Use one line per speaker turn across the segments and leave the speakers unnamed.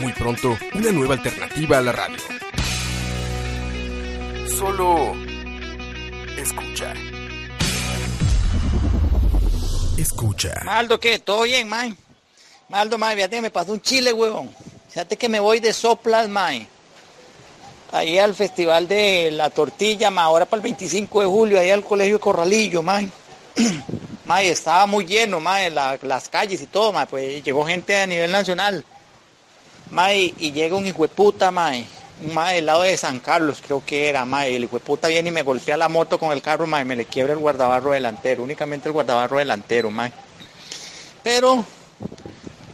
Muy pronto, una nueva alternativa a la radio. Solo escucha. Escucha.
Maldo, ¿qué? ¿Todo bien, man? Maldo, man, fíjate que me pasó un chile, huevón. Fíjate que me voy de soplas, man. Ahí al festival de la tortilla, man. Ahora para el 25 de julio, ahí al colegio de Corralillo, man. Man, estaba muy lleno, man, la- las calles y todo, man. Pues llegó gente a nivel nacional. Man, y, y llega un hijo de puta, man. Un man del lado de San Carlos, creo que era, man. El hijo de puta viene y me golpea la moto con el carro, man. y Me le quiebra el guardabarro delantero. Únicamente el guardabarro delantero, man. Pero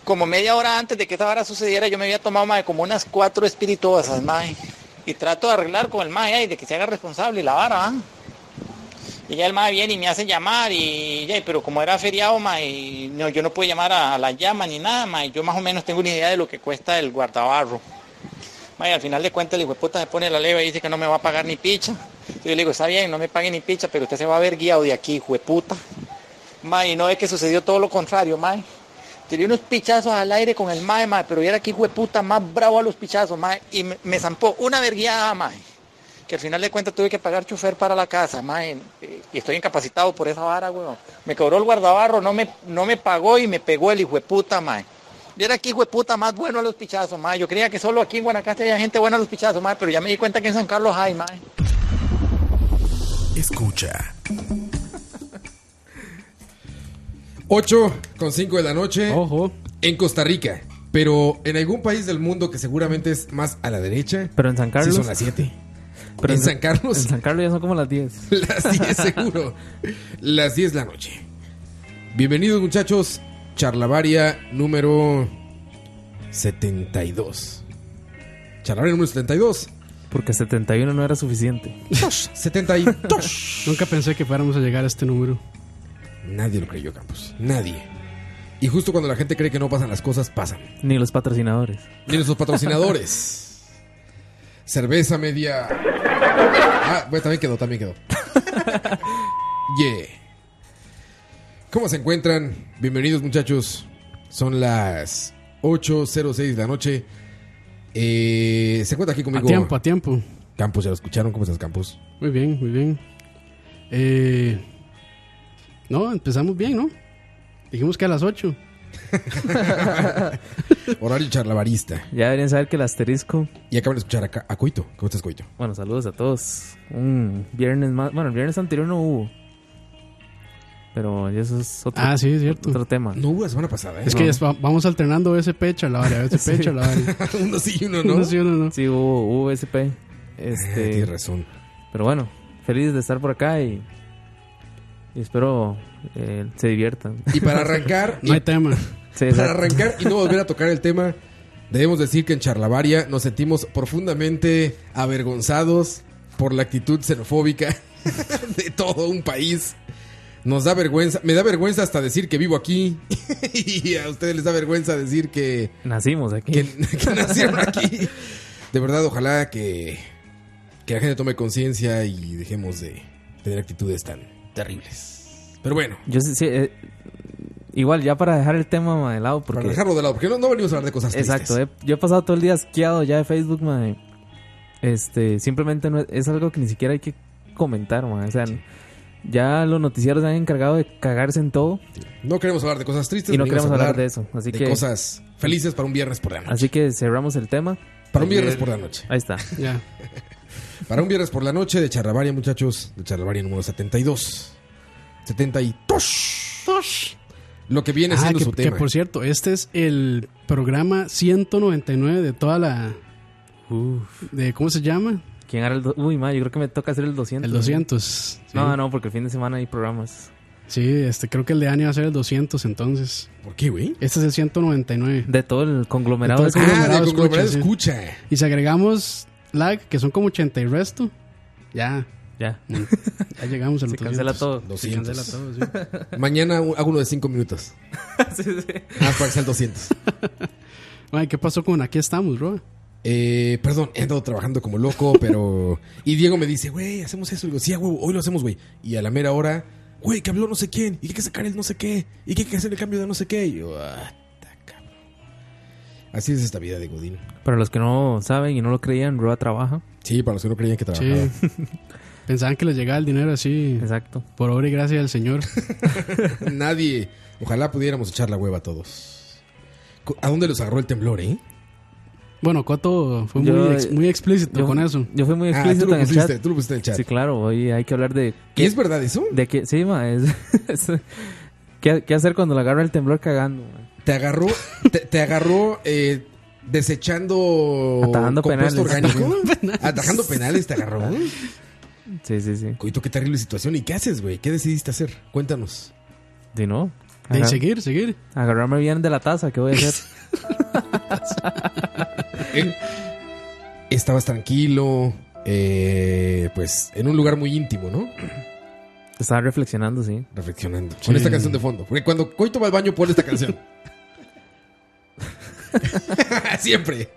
como media hora antes de que esta vara sucediera, yo me había tomado mae, como unas cuatro espirituosas, mae. Y trato de arreglar con el mae ay, de que se haga responsable y la vara, ¿va? Y ya el mae viene y me hace llamar y ya, pero como era feriado, mae, y no, yo no puedo llamar a, a la llama ni nada, mae. Yo más o menos tengo una idea de lo que cuesta el guardabarro. Mae, al final de cuentas el hijo de puta se pone la leva y dice que no me va a pagar ni picha. Entonces yo le digo, está bien, no me pague ni picha, pero usted se va a ver guiado de aquí, hijo de puta. Mae, y no es que sucedió todo lo contrario, mae. Tiré unos pichazos al aire con el mae, mae, pero era que hijo de puta más bravo a los pichazos, mae, y me, me zampó una verguiada, mae, que al final de cuentas tuve que pagar chofer para la casa, mae, eh, y estoy incapacitado por esa vara, weón. Me cobró el guardabarro, no me, no me pagó y me pegó el hijo de puta, mae. Y era que hijo de puta más bueno a los pichazos, mae. Yo creía que solo aquí en Guanacaste había gente buena a los pichazos, mae, pero ya me di cuenta que en San Carlos hay, mae.
Escucha.
8 con 5 de la noche
Ojo.
en Costa Rica. Pero en algún país del mundo que seguramente es más a la derecha.
Pero en San
sí
Carlos.
son las 7.
pero
¿En San Carlos?
En San Carlos ya son como las 10.
Las 10 seguro. Las 10 de la noche. Bienvenidos muchachos. Charlavaria número 72. Charlavaria número 72.
Porque 71 no era suficiente.
72.
Nunca pensé que fuéramos a llegar a este número.
Nadie lo creyó, Campos. Nadie. Y justo cuando la gente cree que no pasan las cosas, pasan.
Ni los patrocinadores.
Miren sus patrocinadores. Cerveza media. Ah, bueno, también quedó, también quedó. Yeah. ¿Cómo se encuentran? Bienvenidos, muchachos. Son las 8.06 de la noche. Eh, se encuentra aquí
A
conmigo.
tiempo, a tiempo.
Campos, ¿ya lo escucharon? ¿Cómo estás, Campos?
Muy bien, muy bien. Eh, no, empezamos bien, ¿no? Dijimos que a las 8.
Horario charlabarista.
Ya deberían saber que el asterisco.
Y acaban de escuchar acá a Coito. ¿Cómo estás, Coito?
Bueno, saludos a todos. Un viernes más. Bueno, el viernes anterior no hubo. Pero ya eso es otro,
Ah, sí, es cierto.
otro tema.
No hubo la semana pasada, ¿eh?
Es que es- va- vamos alternando ese pecho a la hora, ese pecho a la hora.
uno sí y uno no.
No, sí, uno no.
Sí, hubo USP.
Ah, Tienes
Este,
razón.
pero bueno, feliz de estar por acá y, y espero eh, se diviertan.
Y para arrancar,
No hay tema.
Sí,
Para
exacto.
arrancar y no volver a tocar el tema, debemos decir que en Charlavaria nos sentimos profundamente avergonzados por la actitud xenofóbica de todo un país. Nos da vergüenza, me da vergüenza hasta decir que vivo aquí y a ustedes les da vergüenza decir que,
Nacimos aquí.
que, que nacieron aquí. De verdad, ojalá que, que la gente tome conciencia y dejemos de tener actitudes tan terribles. Pero bueno,
Yo sí, sí, eh, igual, ya para dejar el tema ma, de lado, porque.
para dejarlo de lado, porque no, no venimos a hablar de cosas tristes.
Exacto, ¿eh? he- yo he pasado todo el día asqueado ya de Facebook, mae. Este, simplemente no es, es algo que ni siquiera hay que comentar, mae. O sea, ya los noticieros se han encargado de cagarse en todo
No queremos hablar de cosas tristes.
y no
venimos
queremos
a
hablar de eso. Así
de
que,
cosas felices para un viernes por la noche.
así que cerramos el tema.
para un viernes por la noche.
Ahí está.
Ya.
Para un viernes por la noche de Charlavaria, muchachos. De Charlavaria número 72. 72. Lo que viene
Ah,
siendo
que,
su
que
tema.
por cierto, este es el programa 199 de toda la...
Uf,
De, ¿Cómo se llama?
¿Quién hará el do- Uy, mae, yo creo que me toca hacer el 200.
El 200. sí.
No, no, porque el fin de semana hay programas.
Sí, este, creo que el de Ani va a ser el 200 entonces.
¿Por qué, güey?
Este es el 199.
de todo el conglomerado.
De todo el
de-
Ah,
conglomerado
de conglomerado
escucha,
escucha.
Y si agregamos lag, que son como 80 y resto, ya, mm,
ya,
ya llegamos al
se
800.
cancela todo.
200.
Se cancela todo, sí.
Mañana u- hago uno de 5 minutos.
Sí, sí.
Ah, para que sea el 200.
Mae, ¿qué pasó con aquí estamos, bro?
Eh, perdón, he andado trabajando como loco, pero. Y Diego me dice, güey, hacemos eso. Y digo, sí, a huevo, hoy lo hacemos, güey. Y a la mera hora, güey, que habló no sé quién, y que hay que sacar el no sé qué, y que hay que hacer el cambio de no sé qué. Y yo, ah, ta cabrón. Así es esta vida de Godín.
Para los que no saben y no lo creían, Roa trabaja.
Sí, para los que no creían que
Sí.
trabajaba.
Pensaban que les llegaba el dinero así,
Exacto.
por obra y gracia del Señor.
Nadie. Ojalá pudiéramos echar la hueva a todos. Co- ¿A dónde los agarró el temblor, eh?
Bueno, Coto fue
Yo-
muy, ex- muy explícito
Yo,
con eso.
yo fui muy
Ah, tú
explícito
lo
en el
pusiste,
chat.
tú lo pusiste en el chat.
Sí, claro, hoy hay que hablar de
¿Y es verdad eso?
De que, sí, ma, es, es- ¿qué, qué hacer cuando le agarra el temblor cagando? ma?
Te agarró, te, te agarró eh, desechando
Atajando
compuesto
penales.
orgánico. Atajando penales te agarró.
Sí, sí, sí.
Coito, qué terrible situación. ¿Y qué haces, güey? ¿Qué decidiste hacer? Cuéntanos.
Si no,
De
agar-
seguir, seguir.
agarrarme bien de la taza, ¿qué voy a hacer?
Estabas tranquilo, eh, pues en un lugar muy íntimo, ¿no?
Estaba reflexionando, sí.
Reflexionando.
Sí.
Con esta canción de fondo. Porque cuando Coito va al baño pone esta canción. Siempre.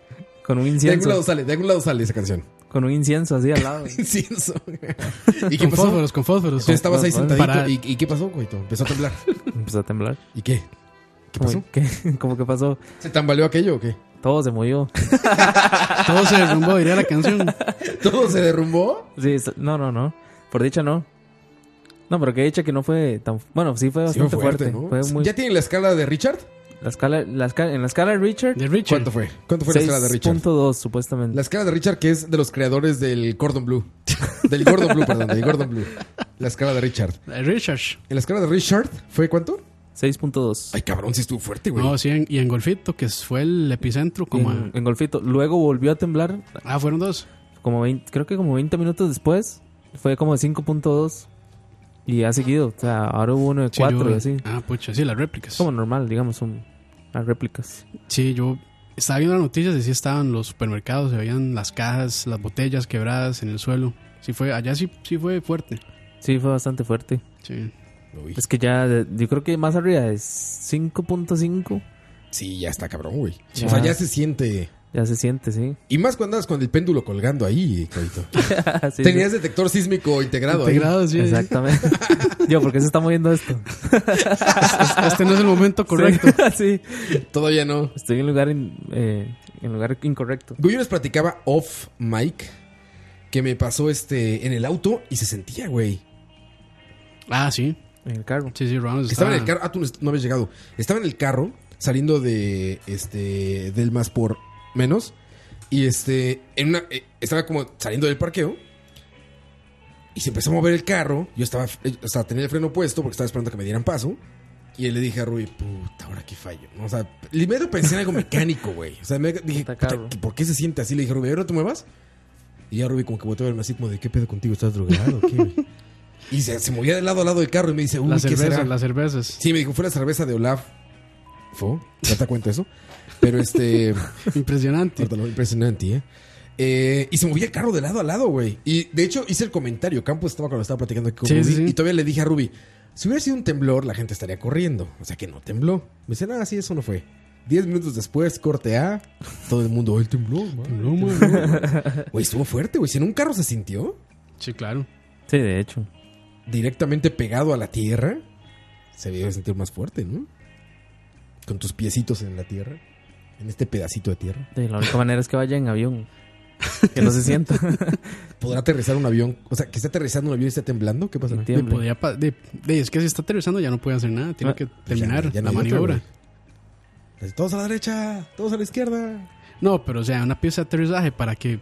Con un
De algún lado
incienso.
sale, de algún lado sale esa canción.
Con un incienso así al lado.
Incienso. ¿Y qué
Con
pasó?
fósforos, con fósforos.
Tú estabas ahí
Para-
sentadito. ¿Y, y qué pasó, Coito? Empezó a temblar.
Empezó a temblar.
¿Y qué? ¿Qué
Como,
pasó?
¿qué? ¿Cómo que pasó?
¿Se tambaleó aquello o qué?
Todo se movió.
Todo se derrumbó, diría la canción.
¿Todo se derrumbó?
Sí, es- no, no, no. Por dicha, no. No, pero que dicha que no fue tan... Bueno, sí fue
Sí, fue
bastante
fuerte,
fuerte.
¿no?
Fue muy...
¿Ya tienen la escala de Richard?
La escala, la escala- en la escala de Richard,
De Richard.
¿Cuánto fue? ¿Cuánto fue la escala de Richard?
6.2 supuestamente.
La escala de Richard, que es de los creadores del Gordon Blue. Del Gordon Blue, perdón, del Gordon Blue. La escala de Richard.
De Richard.
¿En la escala de Richard fue cuánto?
6.2.
Ay, cabrón, sí estuvo fuerte, güey.
No, sí, en- y en Golfito, que fue el epicentro, como.
En, en golfito. Luego volvió a temblar
a- ah, fueron dos.
como 20 creo que como 20 minutos después. Fue como de 5.2 y ha seguido. O sea, ahora hubo uno de
Sí,
4
yo-
y así.
Ah, pucha, sí, las réplicas.
Es como normal, digamos, son las réplicas.
Sí, yo estaba viendo las noticias y sí estaban los supermercados, se veían las cajas, las botellas quebradas en el suelo. Sí fue, allá sí, sí fue fuerte.
Sí, fue bastante fuerte.
Sí.
Uy,
Es que ya, de- yo creo que más arriba es 5.5.
sí, ya está, cabrón, güey.
Sí. Ah.
O sea, ya se siente.
Ya se siente, sí.
Y más cuando andas con el péndulo colgando ahí, Coito.
Ah,
Sí,
Tenías detector sísmico integrado, ahí.
Integrados,
sí.
sí.
Exactamente. yo, ¿por qué se está moviendo esto?
Este no es el momento correcto.
sí.
Todavía no.
Estoy en lugar, in- eh, en lugar incorrecto.
Yo les platicaba off mic que me pasó este en el auto y se sentía, güey.
Ah, sí.
En el carro.
Sí, sí, Ronald
Estaba
estaba-
en el carro. Ah, tú no est- no habías llegado. Estaba en el carro saliendo de este del más por menos y este en una eh, estaba como saliendo del parqueo y se empezó a mover el carro. Yo estaba, eh, o sea, tenía el freno puesto porque estaba esperando que me dieran paso. Y le dije a Rui, puta, ahora qué fallo. O sea, primero pensé en algo mecánico, güey. O sea, me dije,
Puta,
"Puta,
carro".
¿por qué se siente así? Le dije, Rubí, ¿ahora te muevas? Y ya Rubí como que volteó a verme así como de, ¿qué pedo contigo? ¿Estás drogado? o ¿Qué, güey?" Y se, se movía de lado a lado del carro y me dice, uy,
Las
¿qué será?
cervezas, las cervezas.
Sí, me dijo, fue la cerveza de Olaf. ¿Fo? ¿Ya te cuenta eso? Pero este...
Impresionante.
ahorita lo- impresionante, ¿eh? Eh, Y se movía el carro de lado a lado, güey. Y de hecho hice el comentario. Campos estaba cuando estaba platicando aquí con
Sí,
Ruby.
sí, sí.
Y todavía le dije a Ruby, si hubiera sido un temblor, la gente estaría corriendo. O sea que no tembló. Me dice, nada, sí, eso no fue. Diez minutos después, corte A, todo el mundo, el tembló, man".
No, man.
Güey, estuvo fuerte, güey. Si en un carro se sintió
Sí, claro.
Sí, de hecho.
directamente pegado a la tierra, se debe sentir más fuerte, ¿no? Con tus piecitos en la tierra, en este pedacito de tierra.
Sí, la única manera es que vaya en avión. Que no se sienta.
¿Podrá aterrizar un avión? O sea, que esté aterrizando un avión y esté temblando, ¿qué pasa?
Que
De,
tiemble.
podía pa- de- de- es que si está aterrizando ya no puede hacer nada. Tiene
Ah,
que
Pues
terminar la maniobra.
Todos a la derecha, todos a la izquierda.
no, pero o sea, una pieza de aterrizaje para que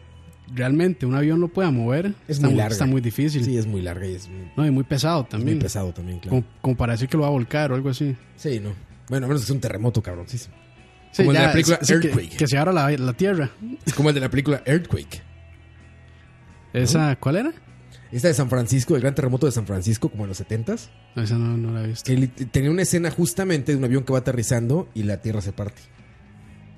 realmente un avión lo pueda mover
Es
está,
muy larga.
está muy difícil.
Sí, es muy larga y es muy,
No, y muy pesado también.
muy pesado también, claro.
como, como para decir que lo va a volcar o algo así.
Sí, no. Bueno, a menos que sea un terremoto, cabrón. sí, sí.
Sí,
Como en
ya,
la película
sí, que-
Earthquake.
Que, se abra la, la tierra.
Es como el de la película Earthquake.
¿Esa cuál era?
Esta de San Francisco, el gran terremoto de San Francisco, como en los 70s,
No, esa no, no la he visto.
que li- tenía una escena justamente de un avión que va aterrizando y la tierra se parte.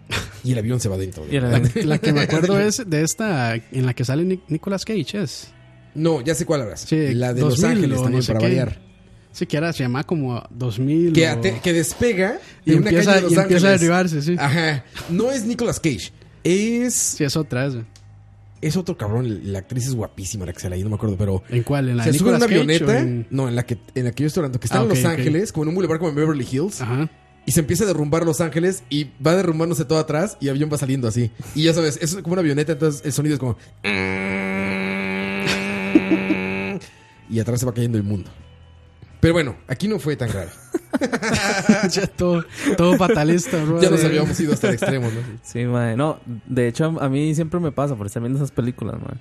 Y el avión se va dentro. de-
Y era-
La que me acuerdo es de esta en la que sale Nic- Nicolas Cage, es.
No, ya sé cuál hablas.
Sí,
la de
2000
Los Ángeles
o no
también,
sé
para
qué.
variar.
Sí, que ahora se llama como 2000.
Que,
o-
ate- que despega
Y
de Ah.
empieza- y empieza a derribarse, sí.
Ajá. No es Nicolas Cage. Es,
Sí, es otra esa.
es otro cabrón. La actriz es guapísima, la que sale ahí, no me acuerdo, pero.
¿En cuál? ¿En la
se
de
sube en una
Nicolas Cage o
avioneta.
en-
No, en la que, en la que yo estoy hablando, que está
Ah,
en Los
ok, ok.
Alejes, como en un boulevard como en Beverly Hills,
Ajá.
y se empieza a derrumbar Los Ángeles y va derrumbándose todo atrás y el avión va saliendo así. Y ya sabes, es como una avioneta, entonces el sonido es como. Y atrás se va cayendo el mundo. Pero bueno, aquí no fue tan grave.
ya todo, todo fatalista, bro.
Ah. Ya nos habíamos ido hasta el extremo, ¿no?
Sí, mae. No, de hecho, a, a mí siempre me pasa por estar viendo esas películas, mae.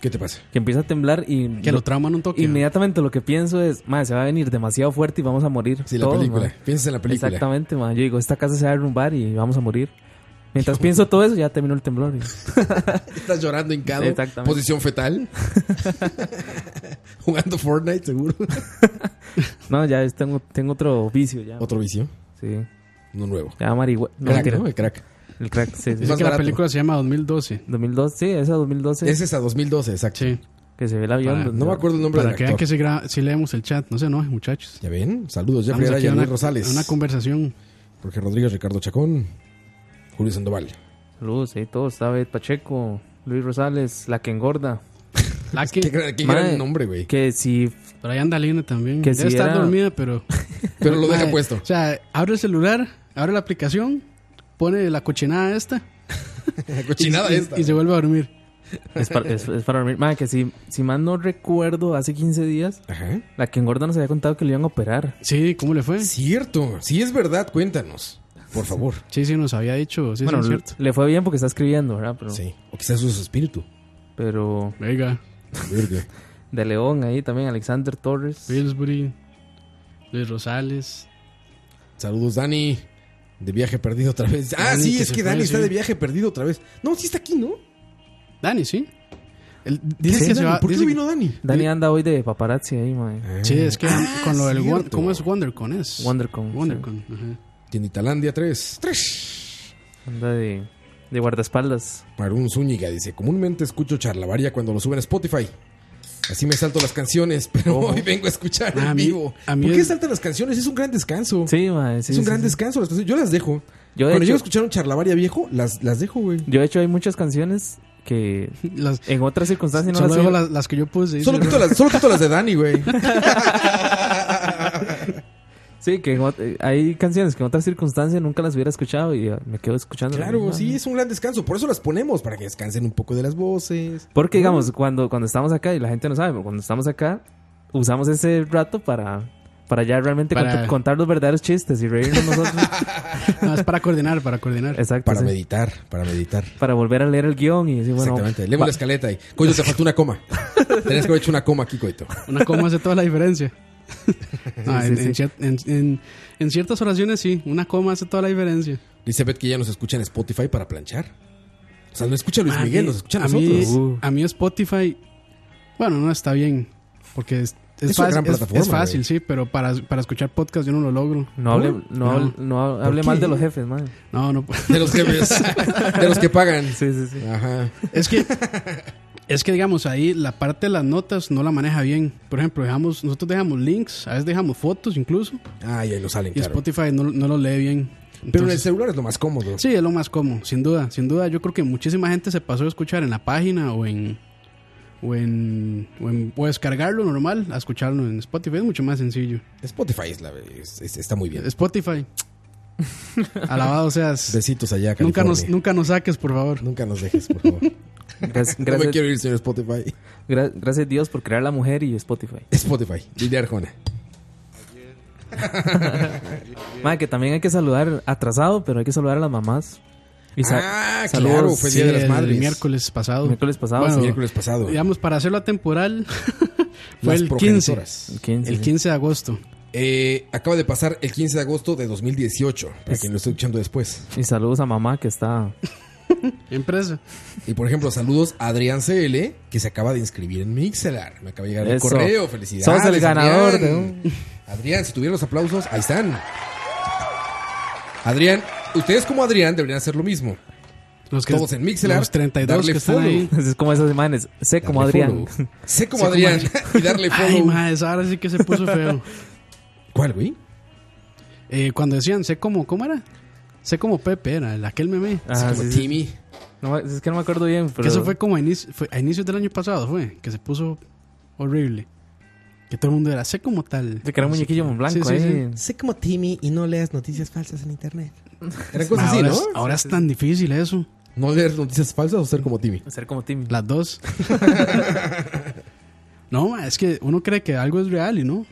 ¿Qué te pasa?
Que empieza a temblar y.
Que lo trauman un toque.
Inmediatamente lo que pienso es, madre, se va a venir demasiado fuerte y vamos a morir.
Sí, la
todos,
película.
mae".
Piensas en la película.
Exactamente, mae. Yo digo, esta casa se va a derrumbar y vamos a morir. Mientras pienso todo eso, ya terminó el temblor. y-
Estás llorando hincado.
Exactamente.
Posición fetal. Jugando Fortnite, seguro.
No, ya es- tengo, tengo otro vicio ya.
Otro vicio.
Sí.
No nuevo.
Ya marihuana. No,
crack,
mentira.
¿no? El crack.
El crack, sí. sí.
Dice
más
que la
barato.
película se llama 2012.
2012, sí, esa 2012.
Ese es a 2012, exacto.
Sí.
Que se ve el avión.
Para-
donde-
No me acuerdo el nombre
Para
del
que vean
actor.
que si, gra- si leemos el chat. No se enojen, muchachos.
Ya ven, saludos Jeffrey
Estamos
Araya,
aquí a
Luis
una,
Rosales,
a una conversación.
Jorge Rodríguez, Ricardo Chacón, Julio Sandoval.
Saludos, sí, todos. Está Beth Pacheco, Luis Rosales, la que engorda.
La
Qué,
que,
gran- qué
Madre,
gran nombre, güey.
Que si
por ahí anda Lina también.
Que
Que
si
Debe estar
era-
dormida, pero...
Pero lo deja
Madre,
puesto.
O sea, abre el celular, abre la aplicación, pone la cochinada esta.
La
y-
cochinada
y,
esta.
Y se vuelve a dormir.
Es para, es- es para dormir. Madre, que si, si mal no recuerdo, hace 15 días,
Ajá.
la que engorda nos había contado que le iban a operar.
Sí, ¿cómo le fue? Sí,
Cierto. Si es verdad, cuéntanos. Por favor.
sí, nos había dicho. Sí,
bueno,
sí, es
le-
cierto.
le fue bien porque está escribiendo, ¿verdad? Pero,
Sí. O quizás su espíritu.
pero
Vega,
Verga.
de León ahí también, Alexander Torres.
Pillsbury, Luis Rosales.
Saludos, Dani. De viaje perdido otra vez. Ah,
Dani,
sí,
que
es
se
que
fue,
Dani está
sí.
de viaje perdido otra vez. No, sí está aquí, ¿no?
Dani, sí. Él dice que se
Dani?
va.
¿Por qué
dice
no
que-
vino Dani?
Dani anda hoy de paparazzi ahí, madre.
Sí, es que
Ah,
con lo del Won-
cierto.
¿Cómo es WonderCon? Es?
WonderCon, sí.
WonderCon, ajá.
Tienditalandia 3. 3.
Anda de, de guardaespaldas.
Marún Zúñiga dice, comúnmente escucho charlavaria cuando lo suben a Spotify. Así me salto las canciones, pero
Ojo. Ah,
hoy vengo a escuchar
A
en
mí-
vivo.
a mí
¿Por qué
el-
saltan las canciones? Es un gran descanso.
Sí, madre. sí,
es un
sí,
gran
sí.
descanso. las canciones. Yo las dejo.
Yo, de
cuando llego a
hecho,
escuchar un charlavaria viejo, las, las dejo, güey.
yo, de hecho, hay muchas canciones que
Las,
en otras circunstancias no
solo
las
dejo
hubiera-
las, las que yo puse. dice,
Solo quito, las, solo quito las de Dani, güey.
Sí, que en ot- eh, hay canciones que en otras circunstancias nunca las hubiera escuchado y eh, me quedo escuchando.
Claro, sí,
es
es un gran descanso. Por eso las ponemos, para que descansen un poco de las voces.
Porque, digamos, cuando, cuando estamos acá, y la gente no sabe, pero cuando estamos acá, usamos ese rato para, para ya realmente
Para-
cont- contar los verdaderos chistes y reírnos nosotros.
No, "Ah, es para coordinar, para coordinar.
Exacto.
Para
sí.
meditar, para meditar.
Para volver a leer el guión y decir, bueno,
Exactamente. Leemos
va-
la escaleta y... Coito, te faltó una coma. Tenías que haber hecho una coma aquí, Coito.
Una coma hace toda la diferencia. Ah,
Sí,
en,
sí,
en
sí.
cier- en- en- en ciertas oraciones sí, una coma hace toda la diferencia.
Dice Beth que ya nos escucha en Spotify para planchar. O sea, no escucha a Luis
A
Miguel,
mí-
nos escucha a
Ah, a mí-
nosotros.
Uh.
A mí Spotify, bueno, no está bien, porque es, es
Es una
fácil,
gran
es-
plataforma,
es fácil,
güey.
sí, pero para, para escuchar podcast yo no lo logro.
no hable,
¿Por?
no, hable- no hable
¿Por
mal
qué?
de los jefes, man.
No, no.
De los jefes. de los que pagan.
Sí, sí, sí.
Ajá.
Es que, es que digamos, ahí la parte de las notas no la maneja bien. Por ejemplo, dejamos, nosotros dejamos links, a veces dejamos fotos incluso,
Ay, ahí no salen,
y
claro.
Spotify no, no lo lee bien.
Pero en el
Entonces,
celular es lo más cómodo.
sí, es lo más cómodo, sin duda, sin duda. Yo creo que muchísima gente se pasó a escuchar en la página o en... O, en, o, en- o descargarlo normal a escucharlo en Spotify es mucho más sencillo.
Spotify es la, es- es- está muy bien.
Spotify. Alabado seas.
Besitos allá,
Nunca nos,
nunca,
nunca nos saques, por favor.
nunca nos dejes, por favor.
Gracias,
no me
gracias,
quiero ir, señor Spotify.
gra- gracias Dios por crear la mujer y Spotify.
Spotify, Lidia Arjona.
Madre, que también hay que saludar atrasado, pero hay que saludar a las mamás. Y sa-
ah,
saludos,
claro, fue Día de las
el
Madres.
miércoles pasado.
Miércoles pasado,
Bueno,
sí.
Miércoles pasado.
Digamos, para hacerlo atemporal, fue
Las
el 15.
progenitoras.
El 15,
El
sí.
15 de agosto.
Eh, acaba de pasar el 15 de agosto de 2018, para quien lo esté escuchando después.
Y saludos a mamá que está
Empresa.
Y por ejemplo, saludos a Adrián CL, que se acaba de inscribir en Mixelar. Me acaba de llegar el
Eso.
correo, felicidades.
Sos el ganador
Adrián.
de un-
Adrián, si tuviera los aplausos, ahí están. Adrián, ustedes como Adrián deberían hacer lo mismo.
Los
Todos en Mixelar,
Los 32
darle
que están
follow.
ahí.
Es como esas imágenes. Sé como
Darle
Adrián.
follow. Sé como
Sé como
Adrián y darle follow.
Ay, ma, esa ahora sí que se puso feo.
¿Cuál, güey?
Eh, cuando decían, sé como, ¿cómo era? Sé como Pepe, era el aquel meme.
Ah,
Sé como
sí, sí.
Timmy.
No, es que no me acuerdo bien, pero.
Que eso fue como a, inicio- fue a inicios del año pasado, fue. Que se puso horrible. Que todo el mundo era, sé como tal.
De que era un muñequillo en blanco, eh.
Sí, sí,
ahí.
Sé como Timmy y no leas noticias falsas en internet.
Eran
Ma,
cosas así,
ahora
¿no?
es, ahora es tan difícil eso.
No leer noticias falsas o ser como Timmy.
Ser como Timmy.
Las dos. no, ma, es que uno cree que algo es real y no.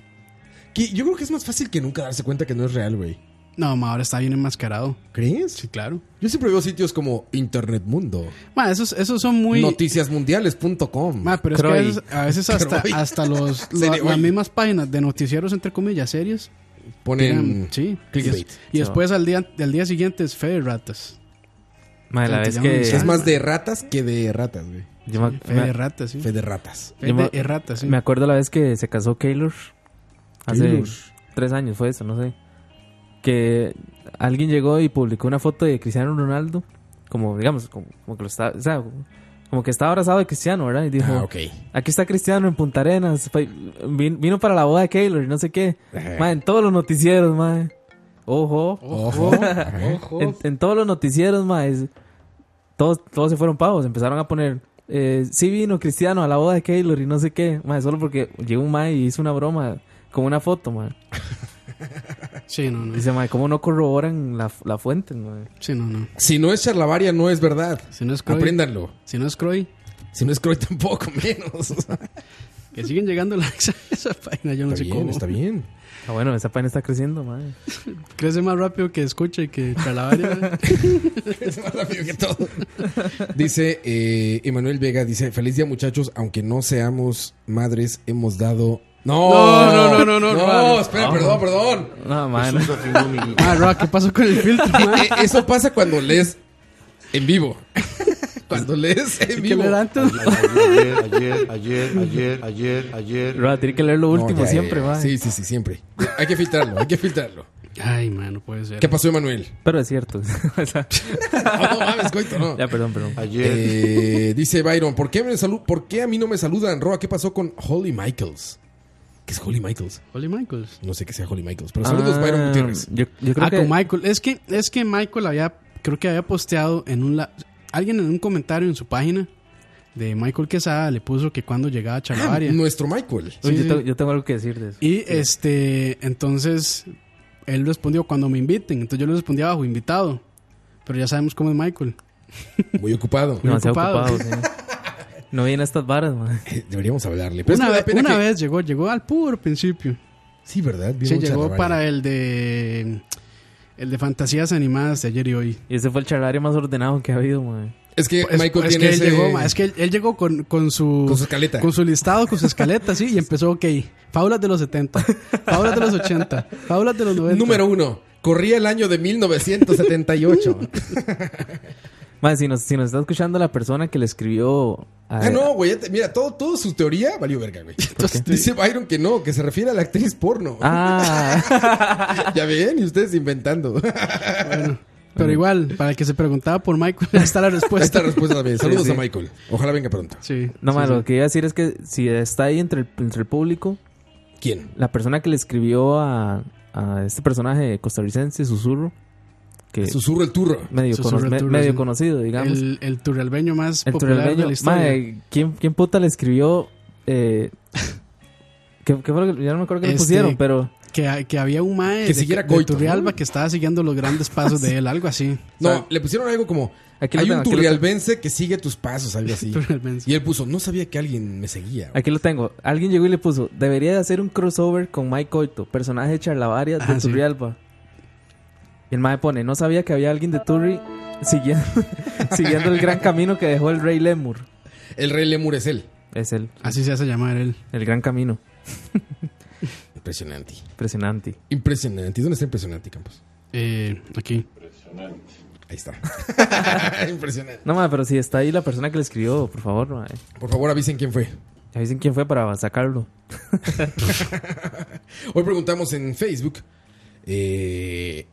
Que yo creo que es más fácil que nunca darse cuenta que no es real, güey.
No, ma, ahora está bien enmascarado.
¿Crees?
Sí, claro.
Yo siempre veo sitios como Internet Mundo,
Ma, esos, esos son muy...
noticiasmundiales.com.
Ma, pero es que a
Croy.
veces, a veces hasta,
Croy.
hasta los,
Serie
la-
hoy.
las mismas páginas de noticieros, entre comillas, series.
Ponen
eran- sí. Y,
clickbait.
es- y después al día, al día siguiente es fe de ratas.
Madre, la
Te
vez
llaman
que.
mensaje.
Es más de ratas que de ratas, güey.
yo me-
Fe
me-
de ratas, sí.
Fe de ratas.
Fe
yo me-
de ratas, sí.
Me acuerdo la vez que se casó Keylor. Hace
Keylor.
tres años fue eso, no sé. Que alguien llegó y publicó una foto de Cristiano Ronaldo. Como, digamos, como, como que lo estaba. O sea, como que estaba abrazado de Cristiano, ¿verdad? Y dijo:
Ah, ok.
Aquí está Cristiano en Punta Arenas. fue- vin- vino para la boda de Keylor y no sé qué.
Eh.
Ajá.
Ma, en todos los noticieros, madre. Ojo.
Ojo. Ajá.
En, en todos los noticieros, más todos, todos se fueron pavos. Empezaron a poner. Eh, sí vino Cristiano a la boda de Keylor y no sé qué. Mae, solo porque llegó un mae y hizo una broma con una foto, mae.
Sí, no, no.
Dice, mae, ¿cómo no corroboran la, la fuente, mae?
Sí, no, no.
Si no es charlavaria, no es verdad.
Si no es Croy.
Apréndanlo.
Si no es Croy.
Si no es Croy, tampoco menos. O sea,
Que siguen llegando likes a esa página, yo no
está
sé
bien,
cómo.
está bien.
Ah, bueno, esa página está creciendo, mae.
Crece más rápido que escucha y que Calavaria.
Es más rápido que todo. Dice eh, Emanuel Vega, dice, feliz día muchachos, aunque no seamos madres, hemos dado... No,
No, no, no, no, Ah.
no,
no, no.
espera, perdón, perdón.
No, mae, no.
ah, Roa, ¿qué pasó con el filtro? man?
Eh, Eso pasa cuando lees en vivo. Cuando lees en
¿Qué
vivo.
le era antes?
Ayer, ayer, ayer, ayer, ayer, ayer.
Roa, tiene que leer lo
No,
último
ya, ya,
siempre,
ya.
mae.
Sí, sí, sí, siempre. Hay que filtrarlo, hay que filtrarlo.
Ay, man, no puede ser.
¿Qué pasó, Emanuel? Ah,
Pero es cierto. O sea,
No, no mames, coito, no.
pues,
ya, perdón, perdón.
Ayer.
Eh, dice Byron, ¿por qué, me salu- ¿por qué a mí no me saludan, Roa? ¿Qué pasó con Holly Michaels? ¿Qué es Holly Michaels?
Holy Michaels.
No sé qué sea Holly Michaels, pero saludos, Byron
Ah,
Gutiérrez.
Yo, yo creo
Ah,
que...
con Michael. Es que, es que Michael había, creo que había posteado en un... la- Alguien en un comentario en su página de Michael Quesada le puso que cuando llegaba a
Ah,
Chalabaria.
nuestro Michael.
Uy,
Sí,
yo,
sí.
tengo, yo tengo algo que decir de eso.
Y este, entonces él respondió cuando me inviten. Entonces yo le respondí abajo, invitado. Pero ya sabemos cómo es Michael.
Muy ocupado.
Demasiado
ocupado.
ocupado, sí. No viene a estas varas, mae.
Eh, Deberíamos hablarle. Pero es
una
que da
vez,
pena
una
que-
vez llegó, llegó al puro principio.
Sí, ¿verdad? Vino
Sí,
un
llegó
charlavaria.
para el de el de fantasías animadas de ayer y hoy.
Y ese fue el charlario más ordenado que ha habido, mae.
Es que
Es,
Eh, Michael
es
tiene
que él
ese-
llegó, ma, es que él, él llegó con, con su
Con su escaleta.
con su listado, con su escaleta, sí, y empezó, ok, fábulas de los 70, fábulas de los 80, fábulas de los 90.
Número uno. Corría el año de 1978.
Mae, si nos, si nos está escuchando la persona que le escribió a,
ah, no, güey. ya te- Mira, todo, todo su teoría valió verga, güey. Dice Byron que no, que se refiere a la actriz porno.
Ah,
ya ven, y ustedes inventando.
Pues
Pero igual, para el que se preguntaba por Michael, ahí está la
Ahí está
respuesta.
la respuesta también. Saludos
sí.
a Michael. Ojalá venga pronto.
Sí.
no,
sí,
ma,
sí.
lo que iba a decir es que si está ahí entre el, entre el público,
¿Quién?
la persona que le escribió a, a este personaje costarricense, Susurro, que es
Susurro el turro.
medio,
Susurro
cono- me-
Arturo,
medio
sí.
conocido, digamos.
El, el turrialbeño más
El
popular de
turbeño,
la historia.
mae, ¿quién, ¿quién puta le escribió? Eh, ¿qué, qué fue lo que, ya no me acuerdo que le
Este-
pusieron, pero
Que, que había un mae
Que
de,
siguiera
de
coito,
Turrialba
¿no?
que estaba siguiendo los grandes pasos de él, algo así.
No,
o sea,
le pusieron algo como...
aquí lo
hay
tengo,
un
aquí lo
turrialbense que sigue tus pasos, algo así.
Turrialbense.
y él puso, no sabía que alguien me seguía.
aquí lo tengo. Alguien llegó y le puso, debería de hacer un crossover con Mike Coito, personaje de Charlavaria de
Ah, sí.
Turrialba. Y el mae pone, no sabía que había alguien de Turri siguiendo, siguiendo el gran camino que dejó el rey Lemur.
El rey Lemur es él.
Es el,
Así se hace llamar él.
el gran camino.
Impresionante.
Impresionante.
Impresionante. ¿Dónde está impresionante, Campos?
Eh, aquí.
Ahí está. Impresionante.
No, ma, pero si está ahí la persona que le escribió, por favor, ma.
Por favor, avisen quién fue.
Avisen quién fue para sacarlo.
Hoy preguntamos en Facebook eh,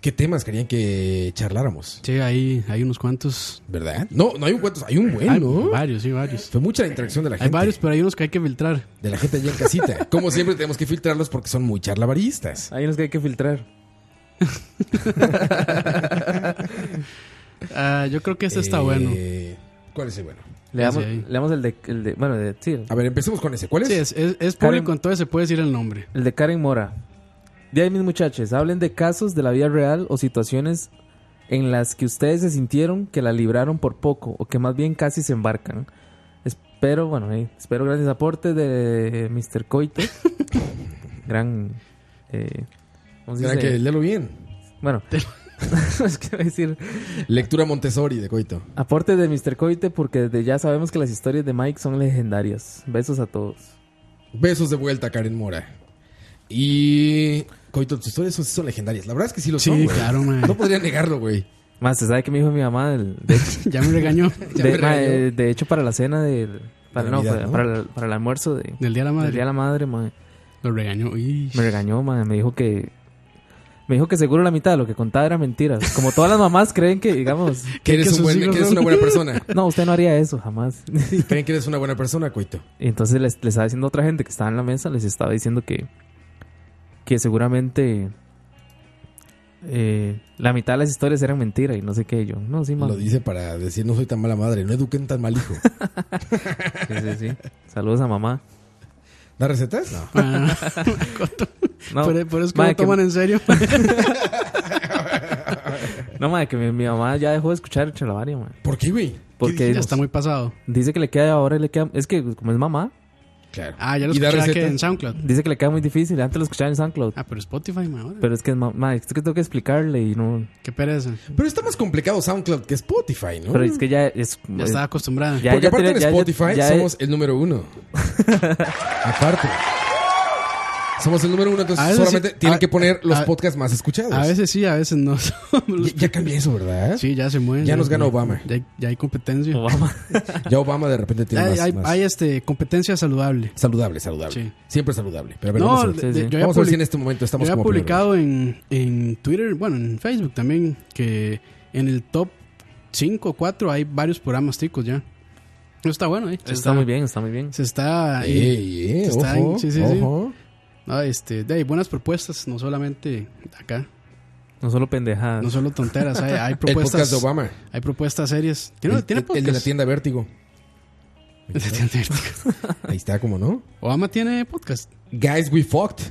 qué temas querían que charláramos.
Sí, hay, hay unos cuantos.
¿Verdad? No, no hay un cuento, hay un
Hay
bueno.
varios, sí, varios.
Fue mucha la interacción de la gente.
Hay varios, pero hay unos que hay que filtrar.
De la gente allá en casita. Como siempre, tenemos que filtrarlos porque son muy charlavaristas.
Hay unos que hay que filtrar.
Ah, yo creo que este está
Eh,
bueno.
¿Cuál es el bueno?
Le damos,
Sí.
le damos el, de, el de. Bueno, de, sí,
A ver, empecemos con ese. ¿Cuál es?
Sí, es, es- es
Karen-
público, entonces se puede decir el nombre.
el de Karen Mora. De ahí mis muchachos, hablen de casos de la vida real o situaciones en las que ustedes se sintieron que la libraron por poco o que más bien casi se embarcan. Espero, bueno, eh, espero grandes aportes de Mr. Coito. Gran. Eh, ¿cómo se
Será
dice?
que léelo bien.
Bueno, es que iba a decir
Lectura Montessori de Coito.
aporte de Mr. Coite porque desde ya sabemos que las historias de Mike son legendarias. Besos a todos.
Besos de vuelta, Karen Mora. Y. Coito, tus historias son, son legendarias. La verdad es que sí lo
Sí,
son. güey.
claro, man.
No podría negarlo, güey.
Más, ¿se sabe que me dijo mi mamá? El- de, hecho,
Ya me regañó
Ya
de-
me
ma,
regañó.
eh, de hecho, para la cena del... Para,
De
no,
Navidad,
para,
¿no?
para el, para el almuerzo de,
del Día de la
del
Madre.
Día de la Madre, ma.
Lo regañó. Ish.
Me regañó, ma. Me dijo que... Me dijo que seguro la mitad de lo que contaba era mentira. Como todas las mamás creen que, digamos...
Que eres,
que
un
sus
buen-
hijos
que eres
son-
una buena persona.
No, usted no haría eso, jamás.
Creen que eres una buena persona, Coito.
Y entonces les, les estaba diciendo a otra gente que estaba en la mesa, les estaba diciendo que, que seguramente eh, la mitad de las historias eran mentira y no sé qué. Y Yo, no, sí, mami.
Lo dice para decir, no soy tan mala madre, no eduquen tan mal hijo.
Sí, sí, sí. Saludos a mamá.
¿Da recetas? No.
Ah,
No,
por, por eso que
madre,
lo toman en serio.
No, madre, que mi, mi mamá ya dejó de escuchar el chalabaria, madre.
¿Por qué, güey?
Porque
ya está muy pasado.
dice que le queda ahora, le queda... Es que como es mamá,
Claro.
Ah, ya lo
¿Y da
escuché aquí
recetas?
en SoundCloud.
dice que le queda muy difícil. Antes lo escuchaba en SoundCloud.
Ah, pero Spotify, man, ahora.
Pero es que es mamá, es que tengo que explicarle y no...
Qué pereza.
Pero está más complicado SoundCloud que Spotify, ¿no?
Pero es que ya es...
Ya estaba acostumbrada.
ya-
Porque aparte
tenía-
en
ya- ya-
Spotify
ya-
somos el número uno. aparte. Somos el número uno,
A
entonces
veces
solamente
sí-
tienen
a-
que poner los
a-
podcasts más escuchados.
A veces sí, a veces no.
Ya, ya cambié eso, ¿verdad?
sí, ya se mueve.
Ya nos gana Obama.
Ya, ya hay competencia.
Obama.
Ya Obama de repente tiene
Hay,
más,
hay-
más-
hay, este, competencia saludable.
Saludable, saludable.
Sí.
Siempre saludable. Pero a ver,
no,
vamos a ver.
de-
sí,
de-
sí.
yo había
Vamos a ver si
public-
en este momento
yo
estamos
había
como
publicado en, en Twitter, bueno, en Facebook también, que en el top 5 o 4 hay varios programas ticos ya. No está bueno, eh. Se
Está muy bien, está muy bien.
Se está...
primeros. Ey, ey,
Está en-
ojo,
sí, sí, sí.
ojo.
no, este, de, hay buenas propuestas, no solamente acá.
No solo pendejadas.
No solo tonteras, hay, hay
Ah. El
propuestas...
podcast de Obama.
Hay propuestas serias. ¿Tiene,
el,
tiene
el- el de la
podcast?
tienda Vértigo.
El de la tienda.
Ahí está, como no.
Obama tiene podcast.
Guys We Fucked.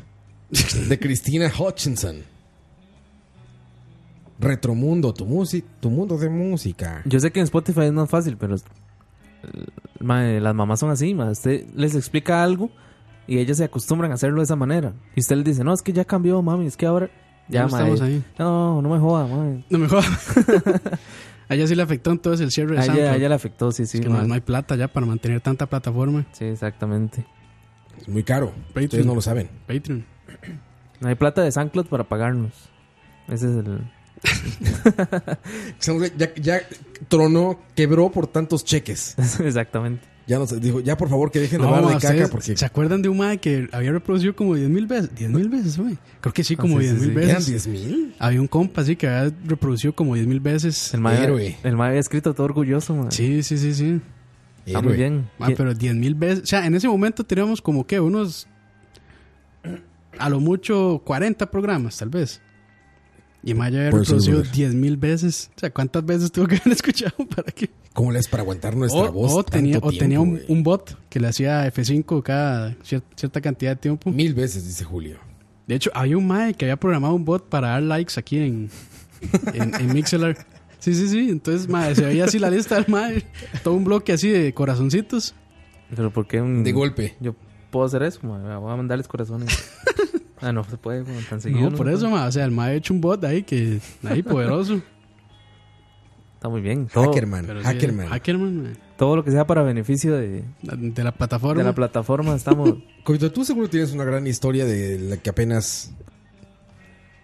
De Christina Hutchinson. Retromundo, tu, musi- tu mundo de música.
Yo sé que en Spotify es más fácil, pero eh, mae, las mamás son así, mae. usted les explica algo y ellas se acostumbran a hacerlo de esa manera. Y usted les dice, no, es que ya cambió, mami, es que ahora ya,
Ya no
mae.
estamos ahí.
No, no me joda, mae.
No mejor. allá sí le afectó entonces el cierre de
A
SoundCloud.
ella, a ella le afectó, sí, sí.
Es que no,
mae.
no hay plata ya para mantener tanta plataforma.
Sí, exactamente.
Es muy caro.
Patreon.
Ustedes no lo saben.
Patreon.
No hay plata de SoundCloud para pagarnos. Ese es el...
Estamos- Ya, ya tronó, quebró por tantos cheques.
exactamente.
Ya nos dijo, ya por favor que dejen de
No,
hablar de
¿ustedes
caca porque
¿Se acuerdan de un mae que había reproducido como 10 mil veces? 10 mil veces, güey. Creo que sí, como
sí,
10
sí,
mil
sí.
eran
veces.
10 mil.
Había un compa, sí, que había reproducido como 10 mil veces.
El mae,
Héroe.
el mae había escrito todo orgulloso, mae.
Sí, sí, sí, sí.
Está muy
Héroe.
bien.
Mae, pero 10 mil veces. O sea, en ese momento teníamos como que unos. A lo mucho 40 programas, tal vez. Y el mae ya había
Puede ser,
reproducido
brother.
10 mil veces. O sea, ¿cuántas veces tuvo que haber escuchado para que.?
¿Cómo le es para aguantar nuestra
O,
voz?
o
tanto
tenía, o
tiempo,
tenía un,
güey?
un bot que le hacía F5 cada cier- cierta cantidad de tiempo.
Mil veces, dice Julio.
De hecho, había un Mae que había programado un bot para dar likes aquí en, en, en Mixlr. Sí, sí, sí. Entonces, Mae, se veía así la lista del Mae. Todo un bloque así de corazoncitos.
Pero ¿por qué un...
De
Mm.
golpe.
Yo puedo hacer eso, mae. Voy a mandarles corazones. ah, no, se puede, mae, tan seguido.
No,
no
por
se puede.
eso, Mae. O sea, el Mae ha hecho un bot ahí que. Ahí poderoso.
Está muy bien. Todo,
Hackerman,
Pero sí,
Hackerman.
Hackerman, mae.
todo lo que sea para beneficio de,
De la plataforma.
de la plataforma estamos.
Coito, tú seguro tienes una gran historia de la que apenas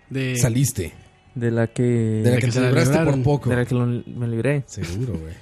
de-
saliste.
de la que.
De la que
que
te
se la
libraste por
libraron.
poco.
de la que lo- me libré.
Seguro, güey.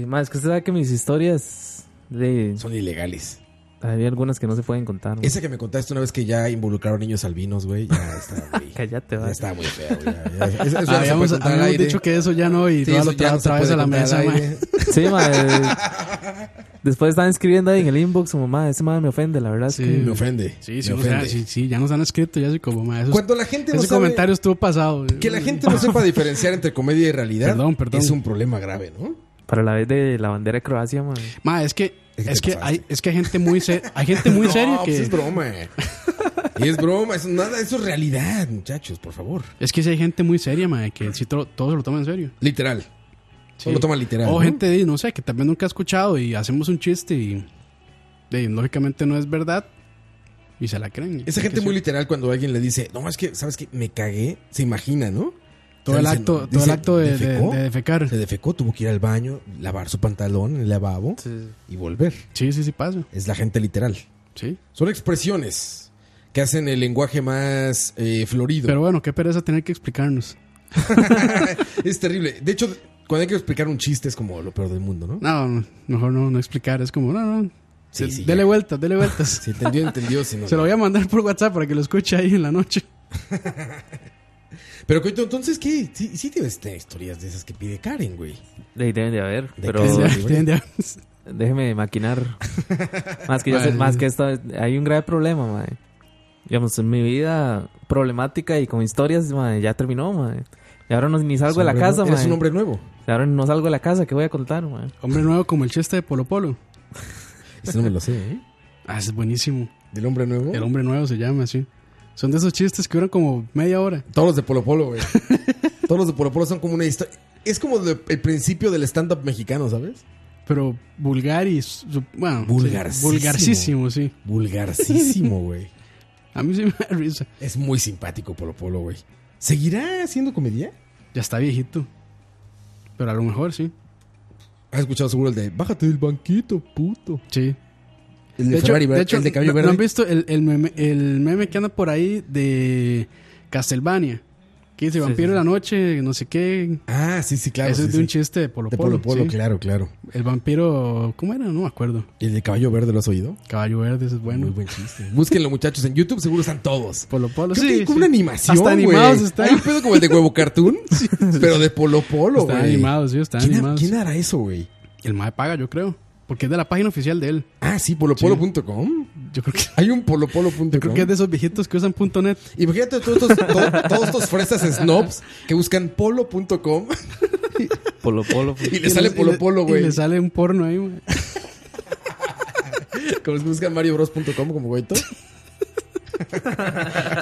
Y, ma, es que usted sabe que mis historias. De,
Son ilegales.
hay algunas que no se pueden contar. ma.
Esa que me contaste una vez que ya involucraron niños albinos, güey. Ya está, güey.
Cállate,
ya
va.
está muy feo, güey. Ya, ya- eso- eso ya no se
Ah, Habíamos,
puede contar al
habíamos
aire.
dicho que eso ya no y
Sí,
toda
eso
la
ya
otra,
no se
otra vez
puede
a la
contar al
mesa, ma.
aire.
Sí, ma, eh, Después estaban escribiendo ahí en el inbox, como, ma, ese madre me ofende, la verdad. es
Sí.
que-
Me ofende.
Sí, sí,
me
o sea,
ofende.
sí, sí, ya nos han escrito, ya así como, ma, esos-
Cuando la gente no
ese
sabe,
comentario estuvo pasado. eh.
que la gente no sepa diferenciar entre comedia y realidad
Perdón, perdón.
es un problema grave, ¿no?
Para la vez de la bandera de Croacia, ma.
Ma, es que,
Es que
es
te
que,
pasaste.
hay, es que hay gente muy, se- hay gente muy
No,
seria
pues
que...
es broma. Y es broma, eso nada, eso es realidad, muchachos, por favor.
Es que si hay gente muy seria, mae, que si todo, todo se lo toma en serio.
Literal. Todo lo toma literal.
O
¿no?
gente, di, no sé, que también nunca ha escuchado y hacemos un chiste y, di, lógicamente no es verdad y se la creen.
Esa gente
Que
muy
sí.
literal cuando alguien le dice, no, es que, ¿sabes qué? Me cagué, se imagina, ¿no?
Todo
O
el
sea, dicen-
acto, todo el
dicen,
acto de, de-
¿defecó?
de defecar.
Se defecó, tuvo que ir al baño, lavar su pantalón en el lavabo y volver.
Sí, sí, sí pasa.
Es la gente literal.
Sí.
Son expresiones que hacen el lenguaje más eh, florido.
Pero bueno, qué pereza tener que explicarnos.
Es terrible. De hecho, cuando hay que explicar un chiste es como lo peor del mundo, ¿no?
No, no, mejor no, no explicar. Es como, no, no.
Sí,
de-
sí,
dele
ya.
vueltas, dele vueltas.
Si entendió, entendió. Si no,
Se lo
no.
voy a mandar por WhatsApp para que lo escuche ahí en la noche.
Pero Coito, entonces, ¿qué? Sí, sí debes tener historias de esas que pide Karen, güey.
De ahí deben de haber,
De
pero
que sea.
Tienen de-
déjeme maquinar. más que ya sé-
Vale.
más que esto, hay un grave problema, mae. Digamos, en mi vida problemática y con historias, mae, ya terminó, mae. Y ahora no, ni salgo de la
Hombre
casa,
nuevo. Eres un
mae.
hombre nuevo.
Y ahora no salgo de la casa, ¿qué voy a contar, mae?
Hombre nuevo como el chiste de Polo Polo.
Ese no me lo sé, ¿eh?
Ah, ese es buenísimo.
¿Del hombre nuevo?
El hombre nuevo se llama así. Son de esos chistes que duran como media hora.
Todos los de Polo Polo, güey. Todos los de Polo Polo son como una historia. Es como de- el principio del stand-up mexicano, ¿sabes?
Pero vulgar y. su- Bueno,
Vulgarcísimo.
Sí, vulgarcísimo, sí.
Vulgarcísimo, güey.
A mí sí me da risa.
Es muy simpático Polo Polo, güey. ¿Seguirá haciendo comedia?
Ya está viejito. Pero a lo mejor sí.
Has escuchado seguro el de Bájate del banquito, puto.
Sí.
El de, Ferrari, ¿verdad? el de Cabello
¿no-
Verde.
¿no han visto el, el meme, el meme que anda por ahí de Castlevania? Que dice Vampiro de la Noche, no sé qué.
Ah, sí, sí, claro.
Eso
sí,
es de
sí.
un chiste de Polo
De
Polo.
Polo Polo,
sí.
claro, claro.
El vampiro. ¿Cómo era? No me acuerdo.
¿Y el de Caballo Verde lo has oído?
Caballo Verde, ese es bueno.
Muy buen chiste. Búsquenlo, muchachos. En YouTube seguro están todos.
Polo Polo,
Creo que
sí.
hay como
sí.
una animación,
Hasta
güey.
animados están.
Hay un pedo como el de Huevo Cartoon, pero de Polo Polo,
Están
güey.
animados, sí, están
¿Quién, ha-
animados.
quién hará eso, güey?
El MAE paga, yo creo. Porque es de la página oficial de él.
Ah, sí, polopolo.com.
Yo creo que,
Hay un polopolo.com.
creo que es de esos viejitos que usan punto .net.
Imagínate todos estos, to- todos estos fresas snobs que buscan polo.com
Polo, polo.
y les sale
Y le-
Polo pues. Polo,
Y
güey.
le sale un porno ahí, güey.
Como si buscan mariobros.com como güey. todo.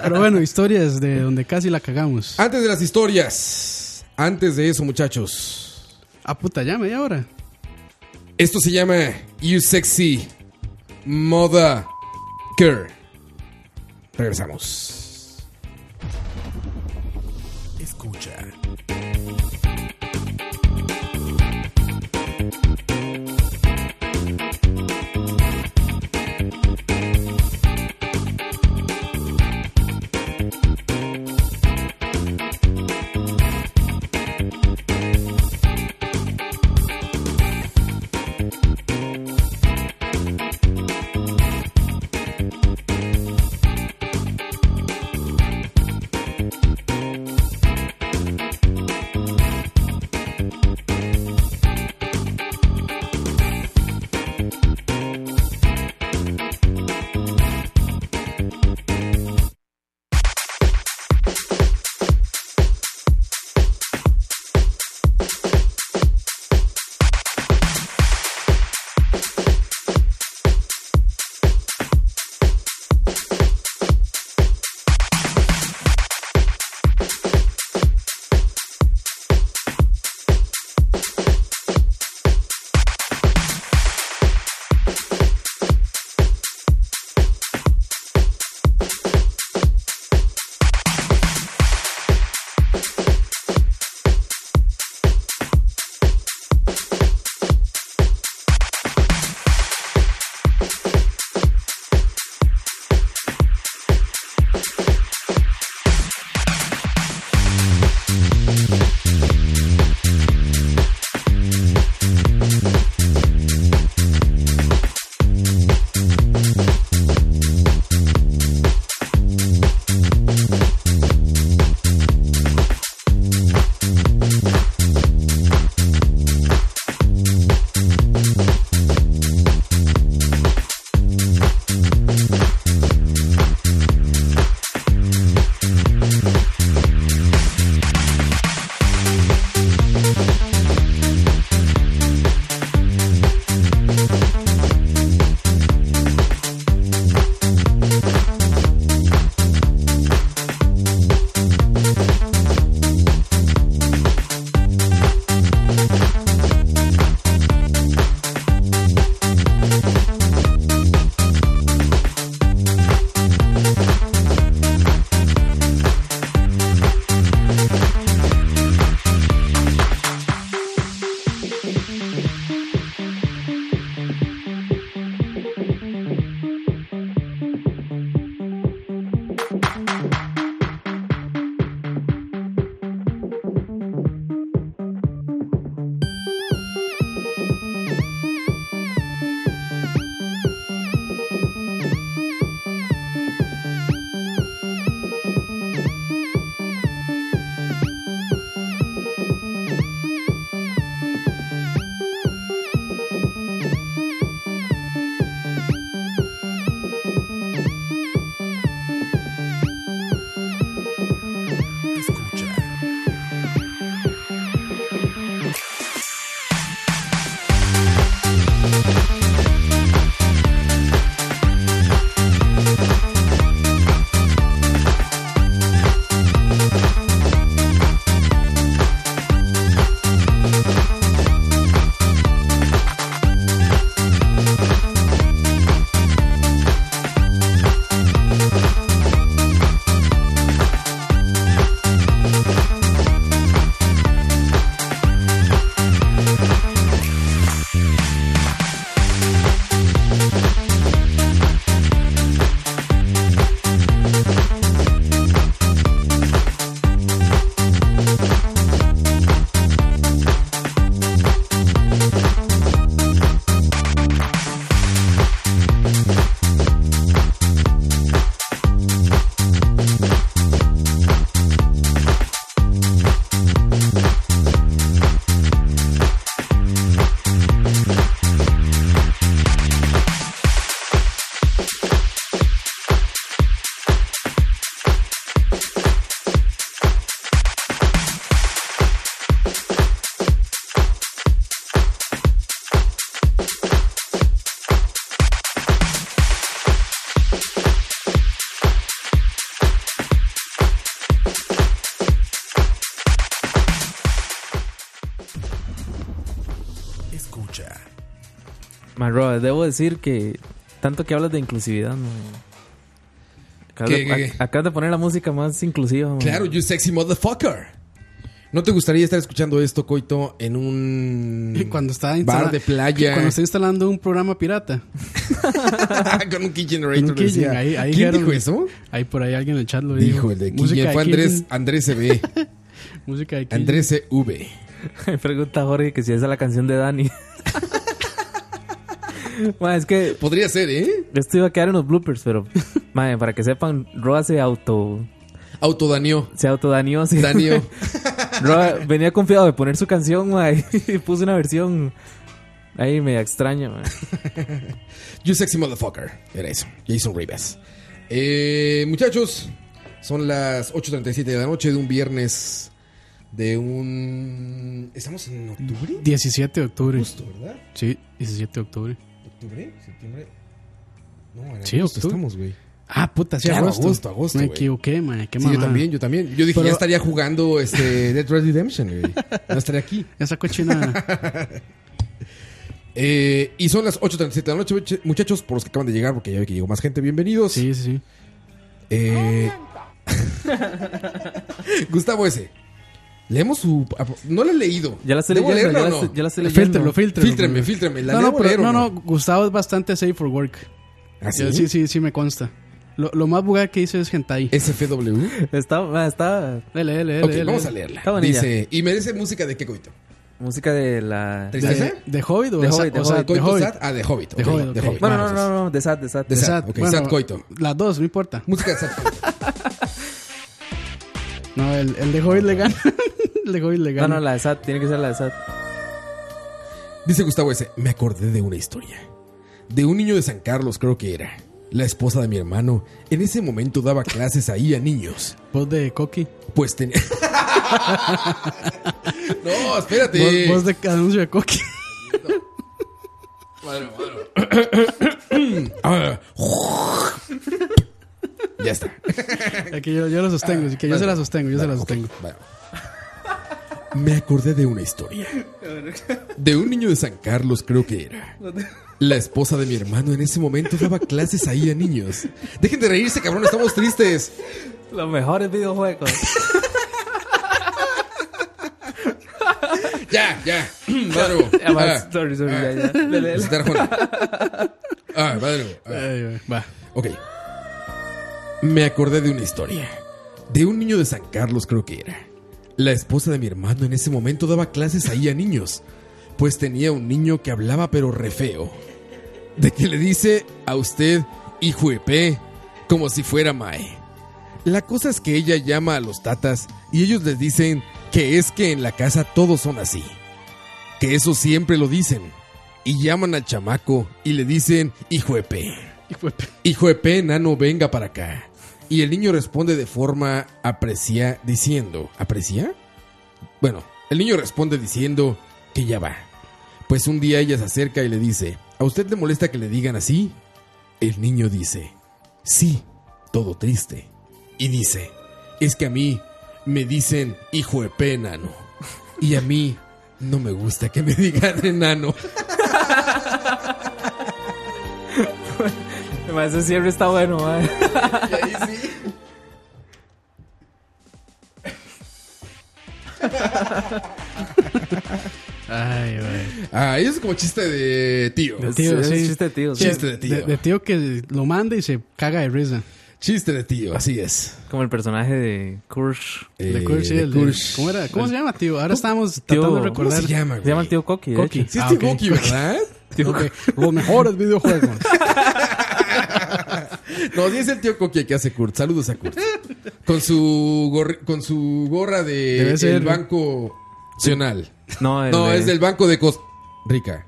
Pero bueno, historias de donde casi la cagamos. Ah,
Antes de las historias, antes de eso, muchachos.
Ah, puta, ya media hora.
Esto se llama You Sexy Mother Regresamos.
Escucha. Escucha.
Man, Roa, debo decir que tanto que hablas de inclusividad, man. Acabas,
¿Qué,
de,
qué,
ac-
qué?
acabas de poner la música más inclusiva, man.
Mm.
Claro, you sexy motherfucker. ¿No te gustaría estar escuchando esto, Coito, en un
Cuando está instala-
Mm. bar de playa
Cuando está instalando un programa pirata.
con un key
Con
generator?
un key
decía.
gen, ahí- ahí
¿Quién
dijeron-
dijo eso?
Ahí por ahí alguien en el chat lo dijo.
Dijo el de key
música
gen. Fue
Key
Andrés,
gen,
Andrés CB.
Música de Key gen.
Andrés CV.
Me pregunta Jorge que si esa es la canción de Dani. Man, es que
Podría ser, ¿eh?
esto iba a quedar en los bloopers, pero man, para que sepan, Roa se auto
Autodanio.
se autodañó. sí.
Danio.
Roa venía confiado de poner su canción, man, y puso una versión ahí media extraña, man.
You sexy motherfucker. Era eso. Jason Rivas. Eh, muchachos, son las 8.37 de la noche de un viernes de un... ¿Estamos en octubre?
Mm. 17 de octubre.
Justo, ¿verdad?
Sí, 17 de octubre.
¿Octubre? ¿Septiembre? No, en
Sí,
agosto
octubre.
estamos, güey.
Ah, puta, sí,
Claro,
agosto.
agosto, agosto,
Me
güey.
equivoqué, man. Qué
Sí, yo
mamada.
también, yo también. Yo dije,
Pero-
ya estaría jugando este Dead Red Redemption, güey. No estaría aquí.
Esa cochina.
Eh, y son las 8.37 de la noche, much- muchachos, por los que acaban de llegar, porque ya ve que llegó más gente, bienvenidos.
sí, sí, sí.
Eh, Gustavo S. Leemos su. No la he leído.
Ya la estoy
¿Debo
leyendo, ya,
leerla
la
o
estoy,
no?
ya la estoy leyendo.
Fíltrelo, fíltrelo.
Fíltreme, fíltreme. ¿La
No,
debo
no, pero-
leer o
no, no, Gustavo es bastante safe for work.
¿Ah, sí?
Yo- sí, sí, sí me consta. Lo, lo más bugado que hice es hentai.
SFW.
Está, man, está
Dele, dele, dele,
ok,
dele.
vamos a leerla.
Está bonita.
Dice. ¿Y merece música de qué coito?
música de la
¿De,
¿Tristeza?
de Hobbit o
De
o sea-
Hobbit, de
o sea,
Hobbit.
de
¿Coito
Hobbit?
Sad? Ah, de Hobbit. ok,
De Hobbit, ok.
Bueno,
Vamos,
no, no, no, de Sad, de Sad.
De
De
Sad,
Sad,
ok,
bueno,
Sad Coito.
Las dos, no importa.
Música de Sad Coito.
No, el, el de Hobbit le gana. el de Hobbit le
No,
gana.
no, la de Sad, tiene que ser la de Sad.
Dice Gustavo S. Me acordé de una historia. De un niño de San Carlos, creo que era. La esposa de mi hermano en ese momento daba clases ahí a niños.
Voz de Coqui.
Pues tenía. no, espérate.
Voz, voz de anuncio de Coqui.
Ah. ya está.
Aquí yo, yo la sostengo, así que yo se la sostengo, yo se la
Ah, Vale, ok,
sostengo.
vale. Me acordé de una historia. De un niño de San Carlos, creo que era. La esposa de mi hermano en ese momento daba clases ahí a niños. Dejen de reírse, cabrón, estamos tristes.
Los mejores videojuegos.
Ya, ya. Va de nuevo.
Ah, va,
Ah,
sorry, sorry, ya, ya. Le- le- le-
Presentar a Juana. Ah, va de nuevo. Ah.
Ay, güey, va.
Ok. Me acordé de una historia. De un niño de San Carlos, creo que era. La esposa de mi hermano en ese momento daba clases ahí a niños. Pues tenía un niño que hablaba pero re feo. De que le dice a usted, hijo de pe", como si fuera Mae. La cosa es que ella llama a los tatas y ellos les dicen que es que en la casa todos son así. Que eso siempre lo dicen. Y llaman al chamaco y le dicen, hijo de pe".
Hijo de p-
Hijo de P, enano, venga para acá. Y el niño responde de forma aprecia diciendo, ¿aprecia? Bueno, el niño responde diciendo que ya va. Pues un día ella se acerca y le dice, ¿a usted le molesta que le digan así? El niño dice, sí, todo triste. Y dice, es que a mí me dicen hijo de P, enano. Y a mí no me gusta que me digan enano.
Ma, Ese cierre está bueno, ma.
Ay, güey.
Ah, eso es como chiste de tío.
De tío,
Es- es
sí.
chiste de tío, sí.
Chiste de tío.
De, de tío que lo manda y se caga de risa.
Chiste de tío, así es.
Como el personaje de Kursh.
De
Eh,
Kurt, sí,
de
el de-
Kursh.
¿Cómo, era? ¿Cómo se llama, tío? Ahora estábamos
Tío-
tratando de
¿Cómo
¿Cómo
recordar.
se llama, güey?
Se llama el tío Coqui, de
Coqui.
hecho.
Sí, es
Ah,
tío
ok.
Goki, ¿verdad?
Ok. Los mejores videojuegos.
No, sí es el tío Coqui que hace Kurt. Saludos a Kurt. Con su, gorri- con su gorra de
Debe ser-
el Banco Nacional.
No, el
No,
de-
es del Banco de Costa Rica.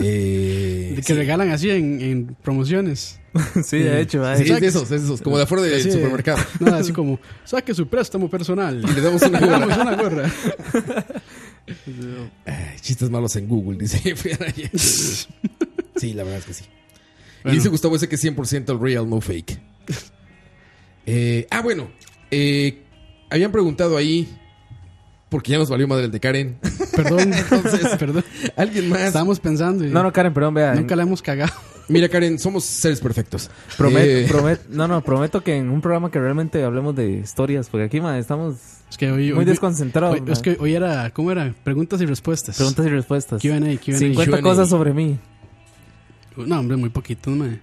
Eh,
que
sí.
regalan así en, en promociones.
Sí, de hecho, ma.
Sí, es de esos, es de esos. Como de afuera del
Así de-
supermercado.
No, así como, saque su préstamo personal.
Y le damos una
Le damos
gorra.
una gorra.
Ay, chistes malos en Google, dice Fran ayer. Sí, la verdad es que sí.
Bueno.
Y dice Gustavo ese que es 100% real, no fake. Eh, ah, bueno. eh, habían preguntado ahí, porque ya nos valió madre el de Karen.
Perdón, perdón.
Alguien más.
Estábamos pensando y
No, no, Karen, perdón, vea.
nunca la hemos cagado.
Mira, Karen, somos seres perfectos.
Prometo,
Eh,
promet- no, no, prometo que en un programa que realmente hablemos de historias, porque aquí, ma, estamos
Es que hoy,
muy
hoy-
desconcentrados.
hoy-
ma.
es que hoy era, ¿cómo era? Preguntas y respuestas.
Preguntas y respuestas.
Q&A, Q&A.
50
Q&A.
cosas sobre mí.
No, hombre, muy poquitos, mae.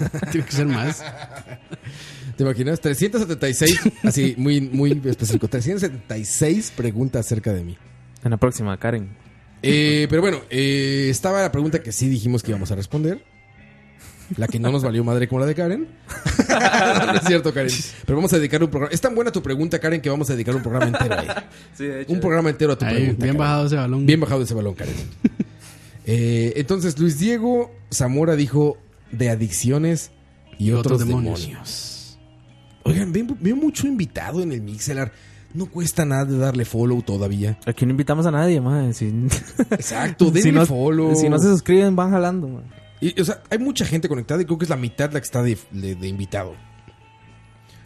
Tiene que ser más.
¿Te imaginas? 376, así, muy, muy específico. 376 preguntas acerca de mí.
En la próxima, Karen.
Eh, pero bueno, eh, estaba la pregunta que sí dijimos que íbamos a responder. La que no nos valió madre como la de Karen. no, no es cierto, Karen. Pero vamos a dedicar un programa. Es tan buena tu pregunta, Karen, que vamos a dedicar un programa entero ahí.
Sí, de hecho.
Un programa entero a tu
Ahí,
pregunta.
bien
Karen.
bajado ese balón.
Bien bajado ese balón, Karen. Eh, entonces, Luis Diego Zamora dijo de adicciones y otros, demonios. Oigan, veo, veo mucho invitado en el Mixelar. No cuesta nada de darle follow todavía.
Aquí no invitamos a nadie, ma. Si,
Exacto, denle
si no,
follow.
si no se suscriben, van jalando, ma.
Y, o sea, hay mucha gente conectada y creo que es la mitad la que está de, de- de invitado.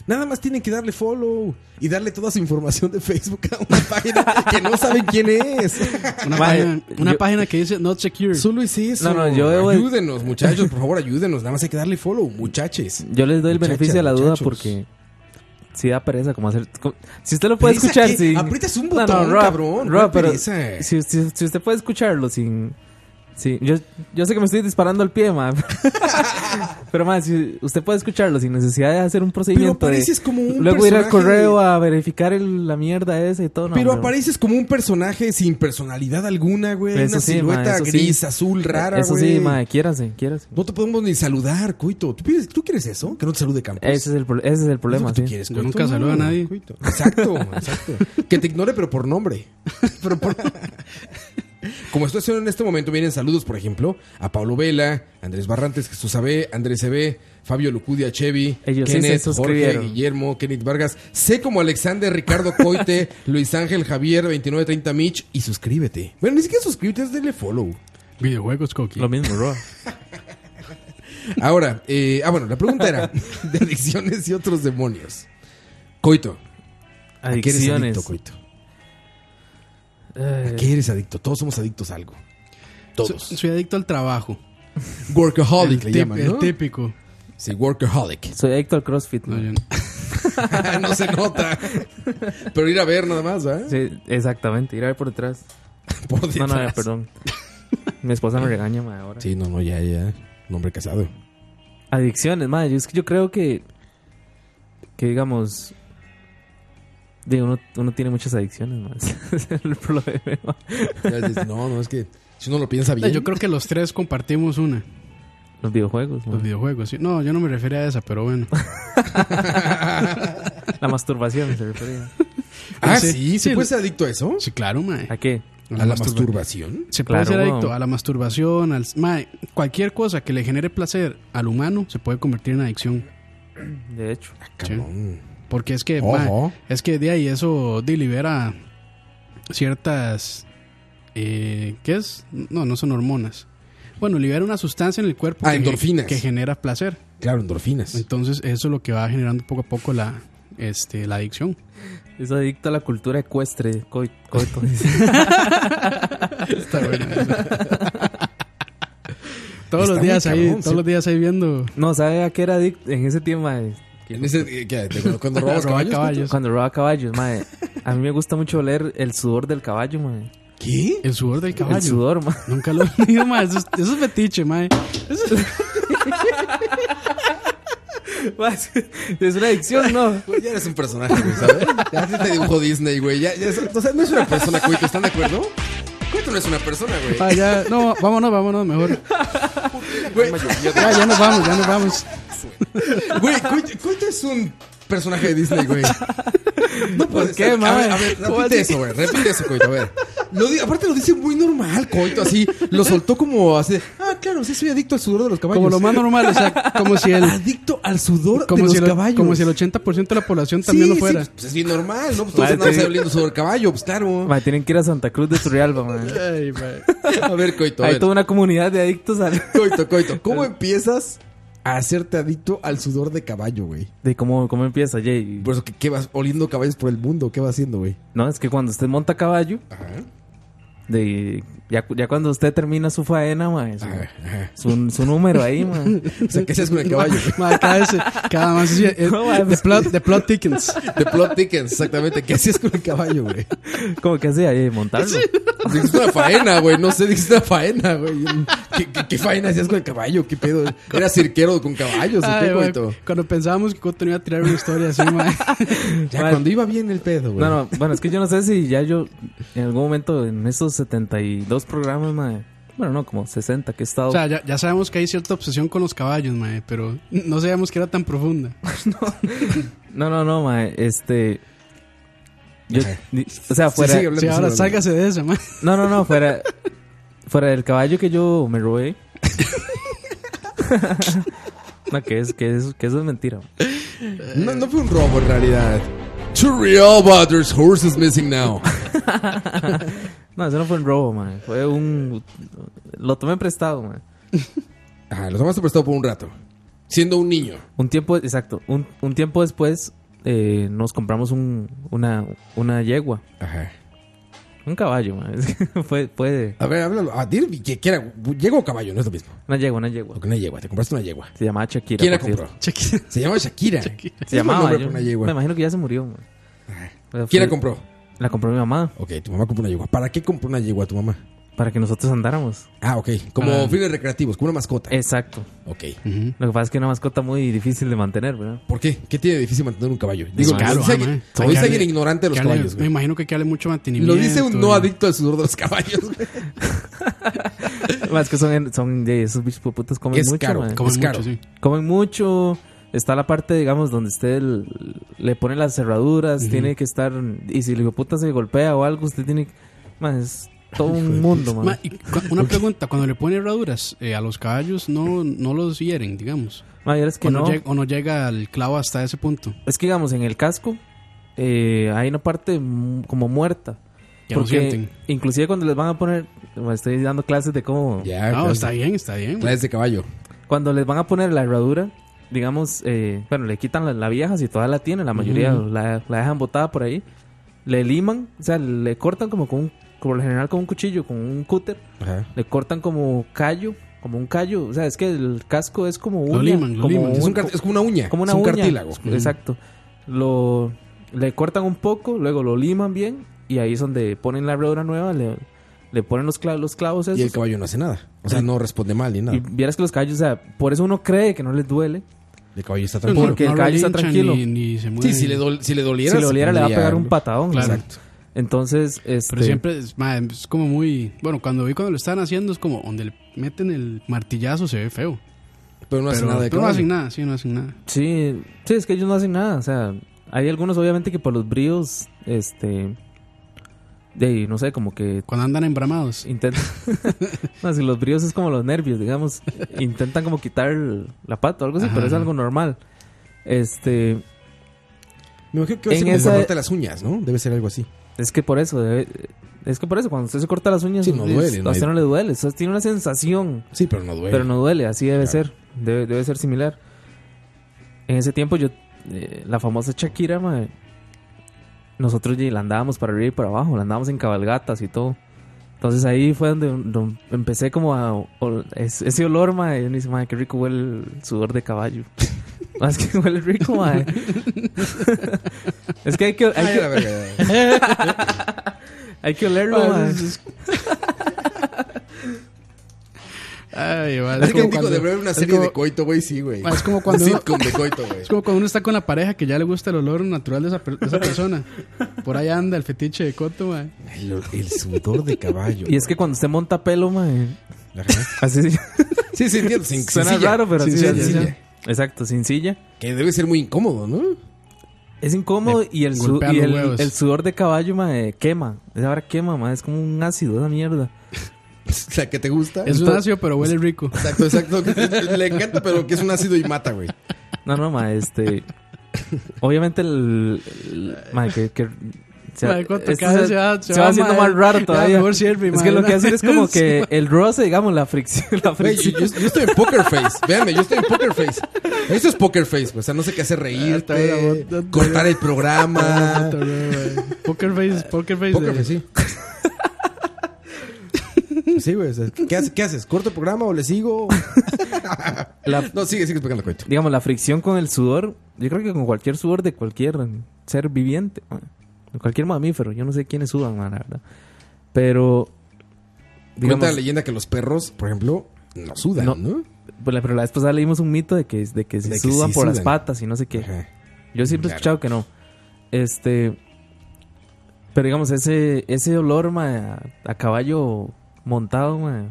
Nada más tienen que darle follow y darle toda su información de Facebook a una página que no saben quién es.
Una,
Mae,
página, una
yo-
página que dice Not Secure.
Solo es eso.
No, no, yo debo-
Ayúdenos, muchachos, por favor, ayúdenos. Nada más hay que darle follow, muchaches.
Yo les doy el
Muchachas,
beneficio de la duda
muchachos.
porque si da pereza como hacer. como- si usted lo puede
Pereza
escuchar
que
sin.
aprietas un botón, cabrón, ¿cuál
Rob, pero
pereza?
si, si- si usted puede escucharlo sin. sin- yo, yo sé que me estoy disparando al pie, ma. pero más, si usted puede escucharlo sin necesidad de hacer un procedimiento. de-
apareces como un
luego ir al
personaje
correo a verificar el- la mierda esa y todo. no,
Pero
hombre, ma.
apareces como un personaje sin personalidad alguna, güey.
Eso
una
sí, ma,
silueta
eso sí.
gris, azul, rara,
Eso
güey.
sí, ma, quiérase, quiérase.
No te podemos ni saludar, coito. ¿Tú, pides- tú quieres eso? Que no te salude Campos.
Ese es el, pro- ese es el problema,
Eso que
sí.
tú quieres,
Yo
coito.
nunca saludo a nadie.
coito. Exacto, exacto. Que te ignore, pero por nombre. Pero por- Como estoy haciendo en este momento, vienen saludos, por ejemplo, a Pablo Vela, Andrés Barrantes, Jesús Abe, Andrés Ebe, Fabio Lucudia, Chevy,
Ellos sí se
Jorge,
suscribieron.
Guillermo, Kenneth Vargas, sé como Alexander, Ricardo Coite, Luis Ángel, Javier, 2930 Mitch, y suscríbete. Bueno, ni siquiera suscríbete, es darle follow.
Videojuegos, Coqui.
Lo mismo, Rob.
Ahora, eh, ah, bueno, la pregunta era de adicciones y otros demonios. Coito, ¿a qué eres adicto,
Adicciones.
Coito?
Eh,
¿A qué eres adicto? Todos somos adictos a algo.
So-
Todos.
Soy adicto al trabajo.
workaholic le
el, tip-
llaman,
el
¿no?
típico.
Sí, workaholic.
soy adicto al CrossFit.
No,
ma.
yo no.
no se nota. Pero ir a ver nada más, ¿verdad?
Sí, exactamente. Ir a ver por detrás.
Por
No, no,
detrás.
ya, perdón. Mi esposa me regaña, ma, ahora.
Sí, no, no, ya, ya. Un hombre casado.
Adicciones, ma. Yo, es que yo creo que. Que digamos. de uno, uno tiene muchas adicciones, ma. Ese es el problema.
Ya dices, No, no, es que si uno lo piensa bien.
Yo creo que los tres compartimos una,
Los videojuegos, ma.
los videojuegos. sí. No, yo no me refería a esa, pero bueno.
La masturbación se refería.
ah,
sí,
sí, sí,
sí,
puede ser adicto a eso.
Sí, claro, mae.
¿A qué?
A la masturbación.
Se puede
Claro,
ser adicto
weón.
a la masturbación, al mae, cualquier cosa que le genere placer al humano se puede convertir en adicción.
De hecho.
Cabrón.
Porque es que,
Ojo.
mae, es que de ahí eso de libera ciertas. eh, ¿Qué es? No, no son hormonas. Bueno, libera una sustancia en el cuerpo
Ah,
que,
endorfinas.
que genera placer.
Claro, endorfinas.
Entonces, eso es lo que va generando poco a poco la, este, la adicción.
Es adicto a la cultura ecuestre. coi- coito, dice.
Está bueno eso. todos
Está
los días
muy
ahí,
cabrón,
todos
sí.
los días ahí viendo.
No, ¿sabe a qué era adicto en ese tiempo? mae?
En ese, eh, ¿qué? ¿Te- cuando- cuando robas caballos.
Robar caballos.
Cuando robaba caballos, mae. A mí me gusta mucho oler el sudor del caballo, mae.
¿Qué?
El sudor del caballo.
El sudor, mae.
Nunca lo he unido, mae. Eso, es- eso es fetiche, mae.
Mae, Es una adicción, ¿no?
Güey, ya eres un personaje, güey, ¿sabes? Ya se te dibujó Disney, güey. Ya, ya es- o sea, no es una persona, Cuito, ¿están de acuerdo? Cuito no es una persona, güey.
Ah, ya, no, vámonos, vámonos, mejor.
Güey,
Ya, ya nos vamos, ya nos vamos.
güey, Cuito, Cuito es un personaje de Disney, güey. No puede
qué,
ser. A ver, a
madre?
ver,
¿Cómo
repite
así?
eso, güey. Repite eso, Coito, a ver. Lo di- aparte lo dice muy normal, Coito, así. Lo soltó como así. de, Ah, claro, sí soy adicto al sudor de los caballos.
Como lo más normal, o sea, como si el,
Adicto al sudor de
como
los
si el,
caballos.
como si el 80% de la población también
sí,
lo fuera.
Sí, pues es bien normal, ¿no? Pues todos andan
sí.
oliendo sudor de caballo, pues claro.
Mae, tienen que ir a Santa Cruz de Turrialba, mae.
Ay, mae.
A ver, Coito, a
Hay
ver.
toda una comunidad de adictos al...
Coito, coito, ¿cómo empiezas a hacerte adicto al sudor de caballo, güey?
De cómo, cómo empieza, Jay.
Por eso, ¿qué, qué vas oliendo caballos por el mundo? ¿Qué vas haciendo, güey?
No, es que cuando usted monta caballo,
Ajá.
de, ya, ya cuando usted termina su faena, mae, su,
Ah, ajá.
su, su número ahí, mae.
O sea, ¿qué haces con el caballo? güey?
Mae, cada vez, cada más sí, eh,
No, mae,
de
pues-
plot, de plot tickets.
De plot tickens, exactamente. ¿Qué haces con el caballo, güey?
¿Cómo que hacía? Eh, montarlo.
Dijiste una faena, güey. No sé, dijiste una faena, güey. ¿Qué, qué, qué faena hacías con el caballo? ¿Qué pedo? ¿Eras cirquero con caballos o
Ay,
Pues, qué,
mae,
coito?
cuando pensábamos que Coto no iba a tirar una historia así, mae.
Ya,
Mae.
cuando iba bien el pedo, güey.
No, no, bueno, es que yo no sé si ya yo en algún momento en estos 72 programas, mae, bueno, no, como 60 que he estado.
O sea, ya, ya sabemos que hay cierta obsesión con los caballos, mae, pero no sabíamos que era tan profunda.
no, no, no, mae, este. Yo,
Ajá.
di- o sea, fuera.
sigue hablando.
Sí, ahora
sí,
sálgase de esa, mae.
No, no, no, fuera. fuera del caballo que yo me robé. no, que, es, que, es, que eso es mentira.
No, no fue un robo en realidad. To real, but there's horses missing now.
No, eso no fue un robo, mae. Fue un. Lo tomé prestado, mae.
Ajá, lo tomaste prestado por un rato. Siendo un niño.
Un tiempo, exacto. Un, un tiempo después eh, nos compramos un, una, una yegua.
Ajá.
Un caballo, man. Es que fue, fue de-
A ver, háblalo. A dir que que era yegua o caballo, no es lo mismo.
Una yegua, una yegua.
Porque una yegua, te compraste una yegua.
Se llamaba Shakira.
¿Quién la
por cierto.
compró?
Cheque-
Se llama Shakira. ¿eh?
Se llamaba.
Yo...
yo-
Una
me
yegua.
imagino que ya se murió, man. Pero
¿Quién
fue-
la compró?
La compró mi mamá
Ok, tu mamá compró una yegua. ¿Para qué compró una yegua tu mamá?
para que nosotros andáramos.
Ah, ok. Como
Ah.
fines recreativos, como una mascota.
Exacto.
Ok.
Lo que pasa es que es una mascota muy difícil de mantener, ¿verdad?
¿Por qué? ¿Qué tiene de difícil mantener un caballo? Digo,
Es caro,
lo dice
ah,
alguien,
mae.
lo
Hay
dice
que
alguien
darle-
ignorante de los
que darle-
caballos,
Me
güey.
imagino que hay que darle mucho mantenimiento.
Lo dice un no
güey.
adicto al sudor de los caballos, güey.
Más que son, son de esos bichos putas comen
Es
mucho,
caro,
man.
Comen
Es
mucho,
caro.
sí.
comen mucho. Está la parte, digamos, donde usted el- le pone las cerraduras, tiene que estar... Y si el hijo puta se golpea o algo, usted tiene que... Man, es todo un mundo, man.
Ma, y cu- una pregunta, cuando le ponen herraduras eh, a los caballos no, no los hieren, digamos.
Man, vieras que
O no,
no.
llega, o no llega el clavo hasta ese punto.
Es que, digamos, en el casco eh, hay una parte mu- como muerta.
Ya lo sienten.
inclusive cuando les van a poner... bueno, estoy dando clases de cómo...
Ya,
No,
Ah, pues, claro.
está bien, está bien.
Clases de caballo.
Cuando les van a poner la herradura, digamos, eh, bueno, le quitan la, la vieja, si todavía la tienen, la mayoría la, la dejan botada por ahí. Le liman, o sea, le cortan como con un, por lo general con un cuchillo, con un cúter.
Ajá.
Le cortan como callo, como un callo. O sea, es que el casco es como
Lo
uña.
liman, lo
como
liman.
Es,
un-
un cart- es como una uña.
como una
es un
uña.
cartílago.
Exacto. lo le cortan un poco, luego lo liman bien y ahí es donde ponen la herradura nueva, le, le ponen los, cla- los clavos esos.
Y el caballo no hace nada. O sea, no responde mal ni nada.
Y vieras que los caballos, o sea, por eso uno cree que no les duele.
El caballo está
No,
tranquilo.
Porque
no
el caballo está
linchan
tranquilo.
Ni, ni se mueve.
Sí, si le, dol- si le doliera.
si le
se
doliera le va a
pondría-
pegar un patadón.
Claro.
Exacto. Entonces, este,
Pero siempre es, ma, es como muy. Bueno, cuando vi cuando lo están haciendo, es como donde le meten el martillazo se ve feo.
Pero no hace
pero
nada de
pero no
caballo.
hacen nada, sí, no hacen nada.
sí, sí, es que ellos no hacen nada. O sea, hay algunos obviamente que por los bríos, este, de ahí, no sé, como que
Cuando andan embramados.
intentan... no, si los bríos es como los nervios, digamos. Intentan como quitar la pata o algo así,
Ajá.
pero es algo normal. Este,
Me imagino que va a
En
ser como
esa-
guardarte las uñas, ¿no? Debe ser algo así.
es que por eso, debe- es que por eso, cuando usted se corta las uñas,
Sí, no
es-
duele, no
a usted
hay-
no le duele, o sea, tiene una sensación.
Sí, pero no duele.
Pero no duele, así debe ser. Debe, debe ser similar. En ese tiempo yo, eh, la famosa Shakira, mae, nosotros ye, la andábamos para arriba y para abajo, la andábamos en cabalgatas y todo. Entonces ahí fue donde, donde empecé como a... ol- es- ese olor, mae, y uno dice, mae, qué rico huele el sudor de caballo. Más que huele rico, mae. es que hay que, hay
Ay, la
que,
verga.
hay que olerlo, mae.
Ay, vale.
Es que digo,
cuando-
de ver una
es
serie
como-
de coito, güey, sí, güey.
Ah, es como cuando-
Un sitcom de coito, güey.
Es como cuando uno está con la pareja que ya le gusta el olor natural de esa, per- de esa persona. Por ahí anda el fetiche de coto, ma.
El, el sudor de caballo.
Y es que cuando usted monta pelo, mae,
Ajá.
así...
Sí, sí, entiendo. Sin, sin
Suena
silla.
raro, pero
Sin
así
silla,
es,
sin
ya.
silla.
Exacto, sin silla.
Que debe ser muy incómodo, ¿no?
Es incómodo y el, su-
golpean
y
los
el,
huevos.
el sudor de caballo mae, quema. Esa vara quema, mae, es como un ácido, esa mierda.
La que te gusta.
Es un ácido, pero huele rico.
Exacto, exacto. Le encanta, pero que es un ácido y mata, güey.
No, no, mae, este. obviamente el. el- mae, que. que- se-
Mae, cuánto
esto
cada
se,
vez se va-
se
se
va
va,
haciendo
mae.
más raro
Ya,
todavía.
mejor sirve,
es
mae,
que lo
¿no?
que hace es como
Sí,
que el roce, digamos, la fricción. La
Güey, yo,
fricción.
yo- yo estoy en poker face. Véanme, yo estoy en poker face. Eso es poker face. pues, O sea, no sé qué hacer
Ah, está
reírte,
bien, amor.
cortar el programa.
Puta, güey, güey. Poker face, poker face.
Poker
de-
face, sí. Sí, güey. o sea, ¿qué, haces? ¿Qué haces? ¿Corto el programa o le sigo?
La-
No, sigue, sigue explicando el cuento.
digamos, la fricción con el sudor. Yo creo que con cualquier sudor de cualquier ser viviente, mae, de cualquier mamífero. Yo no sé quiénes sudan, mae, la verdad. Pero.
Cuenta la leyenda que los perros, por ejemplo, no sudan,
No.
¿no?
Pues la- Pero la vez pasada leímos un mito de que, de que se
De que
sudan
sí
por las
sudan.
patas y no sé qué.
Ajá.
Yo siempre he
Claro.
escuchado que no. Este. Pero digamos, ese, ese olor mae, a, a caballo montado, mae.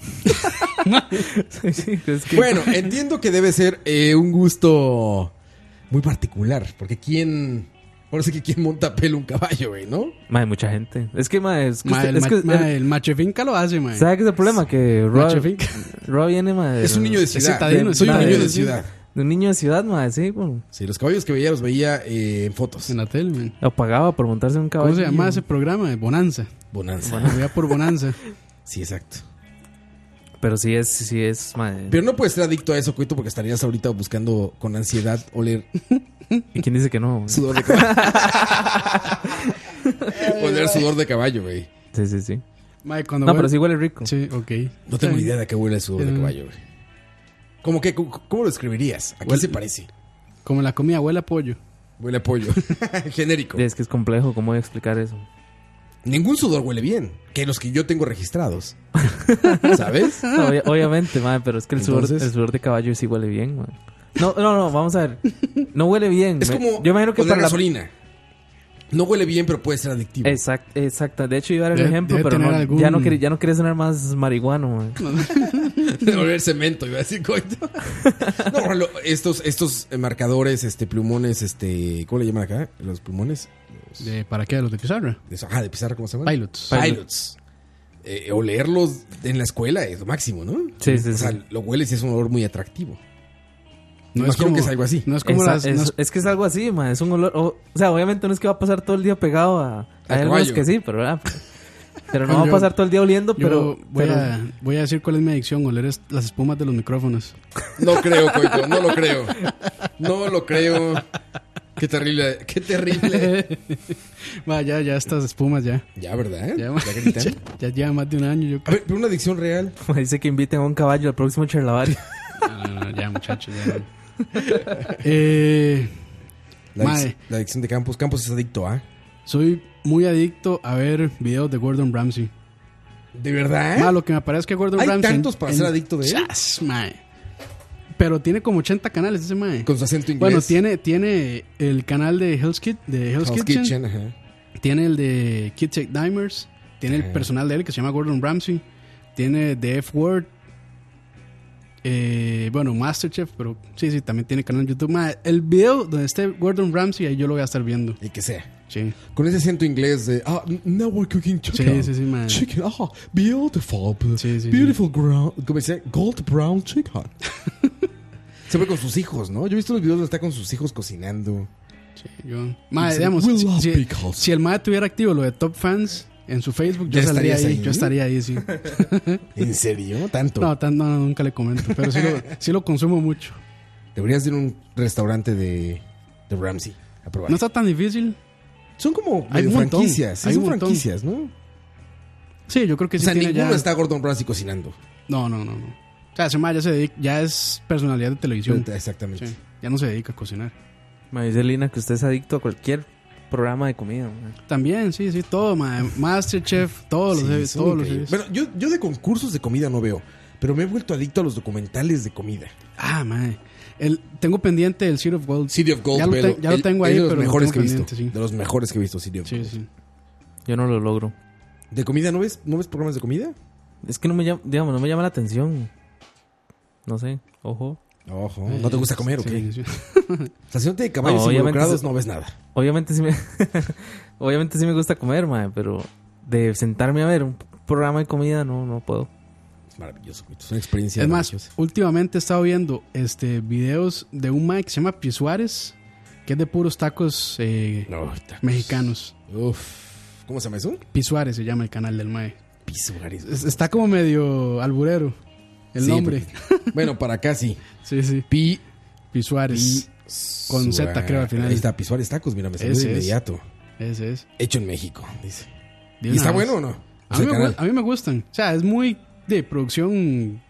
Sí, sí, es que-
Bueno, entiendo que debe ser eh, un gusto muy particular, porque quién... Ahora sí que quién monta pelo un caballo, güey, ¿no?
Mae, mucha gente. Es que, mae, es que.
Ma,
usted-
el,
es
ma-
que-
ma, el machefinca lo hace, ma.
¿Sabe qué es el problema? Que Roa,
Machefinca.
Roa viene, mae.
Es un niño de ciudad.
citadino,
Soy un
mae,
niño de
sí.
ciudad.
Un niño de ciudad, mae, sí. bueno,
Sí, los caballos que veía los veía eh, en fotos.
En la tele, man.
lo pagaba por montarse en un caballo.
¿Cómo se llama ese programa? Bonanza.
Bonanza.
Lo veía por Bonanza.
Sí, exacto.
Pero sí es, sí es, mae.
Pero no puedes ser adicto a eso, Cuito, porque estarías ahorita buscando con ansiedad oler
¿Y quién dice que no? mae?
sudor de caballo. oler sudor de caballo, güey.
Sí, sí, sí.
Ma, cuando
No,
huele-
pero sí huele rico.
Sí, ok.
No tengo ni idea de a qué huele el sudor de
Mm.
caballo, güey. ¿Cómo que? ¿Cómo, cómo lo describirías? ¿A qué
Huele-
se parece?
Como la comida huele a pollo.
Huele a pollo. Genérico.
Es que es complejo, ¿cómo voy a explicar eso?
Ningún sudor huele bien, que los que yo tengo registrados. ¿Sabes?
No, obvia- obviamente, madre, pero es que el sudor,
Entonces-
el sudor de caballo sí huele bien, man. No, no, no, vamos a ver. No huele bien.
Es
Me-
como
yo imagino que
oler
para la...
gasolina. No huele bien, pero puede ser adictivo.
Exacto, exacto. De hecho, iba a dar el
Debe-
ejemplo,
debe
pero no,
tener algún-
ya, no quería, ya no quería sonar más marihuano, man.
Oler cemento, iba a decir coito. No, lo- estos, estos eh, marcadores, este, plumones, este, ¿cómo le llaman acá? Los plumones.
De, ¿Para qué? ¿Los de pizarra?
De, ajá, de pizarra, ¿cómo se llaman?
Pilots.
Pilots. Eh, olerlos en la escuela es lo máximo, ¿no?
Sí, sí,
O sea,
sí.
lo hueles y es un olor muy atractivo.
No
Imagino que es algo así.
No es como
Esa-
las...
es,
no es-
es que es algo así, man. Es un olor. O, o sea, obviamente no es que va a pasar todo el día pegado a. Hay algunos
caballo.
que sí, pero. ah, pero no
Bueno,
va a
yo-
pasar todo el día oliendo,
yo
pero.
voy,
pero-
a, voy a decir cuál es mi adicción, oler es- las espumas de los micrófonos.
No creo, coito, no lo creo. No lo creo. Qué terrible, qué terrible.
Va, ya, ya estas espumas ya.
Ya, ¿verdad?
Ya,
Ya,
ma-
gritan.
ya- ya lleva más de un año yo
A ver, pero una adicción real.
Me dice que inviten a un caballo al próximo
Ah,
charlavario.
No, no, no, ya muchachos, ya. no. Eh,
La, adic-
Mae.
la adicción de Campos. Campos es adicto, ¿ah?
Soy muy adicto a ver videos de Gordon Ramsay.
¿De verdad?
Ma, lo que me parece que Gordon
¿Eh? ¿Hay
Ramsay.
tantos para ser adicto de él?
Chas, mae. Pero tiene como 80 canales ese mae.
Con su acento inglés.
Bueno, tiene, tiene el canal de Hell's, Kit, de Hell's,
Hell's
Kitchen,
Kitchen. ajá.
Tiene el de Kid Tech Dimers. Tiene el personal de él que se llama Gordon Ramsay. Tiene The F Word. eh, bueno, Masterchef, pero sí, sí, también tiene canal en YouTube. Ma, el video donde esté Gordon Ramsay, ahí yo lo voy a estar viendo.
Y que sea.
Sí,
Con ese acento inglés de. Ah, now we're cooking chicken.
sí, sí, sí, ma.
Chicken, ah, beautiful.
Sí, sí,
beautiful brown. ¿Cómo dice? Gold brown chicken. Siempre con sus hijos, ¿no? Yo he visto los videos donde está con sus hijos cocinando.
sí, yo- Ma,
Dice,
digamos,
"We
si-
love
si,
pickles".
si el MAE tuviera activo lo de Top Fans en su Facebook, yo
¿Ya
saldría ahí,
estarías ahí?
Yo estaría ahí, sí.
¿En serio? Tanto.
No, tan- no, no, nunca le comento, pero sí lo, sí lo consumo mucho.
Deberías ir a un restaurante de, de Ramsey a probar.
No está tan difícil.
Son como
Hay
medio
un montón,
franquicias. sí
hay
son
un montón.
franquicias, ¿no?
Sí, yo creo que
o
sí
sea,
tiene
ninguno
ya.
está Gordon Ramsay cocinando.
No, no, no, no. O sea, ese mae ya, se dedica- ya es personalidad de televisión.
Exactamente.
Sí, ya no se dedica a cocinar.
Me dice Lina que usted es adicto a cualquier programa de comida. man.
También, sí, sí, todo, mae. Masterchef, todos
Sí,
los, he-
son
todos los he
increíbles.
visto.
Bueno, yo, yo de concursos de comida no veo, pero me he vuelto adicto a los documentales de comida.
Ah, mae. El, tengo pendiente el Seed of Gold.
City of Gold,
ya lo,
velo.
te- ya lo
El-
tengo
es
ahí,
de los
pero lo
mejores
tengo
que he visto.
pendiente, sí.
De los mejores que he visto, City of
Sí,
Gold.
sí.
Yo no lo logro.
¿De comida no ves, no ves programas de comida?
Es que no me llama, digamos, no me llama la atención. No sé, ojo.
Ojo, ¿no te gusta comer o qué?
Sí, sí.
Estación de caballos
No, obviamente
involucrados
es-
no ves nada.
Obviamente sí me, obviamente sí me gusta comer, mae, pero de sentarme a ver un programa de comida no, no puedo.
Es maravilloso, güey. es una experiencia
Es
maravillosa.
más, últimamente he estado viendo este, videos de un mae que se llama Pi Suárez, que es de puros tacos eh,
No, tacos.
mexicanos.
Uf, ¿cómo se llama eso?
Pi Suárez se llama el canal del mae.
Piso, Garis.
Es- Está como medio alburero el
Sí,
nombre.
porque- bueno, para acá sí.
Sí, sí.
Pi.
Pi Suárez. Con Z,
Suárez.
creo, al final.
Ahí está, Pisuares Tacos, mira, me salió de
Ese es.
inmediato.
Ese es.
Hecho en México, dice.
De
¿Y
una
está
vez.
bueno o no?
A
O sea,
mí, me,
canal.
gu- a mí me gustan. O sea, es muy de producción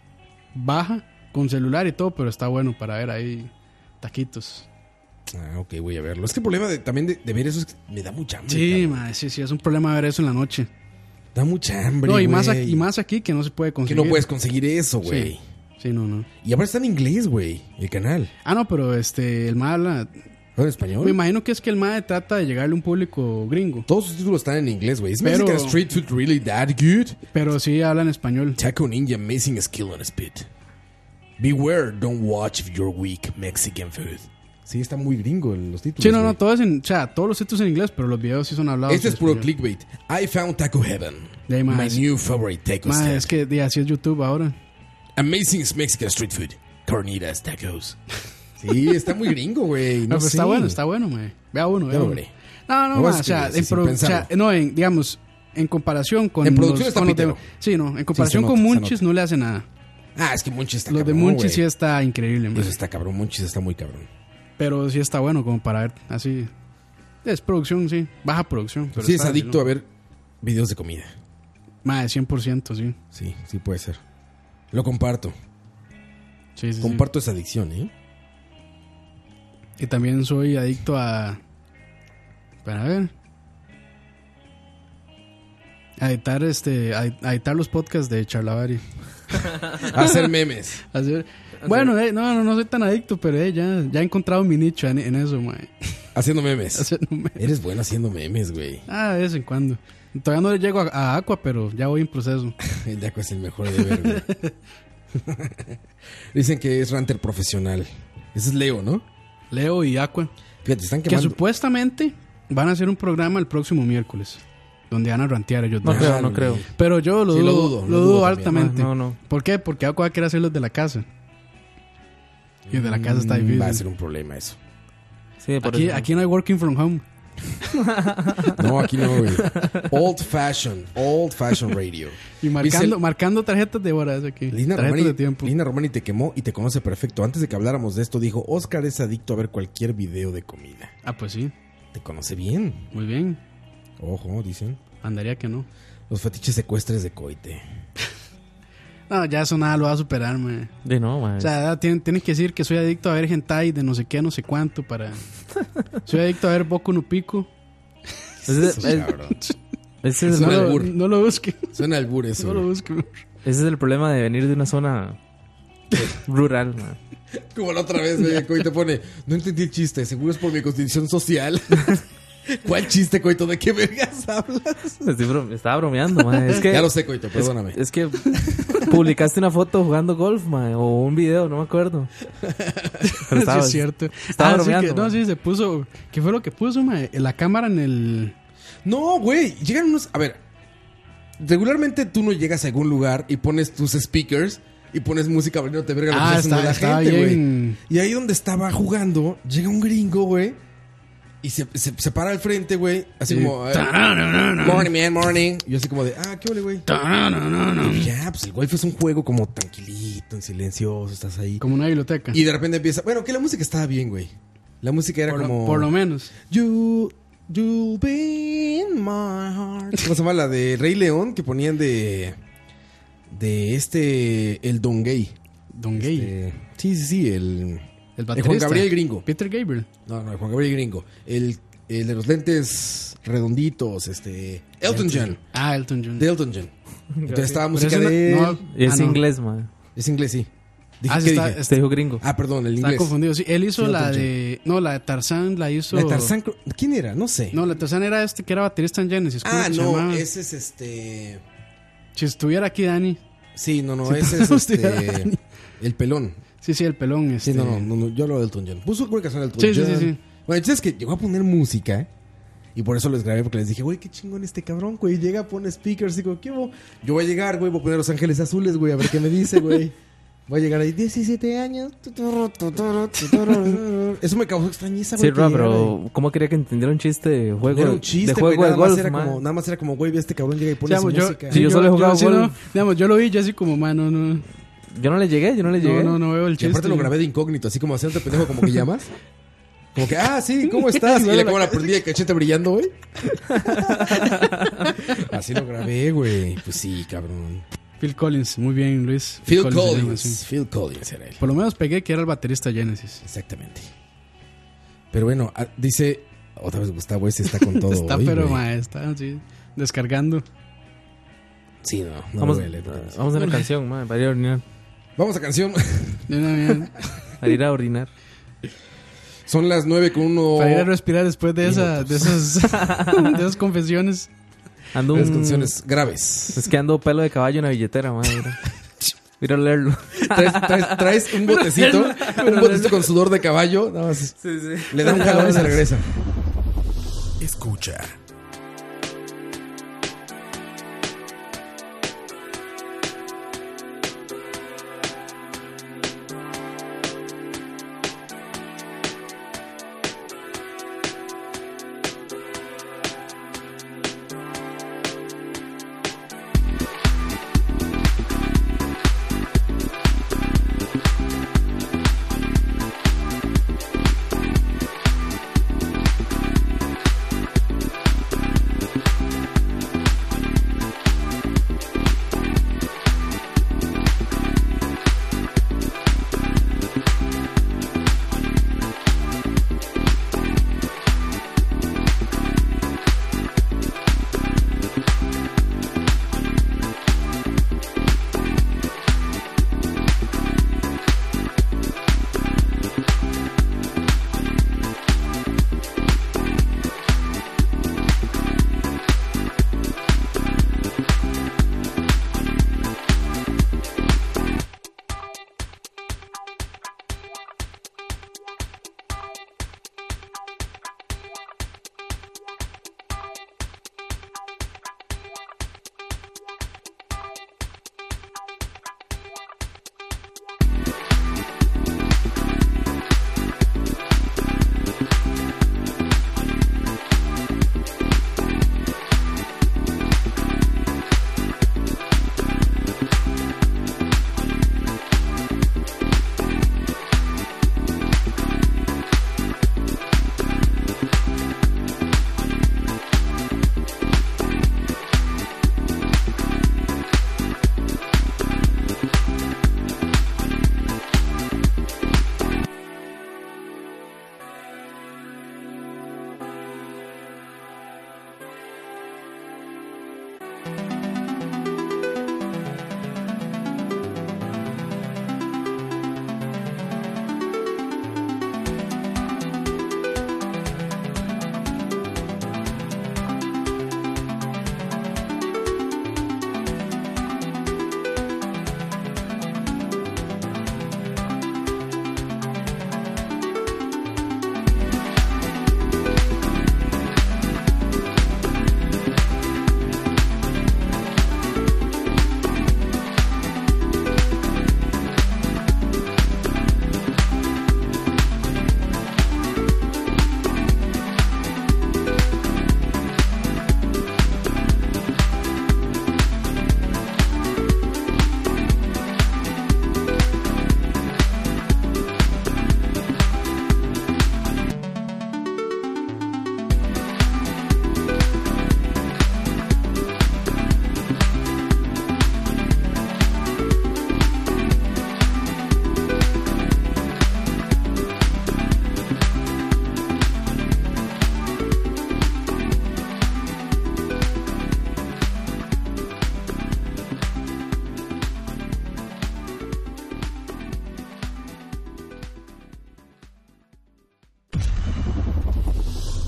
baja, con celular y todo, pero está bueno para ver ahí taquitos.
Ah, ok, voy a verlo. Es que el problema de- también de, de ver eso es que me da mucha hambre.
Sí,
cabrón.
mae, sí, sí, es un problema ver eso en la noche.
Da mucha hambre.
no, y más,
güey.
aquí, y más aquí que no se puede
Que
conseguir.
no puedes conseguir eso, güey.
Sí. Sí, no, no.
Y ahora está en inglés, güey, el canal.
Ah, no, pero este, el MAE habla.
¿No en
Me
español?
imagino que es que el MAE trata de llegarle a un público gringo.
Todos sus títulos están en inglés, güey. ¿Es
Pero-
Mexican Street Food Really That Good?
Pero sí habla en español.
Taco Ninja Amazing Skill on Speed. Beware, don't watch if you're weak Mexican food. Sí, está muy gringo el- los títulos.
Sí, no,
güey.
no, todo es en, o sea, todos los sitios en inglés, pero los videos sí son hablados.
Este
en
es puro
español.
clickbait. I found Taco Heaven.
De ahí más.
My new favorite taco
Ma,
stand.
es que de, así es YouTube ahora.
Amazing Mexican street food. Carnitas tacos. Sí, está muy gringo, güey. No
No, Ah, pero pues, está
sé.
bueno, está bueno, mae. Vea uno,
Ya
vea
lo
uno.
veré.
No, no,
No,
ma,
es
o sea,
que sin
en pro- o sea,
pensarlo.
no, en, digamos, en comparación con.
En producción
los-
está
con los de-
pitero.
Sí, no, en comparación
nota,
con
se
Munchis no le hace nada.
Ah, es que Munchies está
Los de
cabrón.
Munchis
güey.
sí está increíble, ma.
Eso Pues está cabrón. Munchies está muy cabrón.
Pero sí está bueno como para ver así. Es producción, sí. Baja producción. Pero
sí, es
está,
adicto
¿no?
a ver videos de comida.
Ma, de 100%, sí.
Sí, sí puede ser. Lo comparto.
Sí, sí, sí.
Comparto esa adicción, ¿eh?
Y también soy adicto a. Para ver. A editar, este, a, a editar los podcasts de Charlavari.
Hacer memes.
Hacer- Bueno, eh, no, no, no soy tan adicto, pero eh, ya, ya he encontrado mi nicho en, en eso, mae.
Haciendo memes.
Hacer un me-
Eres bueno haciendo memes, güey.
Ah, de vez en cuando. Todavía no le llego a, a Aqua, pero ya voy en proceso.
El Daco es el mejor de ver, güey. Dicen que es ranter profesional. Ese es Leo, ¿no?
Leo y Aqua.
Fíjate, están
Que
quemando.
supuestamente van a hacer un programa el próximo miércoles. Donde van a rantear ellos
No
dos.
creo, no creo.
Pero yo lo
Sí,
dudo,
lo
lo
dudo,
dudo,
lo dudo también.
altamente.
Ah, no, no.
¿Por qué? Porque Aqua va a querer hacerlo de la casa. Y de la casa está
Mm, Va a
difícil.
ser un problema eso.
Sí, por
Aquí,
eso.
aquí no hay working from home.
No, aquí no, güey. Old fashion, old fashion radio.
Y marcando,
Dice-
marcando tarjetas de horas aquí.
Lina
tarjetas
Romani,
de tiempo.
Lina Romani te quemó y te conoce perfecto. Antes de que habláramos de esto, dijo: Oscar es adicto a ver cualquier video de comida.
Ah, pues sí.
Te conoce bien.
Muy bien.
Ojo, dicen.
Andaría que no.
Los fetiches secuestres de coite.
No, ya eso nada lo va a superar, mae.
De no, mae.
O sea, ya tien- tienes que decir que soy adicto a ver hentai de no sé qué, no sé cuánto para... Soy adicto a ver Boku no Pico.
Ese, es-
Sí,
es-
cabrón.
ese
Es
es el,
No,
un
malo-
lo-
albur.
no lo busque.
Suena albur eso.
No lo
güey.
busque. bro.
ese es el problema de venir de una zona rural. man.
Como la otra vez, güey, Coito pone, no entendí el chiste, seguro es por mi constitución social. ¿Cuál chiste, Coito? ¿De qué vergas hablas?
Estoy bro- estaba bromeando, man. Es que,
Ya lo sé, Coito, perdóname.
es que publicaste una foto jugando golf, man, o un video, no me acuerdo. Pero
Sí,
estaba-
es cierto. Ah,
estaba
sí,
bromeando,
que-
man.
no, sí, se puso. ¿Qué fue lo que puso, mae? La cámara en el.
No, güey, llegan unos... A ver, regularmente tú no llegas a algún lugar y pones tus speakers y pones música valiéndote verga lo
Ah,
que está haciendo
está-
la
estaba
gente, güey.
bien.
Y ahí donde estaba jugando, llega un gringo, güey, y se, se, se para al frente, güey, así como... eh, morning, man, morning. Y yo así como de, ah, qué ole, güey. Y Ya, pues el golf es un juego como tranquilito, en silencioso, estás ahí.
Como una biblioteca.
Y de repente empieza. Bueno, que la música estaba bien, güey. La música era
por, lo-
como.
por lo menos.
You, you'll be in my heart. ¿Cómo se llama la de Rey León que ponían de. De este. El Don Gay.
Don Gay.
Eh, sí, sí, sí, el.
Este, el
Juan
baterista.
Gabriel Gringo.
Peter Gabriel.
No, no, el Juan Gabriel Gringo. El, el de los lentes redonditos, este. Elton John.
Ah, Elton John.
De Elton John. Entonces estaba
Pero
música
ese no-
de.
no-
él.
Y es
ah, no.
inglés, man.
Es inglés, sí. Dije,
Ah, sí,
¿qué
está-
dije?
está
Te dijo gringo.
Ah, perdón, el
Estaba
inglés.
confundido. Sí, él hizo
Sí,
la
Elton
de. No, la de Tarzán la hizo.
La de Tarzán Cro- ¿Quién era? No sé.
No, la de Tarzán era este que era baterista en Genesis. ¿cómo
ah,
que se
no,
llamaba?
ese es este.
Si estuviera aquí Dani.
Sí, no, no,
Si
ese es
todos
este.
tiraran.
El pelón.
Sí, sí, el pelón. Este,
Sí, no, no, no, no, yo hablo del Elton John. Puso una canción del Elton
Sí, sí,
John.
sí, sí.
Bueno, el chiste es que llegó a poner música. Y por eso les grabé, porque les dije, güey, qué chingón este cabrón, güey. Llega, pone speakers, digo, ¿qué hubo? Yo voy a llegar, güey, voy a poner Los Ángeles Azules, güey, a ver qué me dice, güey. Voy a llegar ahí, 17 años. tuturu, tuturu, tuturu. Eso me causó extrañeza, güey.
Sí,
que
Rob,
llegara ahí.
pero ¿cómo quería que entendiera un chiste de juego,
era un chiste,
de, juego
güey,
de
nada, más
golf,
era
man?
como, nada más era como, güey, este cabrón llega y pone
Digamos,
su
yo,
música.
Sí, yo solo he jugado
sí,
golf.
no, digamos, yo lo vi, yo así como, mano, no, no,
Yo no le llegué, yo no le llegué.
no, no veo el
eh. Y
chiste.
aparte lo grabé de incógnito, así como haciéndote pendejo, como que llamas. Como que, ah, sí, ¿cómo estás? Y la cámara prendida, el cachete brillando, güey. así lo grabé, güey. Pues sí, cabrón.
Phil Collins, muy bien, Luis.
Phil
se
Collins.
llama, sí.
Phil Collins era él.
Por lo menos pegué que era el baterista Genesis.
Exactamente. Pero bueno, ah, dice... Otra vez Gustavo ese está con todo
está,
hoy,
pero,
Oh, güey.
ma, está así, descargando.
Sí, no, no
Vamos,
lo voy a leer, no te preocupes.
vamos a ah, una canción, man, para ir a orinar.
Vamos a canción.
De una manera.
Para ir a orinar.
Son las nueve con uno...
Para ir a respirar después de, esa, de, esas, de esas confesiones.
Ando
Las
un-
canciones graves.
Es que ando pelo de caballo en la billetera, man. Mira, Mira a leerlo.
Traes, traes- traes un botecito, un botecito con sudor de caballo. Nada más.
Sí, sí.
Le da un jalón y se regresa.
Escucha.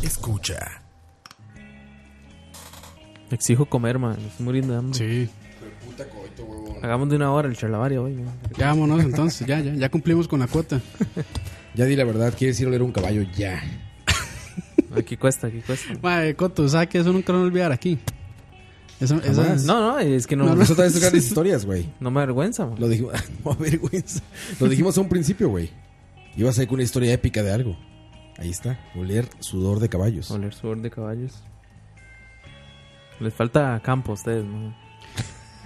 escucha.
Me exijo comer, man. Me Estoy muriendo de hambre.
Sí.
Hagamos de una hora el charlavaria hoy, man.
Ya vámonos entonces, ya, ya, ya cumplimos con la cuota.
Ya di la verdad, quieres ir a oler un caballo ya.
Aquí cuesta, aquí cuesta.
Mae, Coto, ¿sabes que eso nunca lo van a olvidar aquí? Eso, esa es-
No, no, es que no,
No,
no,
no.
Eso trae esas grandes historias, güey.
me avergüenza, man.
Lo dijimos, no vergüenza. Lo dijimos a un principio, güey. Ibas a ir con una historia épica de algo. Ahí está, oler sudor de caballos.
Oler sudor de caballos. Les falta campo a ustedes, man.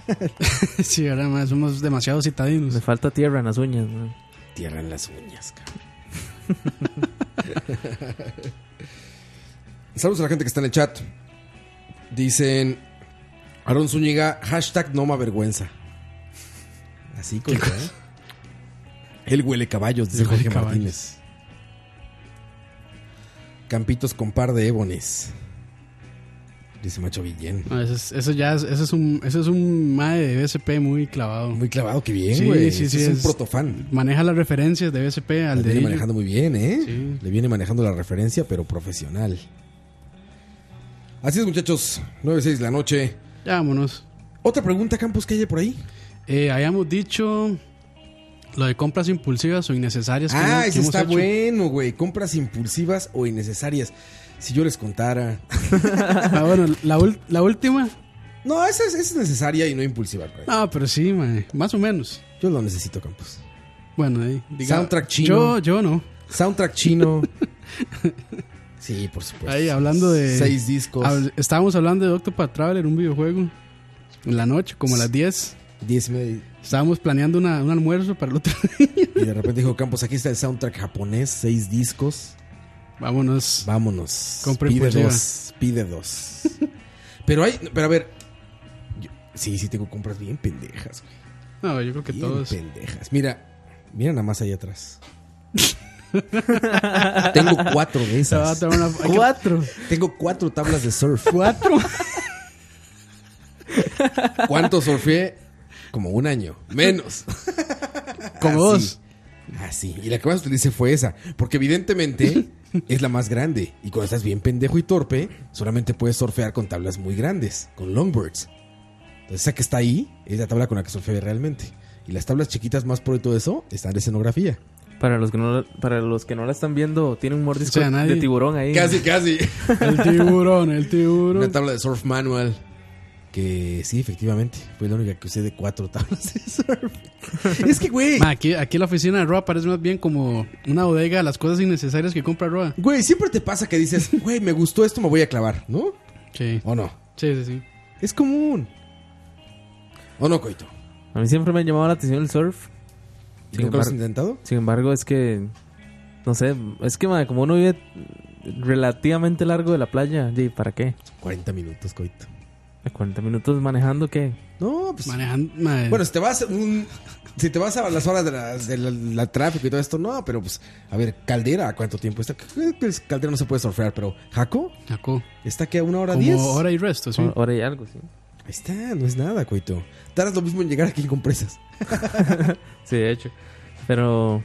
Sí, ahora mae, somos demasiado citadinos.
Les falta tierra en las uñas, man.
Tierra en las uñas, cabrón. Saludos a la gente que está en el chat. Dicen Aaron Zúñiga, hashtag no me avergüenza. Así con ¿eh? Él huele caballos, dice
Él huele
Jorge
caballos.
Martínez. Campitos con par de ébones. Dice Macho Villén.
No, eso, es, eso ya es, eso es un, eso es un mae de BSP muy clavado.
Muy clavado, qué bien,
Sí,
güey. Este
sí, sí,
es, un
es-
protofan.
Maneja las referencias de BSP al
Le
de
viene
ello.
manejando muy bien, ¿eh?
Sí.
Le viene manejando la referencia, pero profesional. Así es, muchachos. 9, 6 de la noche.
Ya vámonos.
Otra pregunta, Campos, que haya por ahí.
Eh, habíamos dicho lo de compras impulsivas o innecesarias. que hemos-
ah,
que
ese
hemos
está
hecho.
bueno, güey. Compras impulsivas o innecesarias. Si yo les contara.
Ah, bueno, la, ul- la última.
No, esa es, esa es necesaria y no impulsiva, güey.
No, pero sí, mae, más o menos.
Yo lo necesito, Campos.
Bueno, ahí. diga-
Soundtrack chino.
Yo, yo no.
Soundtrack chino. sí, por supuesto.
Ahí hablando de.
Seis discos,
Hab- estábamos hablando de Octopath Traveler, un videojuego. En la noche, como a las 10.
diez y media.
Estábamos planeando una- un almuerzo para el otro día.
Y de repente dijo Campos, aquí está el soundtrack japonés, seis discos.
Vámonos.
Vámonos.
Compra
pide
impulsiva.
dos. Pide dos. pero hay. Pero a ver. yo- sí, sí tengo compras bien pendejas, güey.
No, yo creo que
Bien
todos.
pendejas. Mira, mira nada más allá atrás. tengo cuatro de
Se va a
esas.
tomar una- hay que-
Cuatro.
Tengo cuatro tablas de surf.
cuatro.
¿Cuánto surfé? Como un año. Menos.
Como
Así.
dos.
Así. Y la que más utilicé fue esa. Porque evidentemente es la más grande. Y cuando estás bien pendejo y torpe, solamente puedes surfear con tablas muy grandes, con longboards. Entonces esa que está ahí es la tabla con la que surfeé realmente. Y las tablas chiquitas más por todo eso están de escenografía.
Para los que no la, para los que no la están viendo, tiene un mordisco
O sea, nadie-
de tiburón ahí.
Casi, casi.
El tiburón, el
Una
tiburón.
tabla de surf manual. Que sí, efectivamente. Fue la única que usé de cuatro tablas de surf. es que, güey.
Ma, aquí, aquí la oficina de Roa parece más bien como una bodega de las cosas innecesarias que compra Roa.
Güey, siempre te pasa que dices, güey, me gustó esto, me voy a clavar, ¿no?
Sí,
¿O no?
sí, sí. sí.
Es común. ¿O no, Coito?
A mí siempre me ha llamado la atención el surf.
¿Y
Sin
¿Nunca lo has
embargo-
intentado?
Sin embargo, es que no sé, es que madre, como uno vive relativamente largo de la playa, ¿y para qué?
40 minutos, Coito.
¿A 40 minutos manejando qué?
No, pues...
Manejando. ma,
Bueno, si te vas un- Si te vas a las horas de la, de la- la tráfico y todo esto, no, pero pues... A ver, Caldera, ¿a ¿cuánto tiempo está? Pues, Caldera no se puede surfear, pero... ¿Jaco?
Jaco.
¿Está que a una hora
Como
diez?
hora y resto, sí.
Hora y algo, sí.
Ahí está, no es nada, Coito. Tardas lo mismo en llegar aquí en compresas.
Sí, de hecho. Pero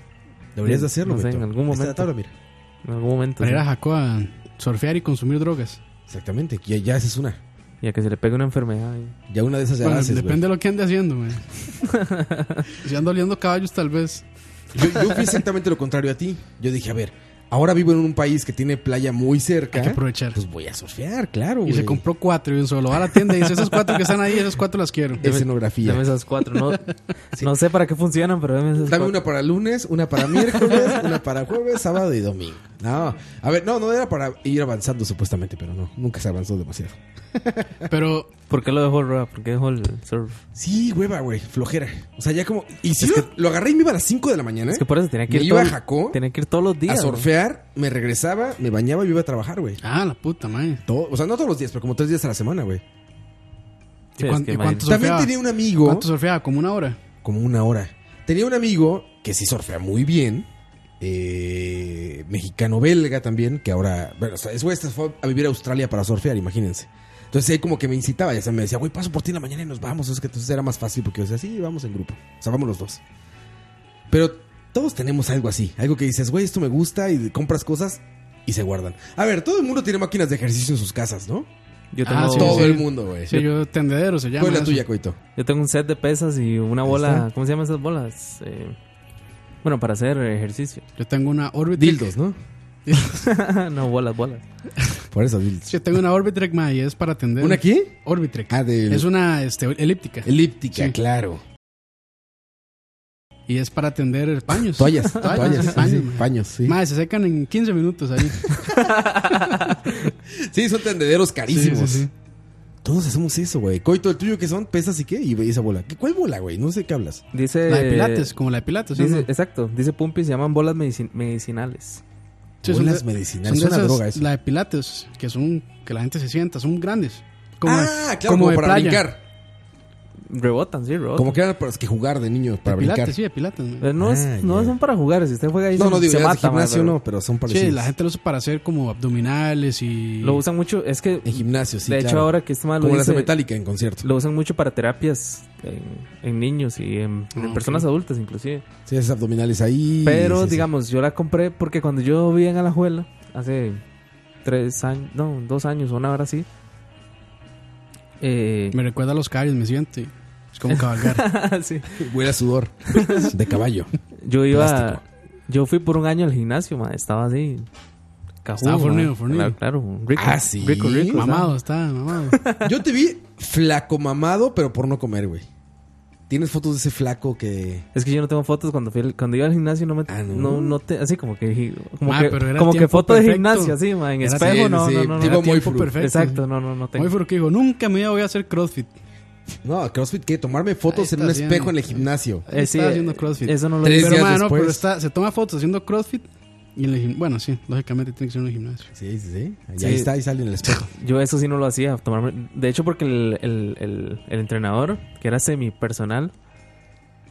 Deberías
Sí,
de hacerlo,
no sé,
Coito.
en algún
Ahí está
momento.
la tabla, mira.
en algún momento
Para ir a
sí.
Jaco a surfear y consumir drogas.
Exactamente, ya, ya esa es una.
y a que se le pegue una enfermedad. y-
Ya una de esas ya
Bueno,
la haces, güey.
depende de lo que ande haciendo, güey. si ando oliendo caballos, tal vez.
Yo, yo fui exactamente lo contrario a ti. Yo dije, a ver, ahora vivo en un país que tiene playa muy cerca.
Hay que aprovechar.
Pues voy a surfear, claro,
Y
güey.
se compró cuatro y un solo. Va a la tienda y dice: Esos cuatro que están ahí, esos cuatro las quiero.
Escenografía.
Dame esas cuatro, no, no sé para qué funcionan, pero dame esas
Dame
cuatro.
una para lunes, una para miércoles, una para jueves, sábado y domingo. No, a ver, no, no era para ir avanzando supuestamente, pero no, nunca se avanzó demasiado.
Pero
¿Por qué lo dejó Roa? ¿Por qué dejó el surf?
Sí, hueva, güey, flojera. O sea, ya como... Y si lo, lo agarré y me iba a las 5 de la mañana.
Es que por eso tenía que
Me
ir
iba
todo-
a Jacó
Tenía que ir todos los días.
a
¿no?
surfear, me regresaba, me bañaba y iba a trabajar, güey.
Ah, la puta madre.
Todo- O sea, no todos los días, pero como tres días a la semana, güey.
Sí,
¿Y,
es
cuán-
que
y
imagínate.
cuánto surfeaba?
También tenía un amigo...
¿Cuánto surfeaba? Como una hora.
como una hora. Tenía un amigo que sí surfea muy bien, eh, mexicano-belga también, que ahora, bueno, o sea, es güey, se fue a vivir a Australia para surfear, imagínense. Entonces él como que me incitaba, ya se me decía, güey, paso por ti en la mañana y nos vamos. Es que entonces era más fácil porque yo decía, sí, vamos en grupo. O sea, vamos los dos. Pero todos tenemos algo así, algo que dices, güey, esto me gusta y compras cosas y se guardan. A ver, todo el mundo tiene máquinas de ejercicio en sus casas, ¿no?
Yo tengo,
Ah, sí,
todo
sí.
el mundo, güey.
Sí, yo tendedero se llama.
¿Cuál es la
eso.
tuya, Coito?
yo tengo un set de pesas y una bola.
está.
¿Cómo se llaman esas bolas? Eh, bueno, para hacer ejercicio.
Yo tengo una Orbitrek.
Dildos, ¿no?
no, bolas, bolas.
Por eso, dildos.
Yo tengo una Orbitrek, ma, y es para tender.
¿Una qué?
Orbitrek.
Ah, de
Es una este, elíptica.
elíptica,
Sí.
claro.
Y es para tender paños.
Toallas,
Toallas,
toallas, sí,
paños,
sí,
ma.
paños, sí.
Ma, se secan en 15 minutos ahí.
Sí, son tendederos carísimos.
Sí, sí, sí.
Todos hacemos eso, güey. Coito, el tuyo que son pesas y qué, y esa bola. ¿Qué- ¿Cuál bola, güey? No sé qué hablas.
Dice.
La de pilates, como la de pilates. ¿sí o
dice-
no?
Exacto, dice Pumpy, se llaman bolas medici- medicinales.
Sí, son
Bolas
de-
medicinales.
son
Es
de
una
esas,
droga eso.
La de pilates, que son, que la gente se sienta, son grandes. Como,
ah, claro, como,
de
para
playa.
brincar.
Rebotan, sí, rebotan.
Como que eran para que jugar de niños
De
para
pilates,
brincar.
sí, de pilates. ma.
Eh, no, es-
Ah,
no
ya.
son para jugar, si usted juega ahí
No,
se,
no digo,
se
ya de
mata. ma,
gimnasio
pero
no, pero son parecidos.
Sí, la gente lo usa para hacer como abdominales y...
Lo usan mucho, es que
En gimnasio, sí,
de hecho
claro.
ahora que este mal lo
Como las de
dice,
Metallica en concierto.
lo usan mucho para terapias en, en niños y en, en
Ah,
personas
ok.
adultas inclusive.
Sí, haces abdominales ahí. sí,
Pero
sí.
digamos, yo la compré porque cuando yo vivía en Alajuela, hace tres años, no, dos años, una hora así. Eh,
Me recuerda a los caballos, me siento. y Es como cabalgar.
sí.
Huele a sudor de caballo.
Yo iba,
Plástico.
yo fui por un año al gimnasio, ma, estaba así. Cajudo,
Estaba
ma.
fornido, fornido.
Claro, claro, rico,
Ah, sí.
rico, rico, o sea,
mamado, está mamado.
Yo te vi flaco mamado, pero por no comer, güey. Tienes fotos de ese flaco que.
Es que yo no tengo fotos cuando fui al- cuando iba al gimnasio no me
Ah, ¿no?
no no, te, así como que como
Ma,
que
pero era
como que
tiempo
foto de
perfecto.
gimnasio así, ma, en
Era
espejo,
sí,
no,
sí,
no, no, no,
tipo
era
muy
tiempo
fru-
perfecto. Exacto, no, no, no tengo.
Muy porque dijo, nunca me voy a hacer CrossFit.
No, CrossFit, que tomarme
Ahí
fotos
está
en un
haciendo-
espejo en el gimnasio.
Eh, sí,
Estaba haciendo
eh,
CrossFit.
Eso no lo
Tres
Pero,
días
ma, no,
después.
pero está, se toma fotos haciendo CrossFit. Y en el gim- bueno, sí, lógicamente tiene que ser en el gimnasio.
Sí, sí, sí. Y
Sí.
ahí está, ahí sale en el espejo.
yo eso sí no lo hacía, tomarme- de hecho porque el, el, el, el entrenador que era semipersonal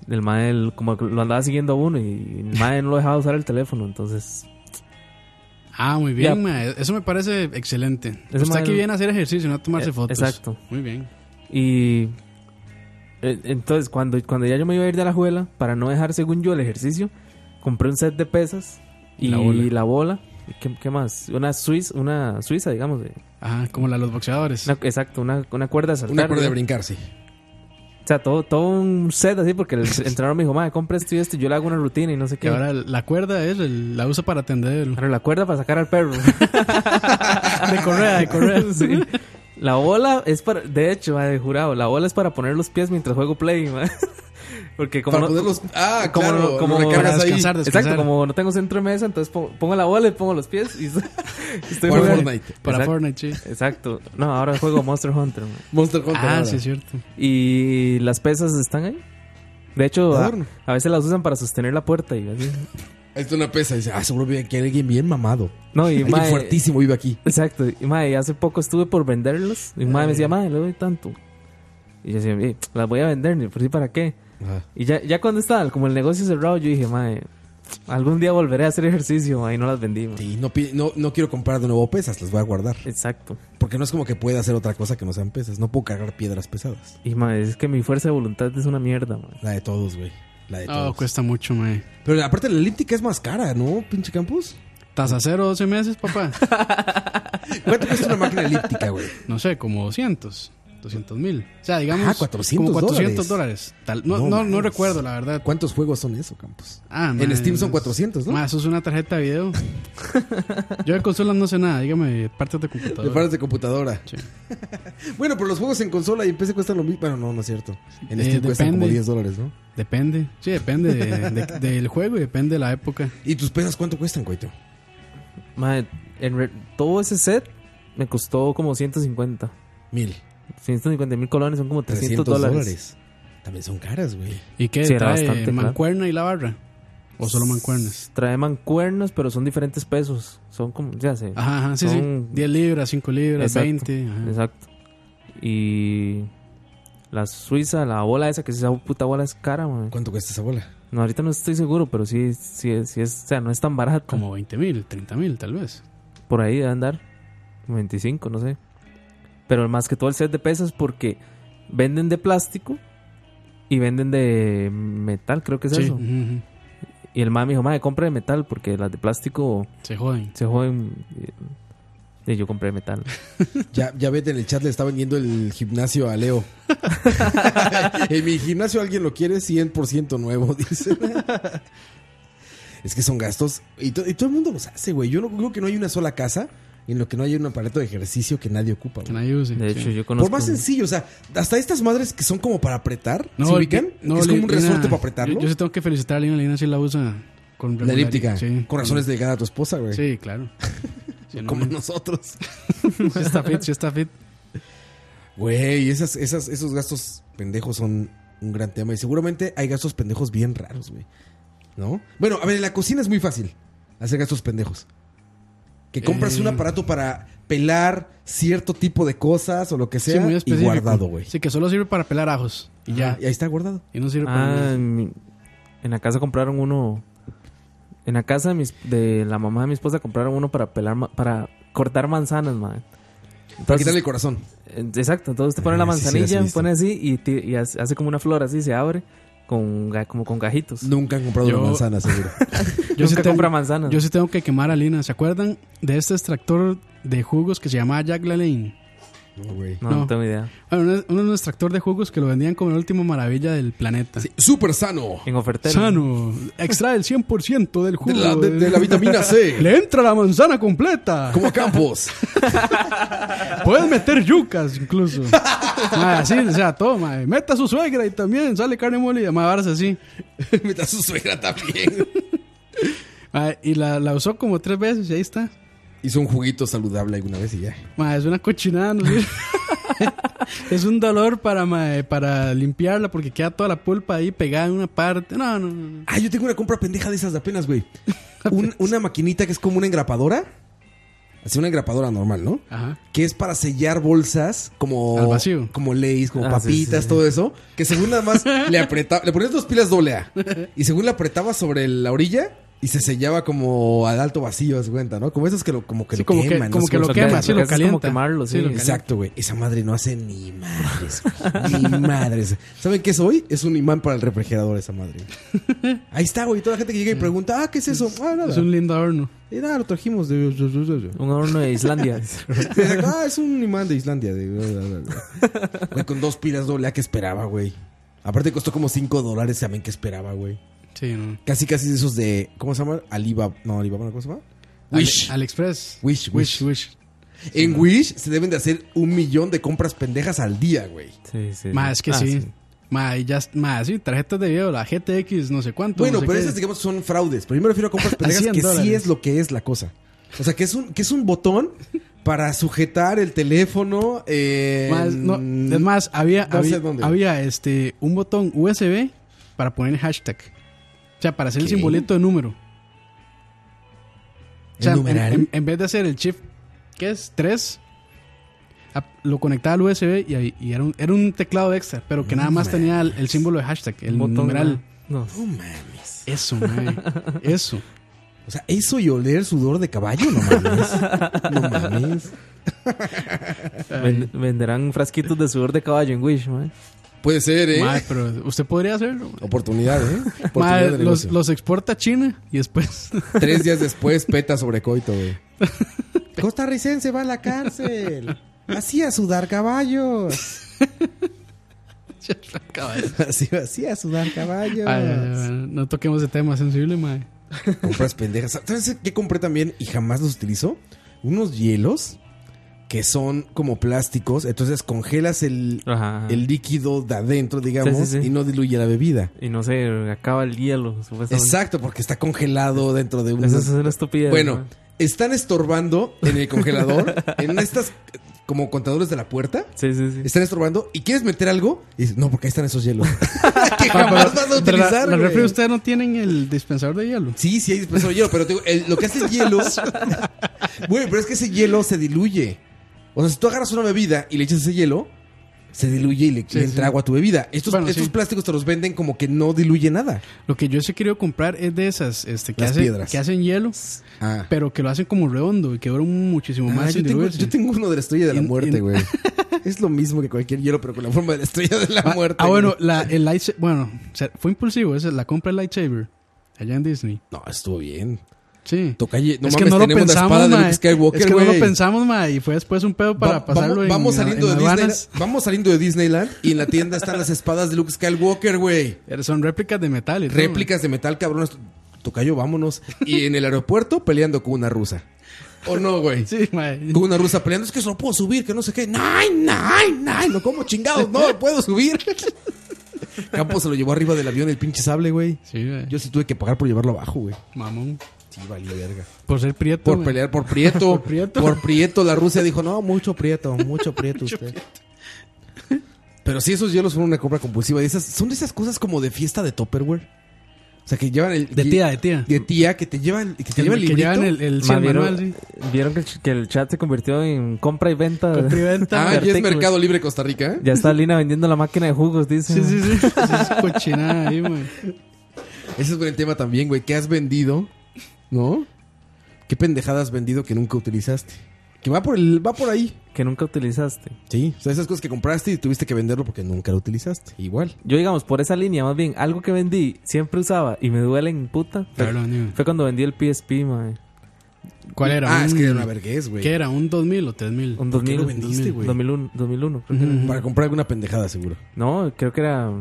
el mae el- como que lo andaba siguiendo a uno y el mae no lo dejaba usar el teléfono, entonces
Ah, muy
Ya.
bien, ma, Eso me parece excelente. Pues
Ese
Está
ma-
aquí bien a hacer ejercicio, no a tomarse
Eh,
fotos.
exacto.
Muy bien.
Y eh, entonces cuando, cuando ya yo me iba a ir de la juela, para no dejar según yo el ejercicio, compré un set de pesas y
La
la
bola.
bola. ¿Y ¿Qué, qué más? Una suiza, una suiza, digamos. de-
Ajá, como la de los boxeadores.
una- exacto, una, una cuerda de saltar.
Una cuerda de
¿no?
brincar, sí.
O sea, todo, todo un set así, porque el entrenador me dijo, madre, compra esto y esto, y yo le hago una rutina y no sé qué.
que ahora la cuerda es, el- la usa para tender.
Pero la cuerda para sacar al perro.
De correa, de correa.
Sí. La bola es para, de hecho, madre, jurado, la bola es para poner los pies mientras juego play, madre. Porque como
Para
no-
poderlos. Ah,
como
claro.
no-
lo
como
recargas
para
ahí.
descansar.
Exacto, como no tengo centro de mesa, entonces po- pongo la bola y pongo los pies y estoy estoy
Jugar
jugando.
Fortnite.
Para
Exacto.
Fortnite, sí.
Exacto. No, ahora juego Monster Hunter. man.
Monster Hunter.
Ah,
ahora.
sí, es cierto.
Y las pesas están ahí. De hecho,
De
a,
adorno.
a veces las usan para sostener la puerta y así.
Ahí está una pesa. y Dice, ah, seguro vive aquí alguien bien mamado.
No, y
Alguien
mae,
fuertísimo vive aquí.
Exacto. Y mae, hace poco estuve por venderlas y mae me
Ah,
decía, "Mae, le doy tanto." Y yo decía, "Eh, "Las voy a vender, ni por si para qué."
Ajá.
Y ya ya cuando estaba como el negocio cerrado, yo dije, "Mae, algún día volveré a hacer ejercicio." mae", Y no las vendí. mae.
Sí, no, pi- no, no quiero comprar de nuevo pesas, las voy a guardar.
Exacto.
Porque no es como que pueda hacer otra cosa que no sean pesas. No puedo cargar piedras pesadas.
Y mae, es que mi fuerza de voluntad es una mierda, mae.
La de todos, güey. La de
No, pues
todos.
Oh, cuesta mucho, mae.
Pero aparte la elíptica es más cara, ¿no, pinche Campos?
Tasa cero, 12 meses, papá.
¿Cuánto cuesta una máquina elíptica, güey?
No sé, como 200, 200 mil. O sea, digamos.
Ah, 400
como 400
dólares.
dólares. Tal- No,
No
no, no,
mames.
recuerdo, la verdad.
¿Cuántos juegos son eso, Campos?
Ah,
en
mae,
Steam son
es-
400, ¿no?
mae, eso es una tarjeta de video. Yo de consolas no sé nada, dígame, partes de
De
computadora.
partes de computadora.
Sí.
bueno, pero los juegos en consola y en PC cuestan lo mismo. Bueno, no, no es cierto. En
Eh,
Steam cuestan como
depende.
10 dólares, ¿no?
Depende. Sí, depende de- de- del juego y depende de la época.
¿Y tus pesas cuánto cuestan, coito?
Mae, en re- todo ese set me costó como 150.
Mil.
150 mil colones son como 300,
300
dólares.
dólares. También son caras, güey.
¿Y qué?
Sí, era
¿Trae
bastante, claro.
mancuerna y la barra? ¿O solo mancuernas?
Trae mancuernos, pero son diferentes pesos. Son como, ya sé.
Ajá, ajá, sí,
Son-
sí. 10 libras, 5 libras,
Exacto.
20. ajá.
Exacto. Y la suiza, la bola esa, que esa puta bola es cara, mae.
¿Cuánto cuesta esa bola?
No, ahorita no estoy seguro, pero sí, sí, sí es, o sea, no es tan barata.
Como 20 mil, 30 mil, tal vez.
Por ahí debe andar. 25, no sé. Pero más que todo el set de pesas porque venden de plástico y venden de metal, creo que es
Sí.
eso.
ujú, ujú.
Y el mae me dijo, mae, compre de metal porque las de plástico
Se joden.
se joden. Y yo compré de metal.
Ya, ya vete, en el chat le está vendiendo el gimnasio a Leo. en mi gimnasio alguien lo quiere 100% nuevo, dice. es que son gastos. Y, to- y todo el mundo los hace, güey. Yo no, creo que no hay una sola casa en lo que no haya un aparato de ejercicio que nadie ocupa.
Que
güey.
nadie use.
De
sí.
hecho, yo conozco.
Por más sencillo, o sea, hasta estas madres que son como para apretar,
No,
¿se
el-
ubican?
no,
es como un
Lina,
resorte para apretarlo.
Yo, yo sí tengo que felicitar a Lina. Lina sí la usa con
la
regularidad.
elíptica.
Sí.
Con razones delgada a tu esposa, güey.
Sí, claro. Sí, no,
Como
no.
nosotros.
Sí está fit, sí está fit.
Güey, esas, esas, esos gastos pendejos son un gran tema. Y seguramente hay gastos pendejos bien raros, güey. ¿No? Bueno, a ver, en la cocina es muy fácil hacer gastos pendejos. Que compras
Eh.
un aparato para pelar cierto tipo de cosas o lo que
sí,
sea
muy
y
específico.
guardado, güey.
Sí, que solo sirve para pelar ajos. Y ya.
Ajá, Y ahí está guardado.
Y no sirve
Ah,
para nada.
en, mi- en la casa compraron uno. En la casa de, mis- de la mamá de mi esposa compraron uno para pelar, ma- para cortar manzanas, mae.
Para
Entonces-
quitarle el corazón.
Eh, Exacto, entonces usted pone
Ah,
la
sí, sí, las he
manzanilla,
visto.
pone así y, ti- y hace hace como una flor así, se abre con ga- como con gajitos.
Nunca han comprado
Yo-
una manzana, seguro.
Yo sí
Nunca
tengo-
compra manzanas.
Yo sí tengo que quemar a Lina. ¿Se acuerdan de este extractor de jugos que se llamaba Jack LaLanne?
No, güey.
no, no
no.
tengo idea.
Bueno, uno- uno de los extractor de jugos que lo vendían como la última maravilla del planeta.
Súper sano.
En ofertero.
Sano. Extrae el 100% del
De
jugo.
la, de- de la vitamina C.
Le entra la manzana completa.
Como a Campos.
Puedes meter yucas incluso. Ah, sí, o sea, toma. Meta a su suegra y también sale carne molida. Más varas así.
Me da su suegra también.
Ah, y la, la usó como tres veces y ahí está.
Hizo un juguito saludable alguna vez y ya.
Ma, es una cochinada, no sé. es un dolor para, ma, para limpiarla porque queda toda la pulpa ahí pegada en una parte. No, no, no. no.
Ah, yo tengo una compra pendeja de esas de apenas, güey. Un- una maquinita que es como una engrapadora. Así una engrapadora normal, ¿no?
Ajá.
Que es para sellar bolsas como...
Ah. Al vacío.
Como leis, como
Ah, sí,
papitas,
sí, sí.
todo eso. Que según nada más le apretaba... Le ponías dos pilas doble A. Y según la apretabas sobre la orilla... Y se sellaba como al alto vacío, haz cuenta, ¿no? Como esas que lo, como que
Sí,
lo
como que-
queman. ¿no?
como que
Como-
lo
Lo que-
quema,
lo
sí,
que
lo
hace es como
calienta.
quemarlo, sí.
lo calienta.
Exacto, güey. Esa madre no hace ni madres, güey. Ni madres. ¿Saben qué es hoy? Es un imán para el refrigerador, esa madre. Ahí está, güey. Toda la gente que llega y pregunta, ah, ¿qué es eso? Ah, nada.
Es un lindo adorno.
Y nada, lo trajimos de...
Un horno de Islandia.
Ah, es un imán de Islandia. de- Güey, con dos pilas doble A, ¿qué esperaba, güey? Aparte costó como 5 dólares, ¿saben qué esperaba, güey?
Sí, no.
Casi, casi de esos de... ¿Cómo se llama? Alibaba. No, Alibaba, ¿no? ¿cómo se llama? Wish.
Al, AliExpress.
Wish,
Wish,
Wish.
Wish.
en Wish se deben de hacer un millón de compras pendejas al día, güey.
Sí, sí.
Ma, es que
Ah,
sí. Ma, y ya, ma, sí, tarjetas de video, la GTX, no sé cuánto.
Bueno,
no sé
pero
qué.
esas, digamos, son fraudes. Pero yo me refiero a compras pendejas
100
que sí
dólares.
es lo que es la cosa. O sea, que es un, que es un botón para sujetar el teléfono. Eh,
Más, no, es más, había,
no sé
había,
dónde.
había, este, un botón USB para poner el hashtag. O sea, para hacer
¿Qué?
el simbolito de número. O sea, en,
numeral?
en- en vez de hacer el shift, ¿qué es? 3, lo conectaba al USB y, ahí- y era, un, era un teclado extra, pero que nada
Mm,
más tenía el, el símbolo de hashtag, el
Un botón,
numeral.
No,
No mames.
Eso, mae, Eso.
O sea, eso y oler sudor de caballo, no mames. No mames.
Ven- venderán frasquitos de sudor de caballo en Wish, man.
Puede ser, ¿eh?
Mae, pero usted podría hacerlo. mae.
Oportunidad, ¿eh? Oportunidad
Mae,
de
los,
negocio.
los exporta a China y después.
Tres días después, peta sobre coito, güey. Costarricense va a la cárcel. Así a sudar caballos. Así, así a sudar caballos.
Ay, ay,
Ah,
ay, no toquemos ese tema sensible, mae.
Compras pendejas. ¿Sabes qué compré también y jamás los utilizo? Unos hielos que son como plásticos. Entonces congelas el,
Ajá.
el líquido de adentro, digamos,
Sí, sí, sí.
y no diluye la bebida.
Y no sé, acaba el hielo, supuestamente.
Exacto, porque está congelado dentro de un.
Eso es una estupidez.
Bueno,
man.
están estorbando en el congelador, en estas eh, como contadores de la puerta.
Sí, sí, sí.
Están estorbando y quieres meter algo y dices, no, porque ahí están esos hielos. que jamás vas a
Ah, Pero la-
utilizar.
la
güey.
refri, ustedes no tienen el dispensador de hielo.
Sí, sí hay dispensador de hielo, pero te digo, el- lo que hace es hielos. Güey, pero es que ese hielo se diluye. O sea, si tú agarras una bebida y le echas ese hielo, se diluye y le, le entra agua a tu bebida. Estos,
Bueno,
estos
sí.
plásticos te los venden como que no diluye nada.
Lo que yo sí quiero comprar es de esas este, que,
Las
hacen-
piedras.
que hacen hielo,
Ah.
pero que lo hacen como redondo y que duran muchísimo
Ah,
más
yo,
sin
tengo,
diluirse.
yo tengo uno de la estrella de la
En-
muerte,
en-
güey. es lo mismo que cualquier hielo, pero con la forma de la estrella de la
Ah,
muerte.
ah, bueno,
güey.
la, el lightsaber. Bueno, o sea, fue impulsivo, esa, la compra del lightsaber. allá en Disney.
No, estuvo bien.
Sí.
Tocalle, no
es
mames,
que no lo
tenemos la espada
pensamos,
de
mae.
Luke Skywalker,
Es que no
güey.
lo pensamos, mae. Y fue después un pedo para
Va-
pasarlo
vamos,
en-
vamos
en-
saliendo
en
de
aduanas.
Disneyland, vamos saliendo de Disneyland y en la tienda están las espadas de Luke Skywalker, güey.
Pero Son réplicas de metal. y todo,
Réplicas de metal, cabrones. Tocayo, vámonos. Y en el aeropuerto peleando con una rusa. ¿O no, güey?
mae. Sí, mae.
Con una rusa peleando, es que solo puedo subir, que no sé qué. ¡Nay, nay, nay! No como chingados, no puedo subir. Campos se lo llevó arriba del avión el pinche sable, güey.
Sí, mae.
Yo sí tuve que pagar por llevarlo abajo, güey.
Mamón.
Sí, valió verga.
Por ser prieto.
Por
mae.
pelear, por Prieto. por
Por
Prieto.
Prieto.
la Rusia dijo, no, mucho Prieto, mucho Prieto usted. Pero sí, esos hielos fueron una compra compulsiva. Y esas, son de esas cosas como de fiesta de Tupperware. O sea, que llevan el...
De tía, de tía.
De tía, que te llevan, que te
Que-
llevan el
que
librito.
llevan el, el, sí,
Ma,
el
¿Vieron,
manual, sí.
vieron que, el ch- que el chat se convirtió en compra y venta? de-
Compra y venta.
Ah,
de
ya es
artículos.
Mercado Libre Costa Rica, ¿eh?
Ya está Lina vendiendo la máquina de jugos, dice.
Sí, sí, sí. Eso es cochinada ahí, mae.
Ese es buen tema también, güey. ¿Qué has vendido? ¿No? ¿Qué pendejada has vendido que nunca utilizaste? Que va por el, va por ahí.
Que nunca utilizaste.
Sí. O sea, esas cosas que compraste y tuviste que venderlo porque nunca lo utilizaste. Igual.
Yo, digamos, por esa línea, más bien, algo que vendí, siempre usaba y me duelen, puta.
Claro, ni-
Fue cuando vendí el PSP, mae.
¿Cuál era?
ah, es
Un-
que era una vergüenza, güey.
¿Qué era? ¿Un 2000 o 3000?
Un
qué
2000,
lo vendiste, güey?
2001, 2001, creo que era.
Para comprar alguna pendejada, seguro.
No, creo que era.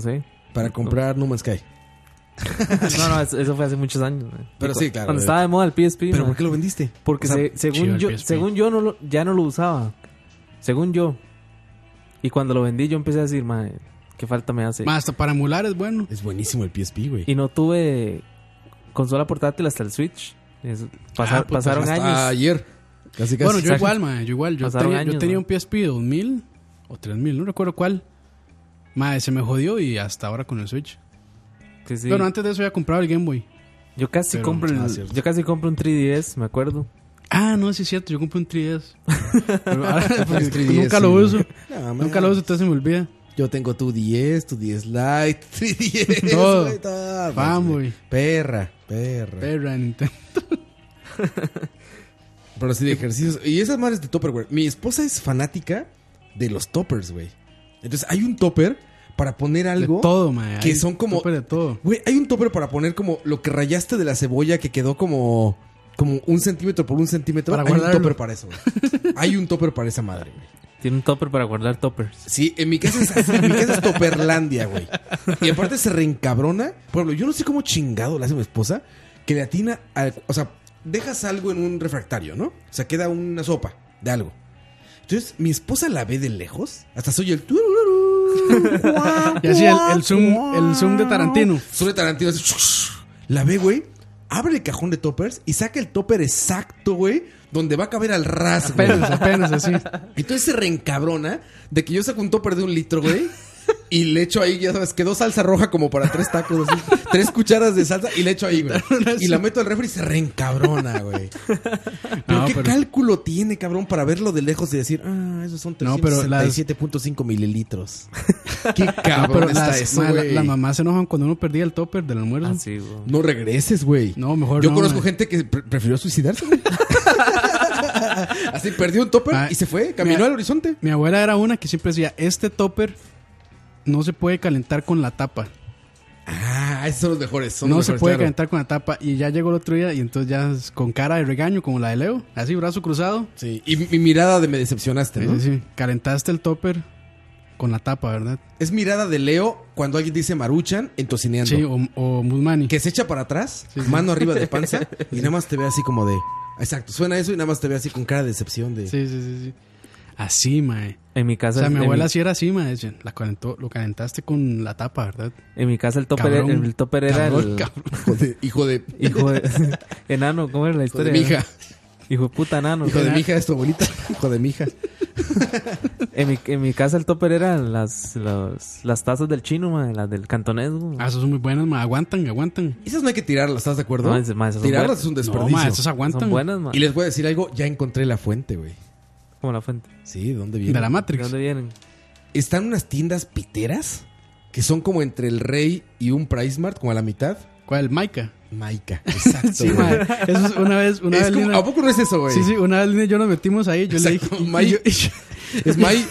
sé.
Para comprar No Man's Sky.
No, no, eso, eso fue hace muchos años. mae.
Pero
Cu-
sí, claro. eh.
Cuando estaba de moda el PSP.
¿Pero
mae.
por qué lo vendiste?
Porque
O sea,
se-
chido
según
el
yo,
PSP.
según yo no lo- ya no lo usaba. Según yo. Y cuando lo vendí yo empecé a decir, madre, qué falta me hace.
Ma, hasta para emular es bueno.
Es buenísimo el PSP, güey.
Y no tuve consola portátil hasta el Switch. Es- pasa-
Ah, puta,
pasaron
Hasta
años.
ayer. Casi, casi.
bueno, yo
Exacto.
igual, ma, yo igual. Yo
Pasaron
tenía, yo
años,
tenía
¿no?
un PSP 2000 o 3000, no recuerdo cuál. Ma, se me jodió y hasta ahora con el Switch.
Sí, sí.
Bueno, antes de eso había comprado el Game Boy.
yo casi
pero-
compro el-
ah, cierto.
yo casi compro un 3DS, me acuerdo.
Ah, no, sí es cierto, yo compré un 3DS. Pero ahora, porque
El 3DS,
nunca lo
Ah, sí,
uso.
güey. pues No, Ah,
nunca lo
man.
uso, entonces se me olvida.
Yo tengo tu 10, tu 10 Lite, 3DS.
Todo.
güey, todo,
Vamos,
güey.
güey.
Perra, perra.
Perra, Nintendo.
Pero sí, de ejercicios. Y esas madres de topper, güey. Mi esposa es fanática de los toppers, güey. Entonces, hay un topper para poner
De
algo.
todo, ma.
que
hay
son como-
tope De todo.
Güey, hay un topper para poner como lo que rayaste de la cebolla que quedó como, como un centímetro por un centímetro.
Para
hay un
guardarlo.
topper para eso, güey. Hay un topper para esa madre, güey.
Tiene un topper para guardar toppers.
Sí, en mi casa es así, en mi casa es Topperlandia, güey. Y aparte se reencabrona. Pueblo, yo no sé cómo chingado le hace mi esposa que le atina al- O sea, dejas algo en un refractario, ¿no? O sea, queda una sopa de algo. Entonces, mi esposa la ve de lejos. Hasta soy el...
Y así el, el zoom, el zoom de Tarantino.
Sube Tarantino así, La ve, güey. Abre el cajón de toppers y saca el topper exacto, güey. Donde va a caber al ras, güey.
Apenas, apenas así.
Entonces se reencabrona de que yo saco un topper de un litro, güey. Y le echo ahí, ya sabes, quedó salsa roja como para tres tacos, así, tres cucharas de salsa y le echo ahí, güey. Y la meto al refri y se reencabrona, güey. Pero
No,
qué
pero-
cálculo tiene, cabrón, para verlo de lejos y decir, ah, esos son
No, pero las-
367.5 mililitros. Qué cabrón
No, Ah, pero
está
las,
eso,
ma, la-
güey.
las mamás se enojan cuando uno perdía el topper del almuerzo.
Así, Ah, güey.
No regreses, güey.
No, mejor
Yo
no,
conozco
güey.
gente que pre- prefirió suicidarse, güey. Así perdió un topper
Ah,
y se fue, caminó
mira.
al horizonte.
Mi abuela era una que siempre decía, este topper no se puede calentar con la tapa.
Ah, esos son los mejores. Son
No
los
se
mejores,
puede
claro.
calentar con la tapa. Y ya llegó el otro día y entonces ya es con cara de regaño como la de Leo, así brazo cruzado.
Sí, y mi mirada de me decepcionaste, ¿no?
Es decir, calentaste el topper con la tapa, ¿verdad?
Es mirada de Leo cuando alguien dice maruchan entocineando.
Sí, o, o Musmani.
Que se echa para atrás, mano arriba de panza, y nada más te ve así como de. Exacto, suena eso y nada más te ve así con cara de decepción de.
Sí, sí, sí, sí. Así, mae.
En mi
O
casa
sea, mi
en
abuela
mi-
sí era así, mae. Decía, La calentó, lo calentaste con la tapa, ¿verdad?
en mi casa el topper
Cabrón.
era, el topper era
Cabrón,
el
cabrón.
Hijo de. Hijo de, hijo
hijo de enano, ¿cómo era la
de
historia?
mi hija.
Hijo de puta enano.
Hijo de mi hija es tu abuelita. Hijo de mi hija.
En mi, en mi casa el topper eran las, las, las tazas del chino, ma, las del cantonés. güey.
Ah, esas son muy buenas, mae. Aguantan, aguantan.
Esas no hay que tirarlas, ¿estás de acuerdo?
No, esas- ma, esas son
tirarlas
buenas.
es un
No,
desperdicio.
mae, esas aguantan.
Son buenas, ma,
y les voy a decir algo, ya encontré la fuente, güey.
como la fuente.
Sí, ¿de dónde viene?
De la
¿De
Matrix.
dónde vienen?
Están unas tiendas piteras que son como entre el Rey y un Price Mart, como a la mitad.
¿Cuál? Maika.
Maica, exacto.
Sí,
güey.
mae. Eso es una vez, una
Es
vez
como-
Lina-
¿A poco no es eso, güey?
Sí, sí, una vez Lina y yo nos metimos ahí, yo
Exacto,
le dije.
May-
y yo- y yo-
Es Maica.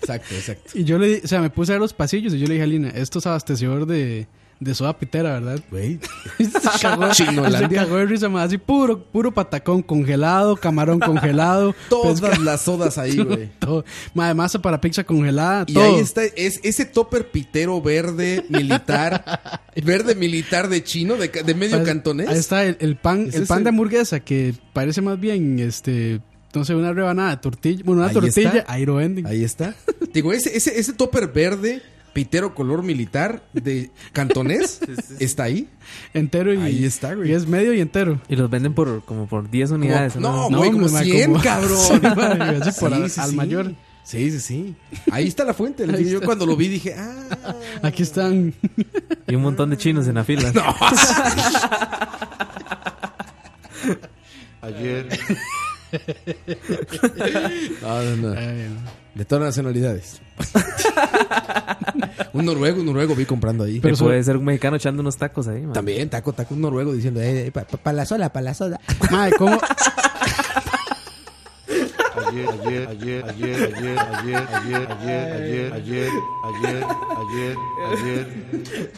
Exacto, exacto.
Y yo le, o sea, me puse a ver los pasillos y yo le dije a Lina, esto es abastecedor de, de soda pitera, ¿verdad?
Güey.
Se cagó- se
Chinolandia.
cagó de risa, más así puro, puro patacón congelado, camarón congelado. pesca-
Todas las sodas ahí, güey.
todo. Mae, masa para pizza congelada,
Y
todo.
ahí está, es ese topper pitero verde militar, verde militar de chino, de, ca- de medio
Ahí-
cantonés.
Ahí está el, el pan,
¿Es
el pan
ese?
de hamburguesa que parece más bien este, entonces una rebanada de tortilla, bueno, una
Ahí
tortilla,
está.
ahí lo venden.
Ahí está. Digo, ese, ese, ese topper verde, pitero color militar de cantonés, está ahí.
Entero y
Ahí está, güey.
Y es medio y entero.
Y los venden por como por 10 unidades.
Como-
¿no?
no, güey, como
mae,
100, cabrón.
Sí, mae, así por al, al
sí.
mayor.
Sí, sí, sí. Ahí está la fuente. Le
Ahí
digo, Yo
está.
cuando lo vi dije, ah.
Aquí están.
Y un montón de chinos en la fila.
ayer,
No, no, no.
Eh,
De todas las nacionalidades. un noruego, un noruego vi comprando ahí.
Pero
Pero
puede ser un mexicano echando unos tacos ahí, man.
También, taco, taco, un noruego diciendo, eh, eh, pa- pa- pa la sola, pa la sola.
mae, ¿cómo,
ayer, ayer, ayer, ayer, ayer, ayer, ayer, ayer, ayer, ayer, ayer, ayer,